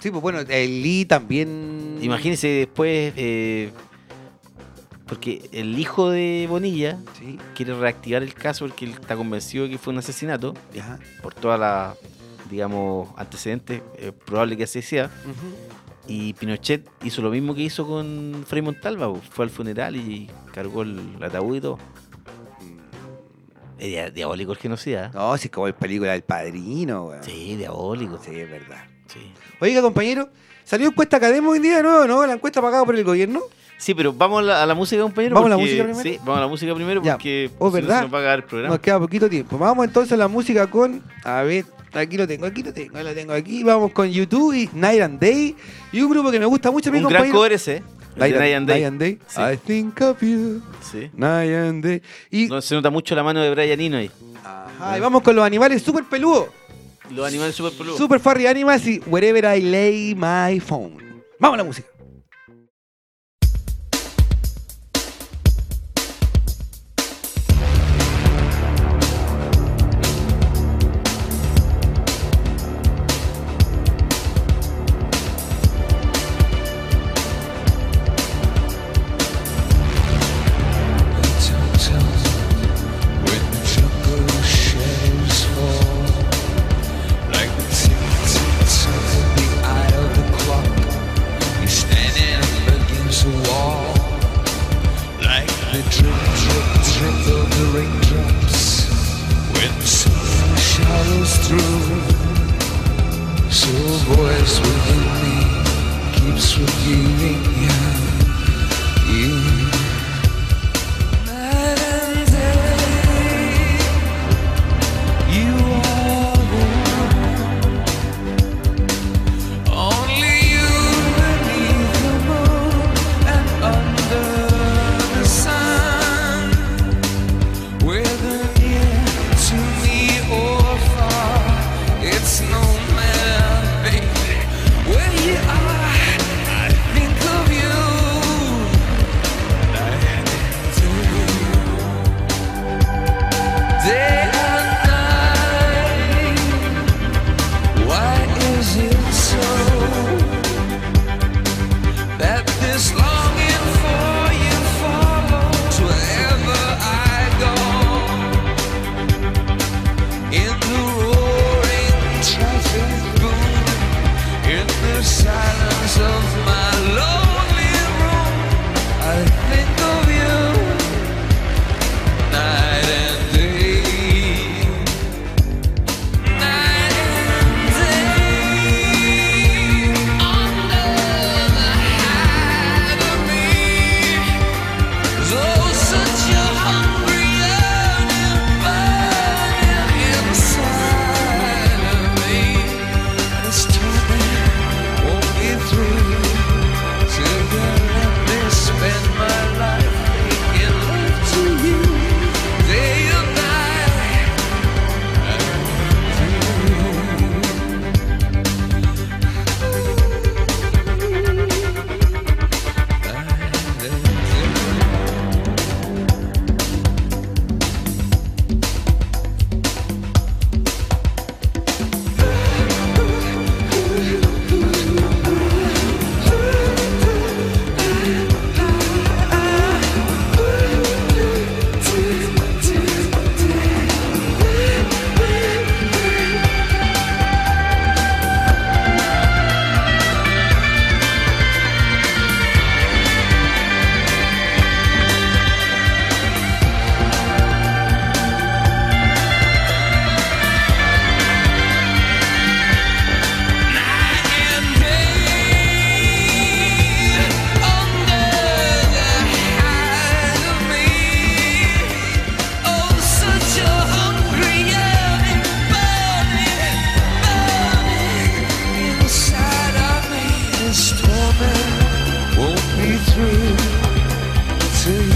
[SPEAKER 3] Sí, pues bueno, el Lee también.
[SPEAKER 2] Imagínense después, eh, porque el hijo de Bonilla
[SPEAKER 3] Sí.
[SPEAKER 2] quiere reactivar el caso porque él está convencido de que fue un asesinato,
[SPEAKER 3] Ya.
[SPEAKER 2] por todas las, digamos, antecedentes, eh, probable que así sea.
[SPEAKER 3] Ujú.
[SPEAKER 2] Y Pinochet hizo lo mismo que hizo con Frei Montalva, po. fue al funeral y cargó el ataúd y todo. Es dia- diabólico el genocida. ¿eh?
[SPEAKER 3] No, si es como el película del padrino, weón.
[SPEAKER 2] Sí, diabólico.
[SPEAKER 3] Sí, es verdad.
[SPEAKER 2] Sí.
[SPEAKER 3] Oiga, compañero, salió encuesta académica hoy día de nuevo, ¿no? La encuesta pagada por el gobierno.
[SPEAKER 2] Sí, pero vamos a la, a la música, compañero.
[SPEAKER 3] ¿Vamos a la
[SPEAKER 2] porque-
[SPEAKER 3] música primero?
[SPEAKER 2] Sí, vamos a la música primero
[SPEAKER 3] Ya.
[SPEAKER 2] porque
[SPEAKER 3] Oh,
[SPEAKER 2] si no
[SPEAKER 3] ¿verdad?
[SPEAKER 2] se nos va a cagar el programa.
[SPEAKER 3] Nos queda poquito tiempo. Vamos entonces a la música con. A ver, aquí lo tengo, aquí lo tengo, lo tengo aquí. Vamos con YouTube y Night and Day. Y un grupo que me gusta mucho, mi
[SPEAKER 2] Un gran
[SPEAKER 3] compañero.
[SPEAKER 2] cover ese, ¿eh? El de Night and Day.
[SPEAKER 3] Night and Day.
[SPEAKER 2] Sí.
[SPEAKER 3] I think of you.
[SPEAKER 2] Sí.
[SPEAKER 3] Night and Day. Y,
[SPEAKER 2] No, se nota mucho la mano de Brian Eno ahí.
[SPEAKER 3] ajá, y vamos con los animales super peludos.
[SPEAKER 2] Los animales super peludos.
[SPEAKER 3] Super Furry Animals y Wherever I Lay My Phone. Vamos a la música.
[SPEAKER 4] Wherever
[SPEAKER 5] the drip, drip, drip of the raindrops when silver shadows through. So a voice within me keeps repeating you, you. Night and day, you are one. Only you beneath the moon and under the sun. Whether near to me or far, it's no matter, baby. Where you are, I think of you. Day and night, why is it so? that this longing for you follows wherever I go. In the roaring traffic boom, in the silence of my lonely room, I think of you night and day. Night and day, under the hide of me. Oh, such a hungry yearning burning inside of me. This time won't be through till you let me spend my life making love to you. Day and night, night and day.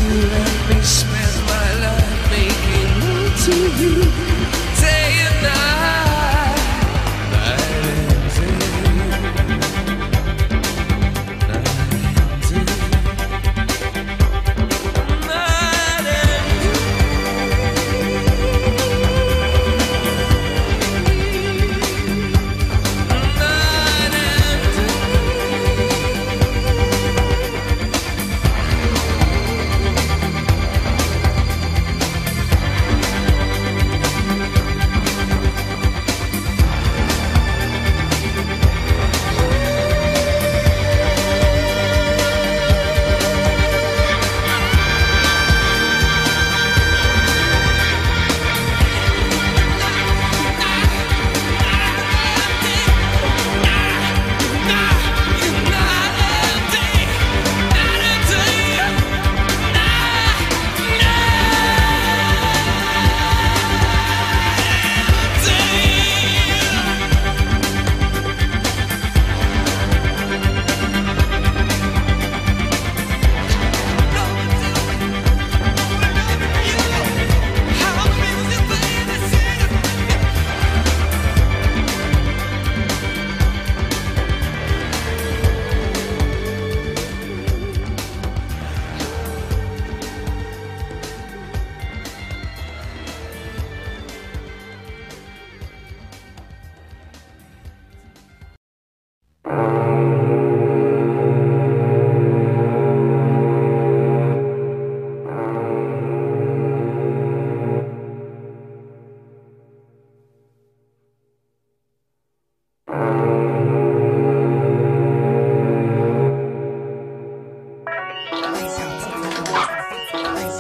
[SPEAKER 5] Spend my life making love to you day and night, night and day.
[SPEAKER 6] Nice.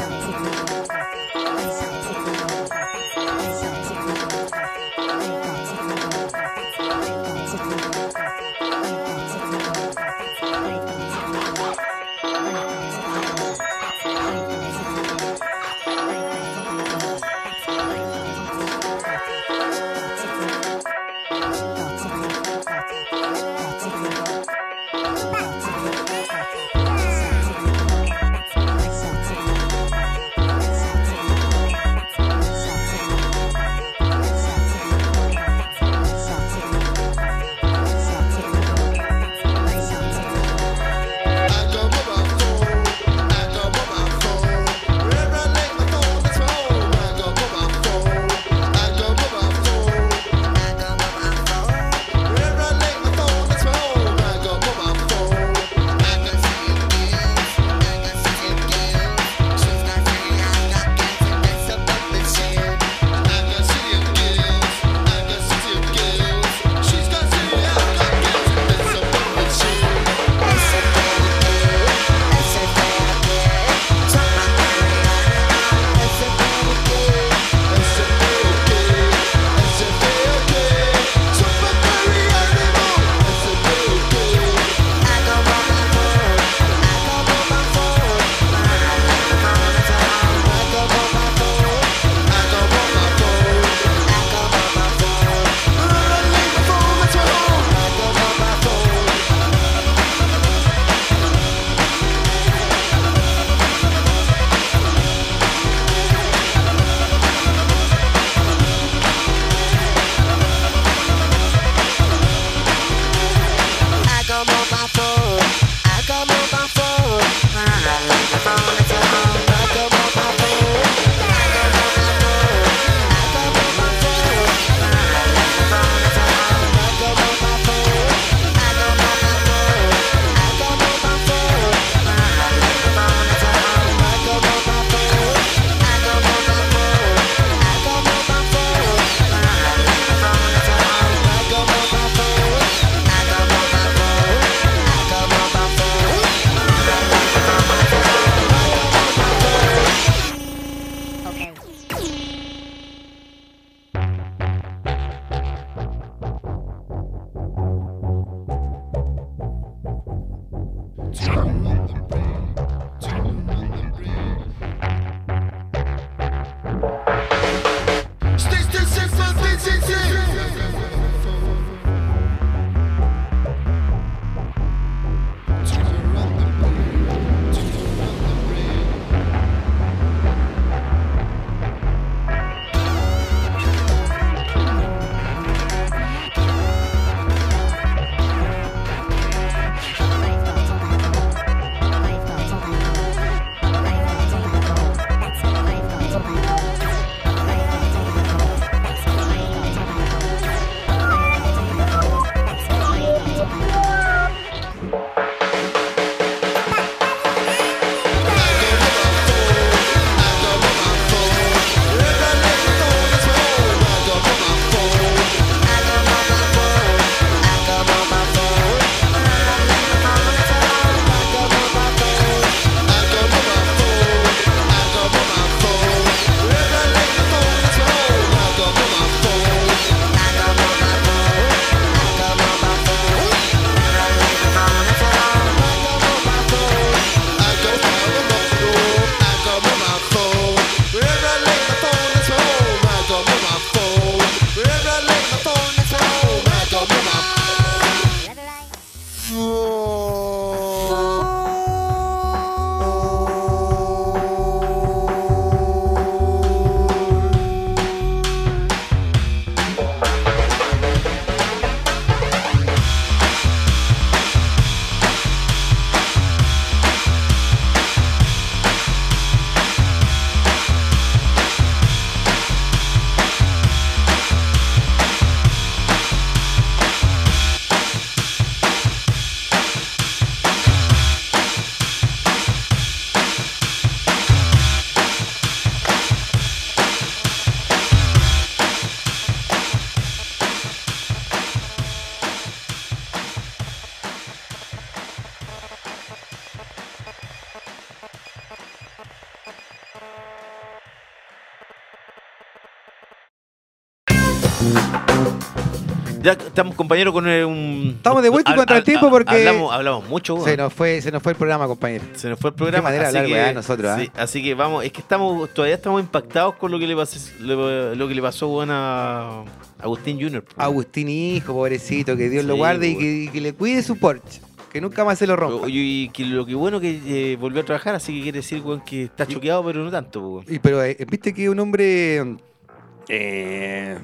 [SPEAKER 2] Ya estamos, compañeros, con eh, un.
[SPEAKER 3] Estamos de vuelta y
[SPEAKER 2] Hab-
[SPEAKER 3] contra el
[SPEAKER 2] hab-
[SPEAKER 3] tiempo porque-
[SPEAKER 2] Hablamos, hablamos mucho, weón.
[SPEAKER 3] Se nos fue, se nos fue el programa, compañero.
[SPEAKER 2] Se nos fue el programa.
[SPEAKER 3] Qué manera de
[SPEAKER 2] así
[SPEAKER 3] hablar,
[SPEAKER 2] que,
[SPEAKER 3] weá, nosotros, ¿ah?
[SPEAKER 2] sí, así que vamos, es que estamos, todavía estamos impactados con lo que le pasó, lo, lo que le pasó weón, a Agustín Junior.
[SPEAKER 3] Agustín hijo, pobrecito, que Dios lo
[SPEAKER 2] Sí,
[SPEAKER 3] guarde y
[SPEAKER 2] güey.
[SPEAKER 3] que, y que le cuide su Porsche. Que nunca más se lo rompa.
[SPEAKER 2] Y que lo que bueno que eh, volvió a trabajar, así que quiere decir, weón, que está choqueado, pero no tanto, weón.
[SPEAKER 3] Y pero eh, viste que un hombre *laughs* eh,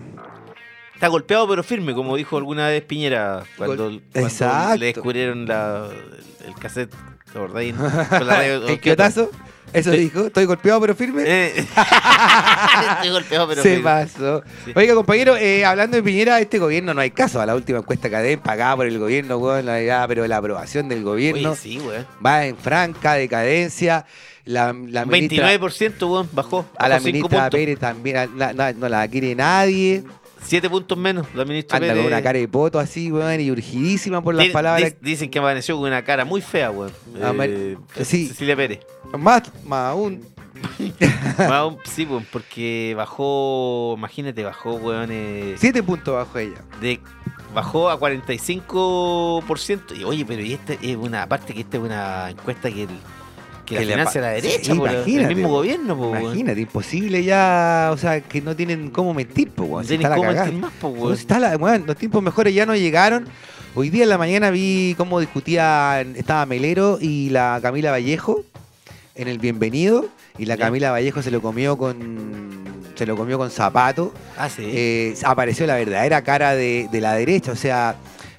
[SPEAKER 2] Está golpeado pero firme, como dijo alguna vez Piñera cuando,
[SPEAKER 3] Gol-
[SPEAKER 2] cuando
[SPEAKER 3] Exacto.
[SPEAKER 2] le descubrieron la, el cassette, ¿te
[SPEAKER 3] *laughs*
[SPEAKER 2] acordáis? Con la radio-
[SPEAKER 3] el quiotazo, eso
[SPEAKER 2] Sí.
[SPEAKER 3] dijo, estoy golpeado pero firme. *laughs*
[SPEAKER 2] Eh. Estoy golpeado pero
[SPEAKER 3] se
[SPEAKER 2] firme.
[SPEAKER 3] pasó.
[SPEAKER 2] Sí.
[SPEAKER 3] Oiga, compañero, eh, hablando de Piñera, este gobierno no hay caso. A la última encuesta que den pagada por el gobierno, weón, la- ya, pero la aprobación del gobierno
[SPEAKER 2] Oye, sí, weón.
[SPEAKER 3] va en franca decadencia. La, la ministra,
[SPEAKER 2] 29%, weón, bajó.
[SPEAKER 3] a la
[SPEAKER 2] Bajó cinco
[SPEAKER 3] ministra
[SPEAKER 2] puntos.
[SPEAKER 3] Pérez también a- na- na- no la quiere nadie.
[SPEAKER 2] Siete puntos menos, la ministra
[SPEAKER 3] Anda
[SPEAKER 2] Pérez.
[SPEAKER 3] con una cara de poto así, weón, y urgidísima por las
[SPEAKER 2] Di-
[SPEAKER 3] palabras.
[SPEAKER 2] di- Dicen que amaneció con una cara muy fea, weón.
[SPEAKER 3] Ama-
[SPEAKER 2] Eh,
[SPEAKER 3] sí.
[SPEAKER 2] Cecilia Pérez.
[SPEAKER 3] *laughs* Más, más aún.
[SPEAKER 2] Más aún- sí, weón, porque bajó, imagínate, bajó, weón. eh,
[SPEAKER 3] Siete puntos bajo ella.
[SPEAKER 2] de- bajó a 45%. Y oye, pero y esta es una, parte que esta es una encuesta que, el,
[SPEAKER 3] Que
[SPEAKER 2] que, la
[SPEAKER 3] la
[SPEAKER 2] financia
[SPEAKER 3] pa-
[SPEAKER 2] la derecha,
[SPEAKER 3] Sí,
[SPEAKER 2] po, la-
[SPEAKER 3] imagínate,
[SPEAKER 2] el mismo
[SPEAKER 3] po.
[SPEAKER 2] gobierno, po, weón.
[SPEAKER 3] Imagínate, imposible ya. O sea, que no tienen cómo mentir, po,
[SPEAKER 2] No
[SPEAKER 3] weón. si
[SPEAKER 2] tienen
[SPEAKER 3] está la
[SPEAKER 2] cómo
[SPEAKER 3] cagada.
[SPEAKER 2] mentir más, po,
[SPEAKER 3] No,
[SPEAKER 2] weón.
[SPEAKER 3] está la- weón, los tiempos mejores ya no llegaron. Hoy día en la mañana vi cómo discutían, estaba Melero y la Camila Vallejo en el bienvenido. Y la
[SPEAKER 2] Ya.
[SPEAKER 3] Camila Vallejo se lo comió con. Se lo comió con zapato.
[SPEAKER 2] Ah, sí.
[SPEAKER 3] eh, apareció la verdadera cara de, de la derecha. O sea,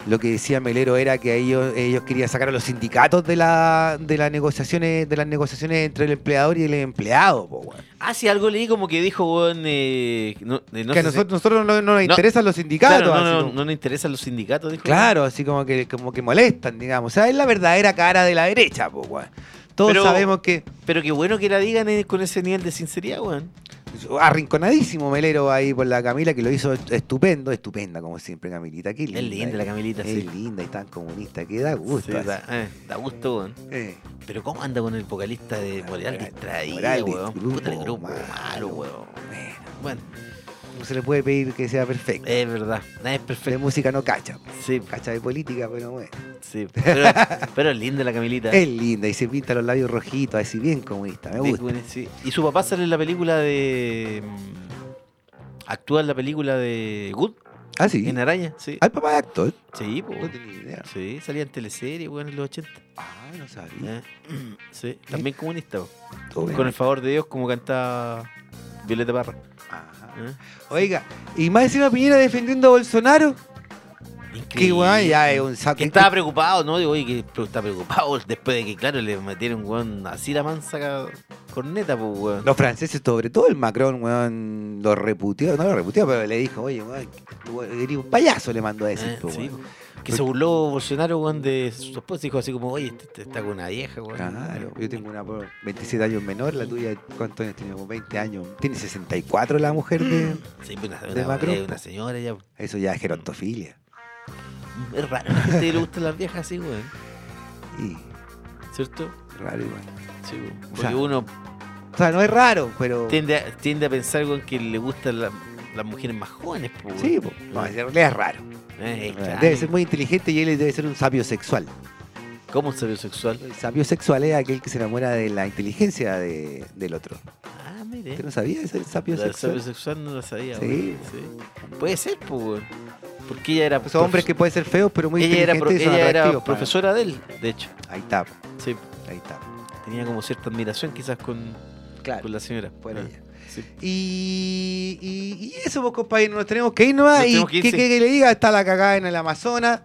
[SPEAKER 3] lo que decía Melero era que a ellos, ellos querían sacar a los sindicatos de, la, de las negociaciones, de las negociaciones entre el empleador y el empleado, po, weón.
[SPEAKER 2] ah, sí, algo leí como que dijo, weón. eh, no, eh, no
[SPEAKER 3] que a
[SPEAKER 2] sé si-
[SPEAKER 3] nosotros, nosotros no, no nos
[SPEAKER 2] No.
[SPEAKER 3] interesan los sindicatos.
[SPEAKER 2] Claro, no,
[SPEAKER 3] así
[SPEAKER 2] no,
[SPEAKER 3] como-
[SPEAKER 2] no nos interesan los sindicatos, dijo.
[SPEAKER 3] Claro, así como que, como que molestan, digamos. O sea, es la verdadera cara de la derecha, po, weón. Todos
[SPEAKER 2] Pero-
[SPEAKER 3] sabemos que
[SPEAKER 2] Pero qué bueno que la digan eh, con ese nivel de sinceridad, weón.
[SPEAKER 3] arrinconadísimo Melero ahí por la Camila, que lo hizo estupendo, estupenda como siempre, Camilita. Qué linda.
[SPEAKER 2] linda la Camilita,
[SPEAKER 3] es
[SPEAKER 2] sí.
[SPEAKER 3] linda y tan comunista, que da gusto.
[SPEAKER 2] Sí,
[SPEAKER 3] así.
[SPEAKER 2] da, eh, da gusto, weón.
[SPEAKER 3] Eh.
[SPEAKER 2] Pero ¿cómo anda con el vocalista de Moral
[SPEAKER 3] Moral-
[SPEAKER 2] distraído,
[SPEAKER 3] Moral
[SPEAKER 2] weón?
[SPEAKER 3] Grupo
[SPEAKER 2] Puta, el grupo
[SPEAKER 3] malo,
[SPEAKER 2] malo, weón. Bueno,
[SPEAKER 3] No se le puede pedir que sea perfecto.
[SPEAKER 2] es verdad. Nada es
[SPEAKER 3] De
[SPEAKER 2] perfecto.
[SPEAKER 3] música no cacha.
[SPEAKER 2] Sí,
[SPEAKER 3] Cacha de política, pero bueno.
[SPEAKER 2] sí.
[SPEAKER 3] *laughs*
[SPEAKER 2] Pero, pero es linda la Camilita.
[SPEAKER 3] Es linda y se pinta los labios rojitos, así bien comunista. Me gusta.
[SPEAKER 2] Sí. Y su papá sale en la película de... mm, Actúa en la película de Good,
[SPEAKER 3] Ah, sí.
[SPEAKER 2] en Araña, sí.
[SPEAKER 3] Al papá de actor.
[SPEAKER 2] Sí, po,
[SPEAKER 3] No tenía idea.
[SPEAKER 2] Sí, salía en teleserie, weón, en los 80.
[SPEAKER 3] Ah, no sabía.
[SPEAKER 2] Eh, *clears throat* Sí, también comunista, po.
[SPEAKER 3] Todo bien.
[SPEAKER 2] Con el favor de Dios, como canta Violeta Parra.
[SPEAKER 3] Ajá.
[SPEAKER 2] ¿eh?
[SPEAKER 3] Ah. Oiga, y más encima Piñera defendiendo a Bolsonaro. Que
[SPEAKER 2] Increíble.
[SPEAKER 3] weón, ya es un saco.
[SPEAKER 2] Que estaba preocupado, ¿no? Digo, oye, que pre- está preocupado *laughs* después de que, claro, le metieron, weón, así la mansa ca- corneta, pues,
[SPEAKER 3] *laughs*
[SPEAKER 2] weón.
[SPEAKER 3] Los franceses, sobre todo el Macron, weón, lo reputió. No lo reputió, pero le dijo, oye, weón, tú eres un payaso, le mandó a decir.
[SPEAKER 2] Eh,
[SPEAKER 3] po,
[SPEAKER 2] sí,
[SPEAKER 3] weón.
[SPEAKER 2] po. que se burló Bolsonaro, weón, de su esposa. Dijo así como, oye, este, este está con una vieja, weón.
[SPEAKER 3] Claro, yo tengo una por 27 años menor, la tuya, ¿cuántos años tiene? Como 20 años. Tiene 64 la mujer de...
[SPEAKER 2] Sí, pues, una,
[SPEAKER 3] De
[SPEAKER 2] una-
[SPEAKER 3] Macron,
[SPEAKER 2] eh,
[SPEAKER 3] po.
[SPEAKER 2] una señora ya.
[SPEAKER 3] Eso ya es gerontofilia.
[SPEAKER 2] Es raro que a usted le gustan las viejas así, weón.
[SPEAKER 3] Y
[SPEAKER 2] ¿Cierto?
[SPEAKER 3] raro igual.
[SPEAKER 2] Sí, weón. Porque
[SPEAKER 3] sea,
[SPEAKER 2] uno
[SPEAKER 3] O sea, no es raro, pero...
[SPEAKER 2] tiende a, tiende a pensar, weón, que le gustan la- las mujeres más jóvenes, pues, weón.
[SPEAKER 3] Sí, po. no, en realidad es raro.
[SPEAKER 2] Eh, claro.
[SPEAKER 3] Debe ser muy inteligente y él debe ser un sabio sexual.
[SPEAKER 2] ¿Cómo un sabio sexual?
[SPEAKER 3] El sabio sexual es aquel que se enamora de la inteligencia de- del otro.
[SPEAKER 2] Ah, mire.
[SPEAKER 3] ¿Usted no sabía ese sabio
[SPEAKER 2] La del sabio
[SPEAKER 3] sexual?
[SPEAKER 2] sexual no la sabía.
[SPEAKER 3] Sí.
[SPEAKER 2] weón, sí. Puede ser, pues, weón. Porque ella era.
[SPEAKER 3] Son hombres que pueden ser feos, pero muy
[SPEAKER 2] ella era,
[SPEAKER 3] inteligentes
[SPEAKER 2] pro-
[SPEAKER 3] y son
[SPEAKER 2] ella era
[SPEAKER 3] atractivos para-
[SPEAKER 2] profesora de él, de hecho.
[SPEAKER 3] Ahí está, po.
[SPEAKER 2] Sí.
[SPEAKER 3] ahí está.
[SPEAKER 2] Tenía como cierta admiración quizás con,
[SPEAKER 3] Claro,
[SPEAKER 2] con la señora.
[SPEAKER 3] por
[SPEAKER 2] Ah,
[SPEAKER 3] ella.
[SPEAKER 2] sí.
[SPEAKER 3] Y, y- y eso, pues, compañero, nos tenemos que ir nomás.
[SPEAKER 2] Nos
[SPEAKER 3] y
[SPEAKER 2] tenemos que
[SPEAKER 3] que,
[SPEAKER 2] ir, sí.
[SPEAKER 3] que- que le diga, está la cagada en el Amazonas.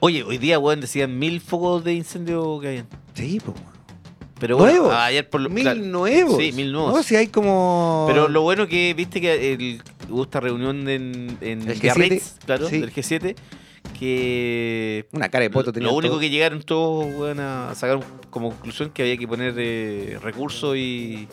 [SPEAKER 2] Oye, hoy día, weón, decían mil focos de incendio que habían.
[SPEAKER 3] Sí, pues.
[SPEAKER 2] Pero bueno, ah,
[SPEAKER 3] Nuevos.
[SPEAKER 2] ayer por lo
[SPEAKER 3] Mil
[SPEAKER 2] claro.
[SPEAKER 3] nuevos.
[SPEAKER 2] Sí, mil nuevos.
[SPEAKER 3] No, si hay como.
[SPEAKER 2] Pero lo bueno que viste que el, hubo esta reunión en, en
[SPEAKER 3] El G7,
[SPEAKER 2] Biarritz, claro,
[SPEAKER 3] sí.
[SPEAKER 2] del G7, que
[SPEAKER 3] Una cara de poto tenía.
[SPEAKER 2] Lo único que llegaron todos weón, a sacar un- como conclusión que había que poner eh, recursos y,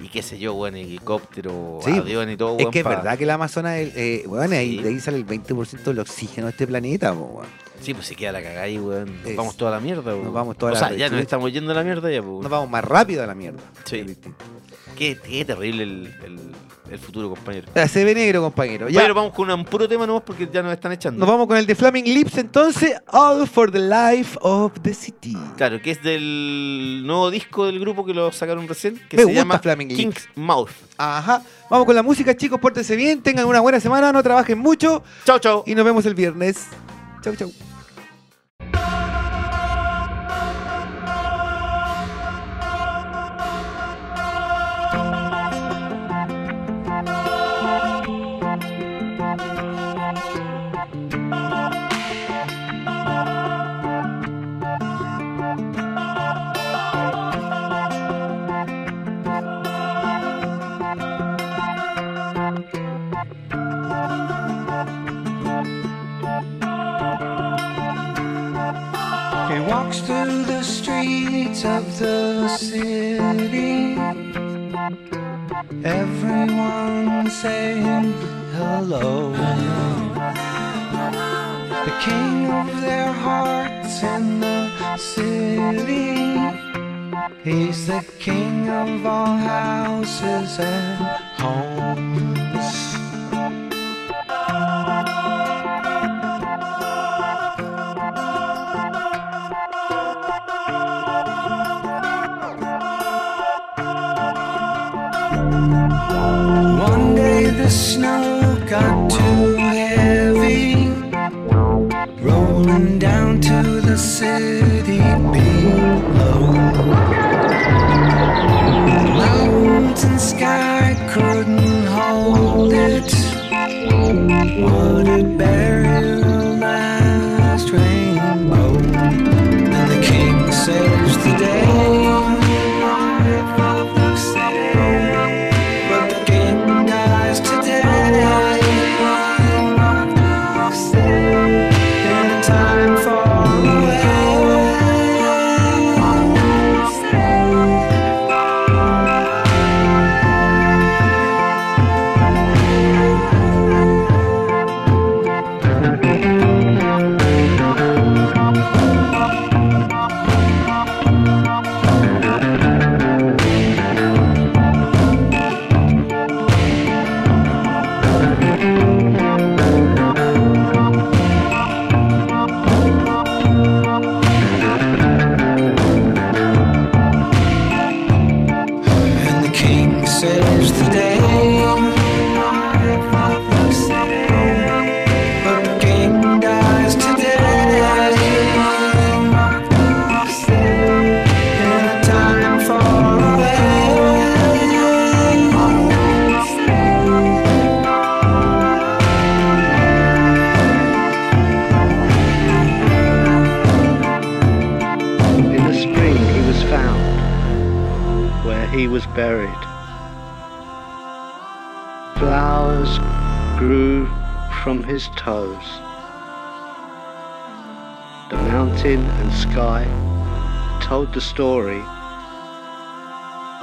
[SPEAKER 2] y qué sé yo, weón, helicóptero,
[SPEAKER 3] Sí, pues,
[SPEAKER 2] avión y todo.
[SPEAKER 3] Es
[SPEAKER 2] weón,
[SPEAKER 3] que es
[SPEAKER 2] pa-
[SPEAKER 3] verdad que el Amazonas, el, eh, weón, ahí,
[SPEAKER 2] Sí.
[SPEAKER 3] de ahí sale el 20% del oxígeno de este planeta, po, weón.
[SPEAKER 2] Sí, pues se queda la cagada y weón. Nos
[SPEAKER 3] Es-
[SPEAKER 2] vamos toda la mierda, weón.
[SPEAKER 3] nos vamos toda
[SPEAKER 2] o
[SPEAKER 3] la
[SPEAKER 2] sea, ya
[SPEAKER 3] rechucha.
[SPEAKER 2] nos estamos yendo a la mierda ya, pues.
[SPEAKER 3] Nos vamos más rápido a la mierda.
[SPEAKER 2] Sí.
[SPEAKER 3] Es distinto.
[SPEAKER 2] Qué, qué terrible el, el- el futuro, compañero.
[SPEAKER 3] Ya, se ve negro, compañero. Ya.
[SPEAKER 2] Pero vamos con un puro tema nomás porque ya nos están echando.
[SPEAKER 3] Nos vamos con el de Flaming Lips entonces. All for the Life of the City.
[SPEAKER 2] Claro, que es del nuevo disco del grupo que lo sacaron recién, que
[SPEAKER 3] Me
[SPEAKER 2] se
[SPEAKER 3] gusta
[SPEAKER 2] llama
[SPEAKER 3] Flaming Lips.
[SPEAKER 2] King's Mouth.
[SPEAKER 3] Ajá. Vamos con la música, chicos. Pórtense bien, tengan una buena semana, no trabajen mucho
[SPEAKER 2] Chao, chao.
[SPEAKER 3] y nos vemos el viernes. Chau, chau.
[SPEAKER 5] He walks through the streets of the city. Everyone saying hello. The king of their hearts in the city. He's the king of all houses and homes. One day the snow got too heavy, rolling down to the city below. Mountains and sky couldn't hold it. Would it bury the last rainbow? And the king saves the day. But the king dies today. And the time falls away. And the king saves the day. But the king dies today. In a time far away.
[SPEAKER 7] In the spring, he was found where he was buried. Flowers grew from his toes. The mountain and sky told the story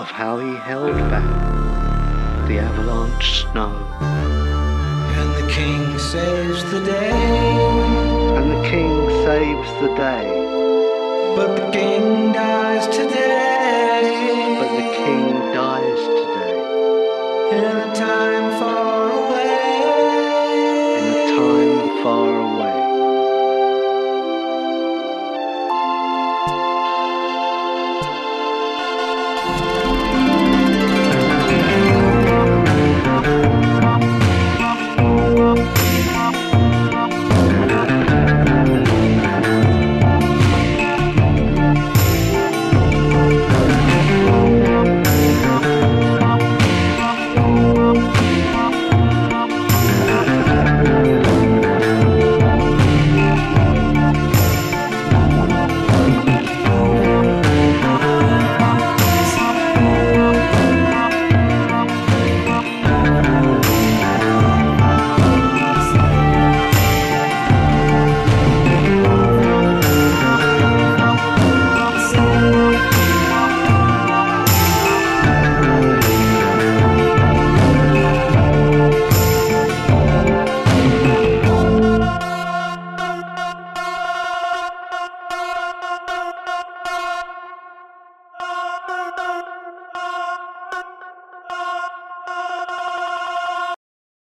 [SPEAKER 7] of how he held back the avalanche snow.
[SPEAKER 5] And the king saves the day.
[SPEAKER 7] And the king saves the day.
[SPEAKER 5] But the king dies today.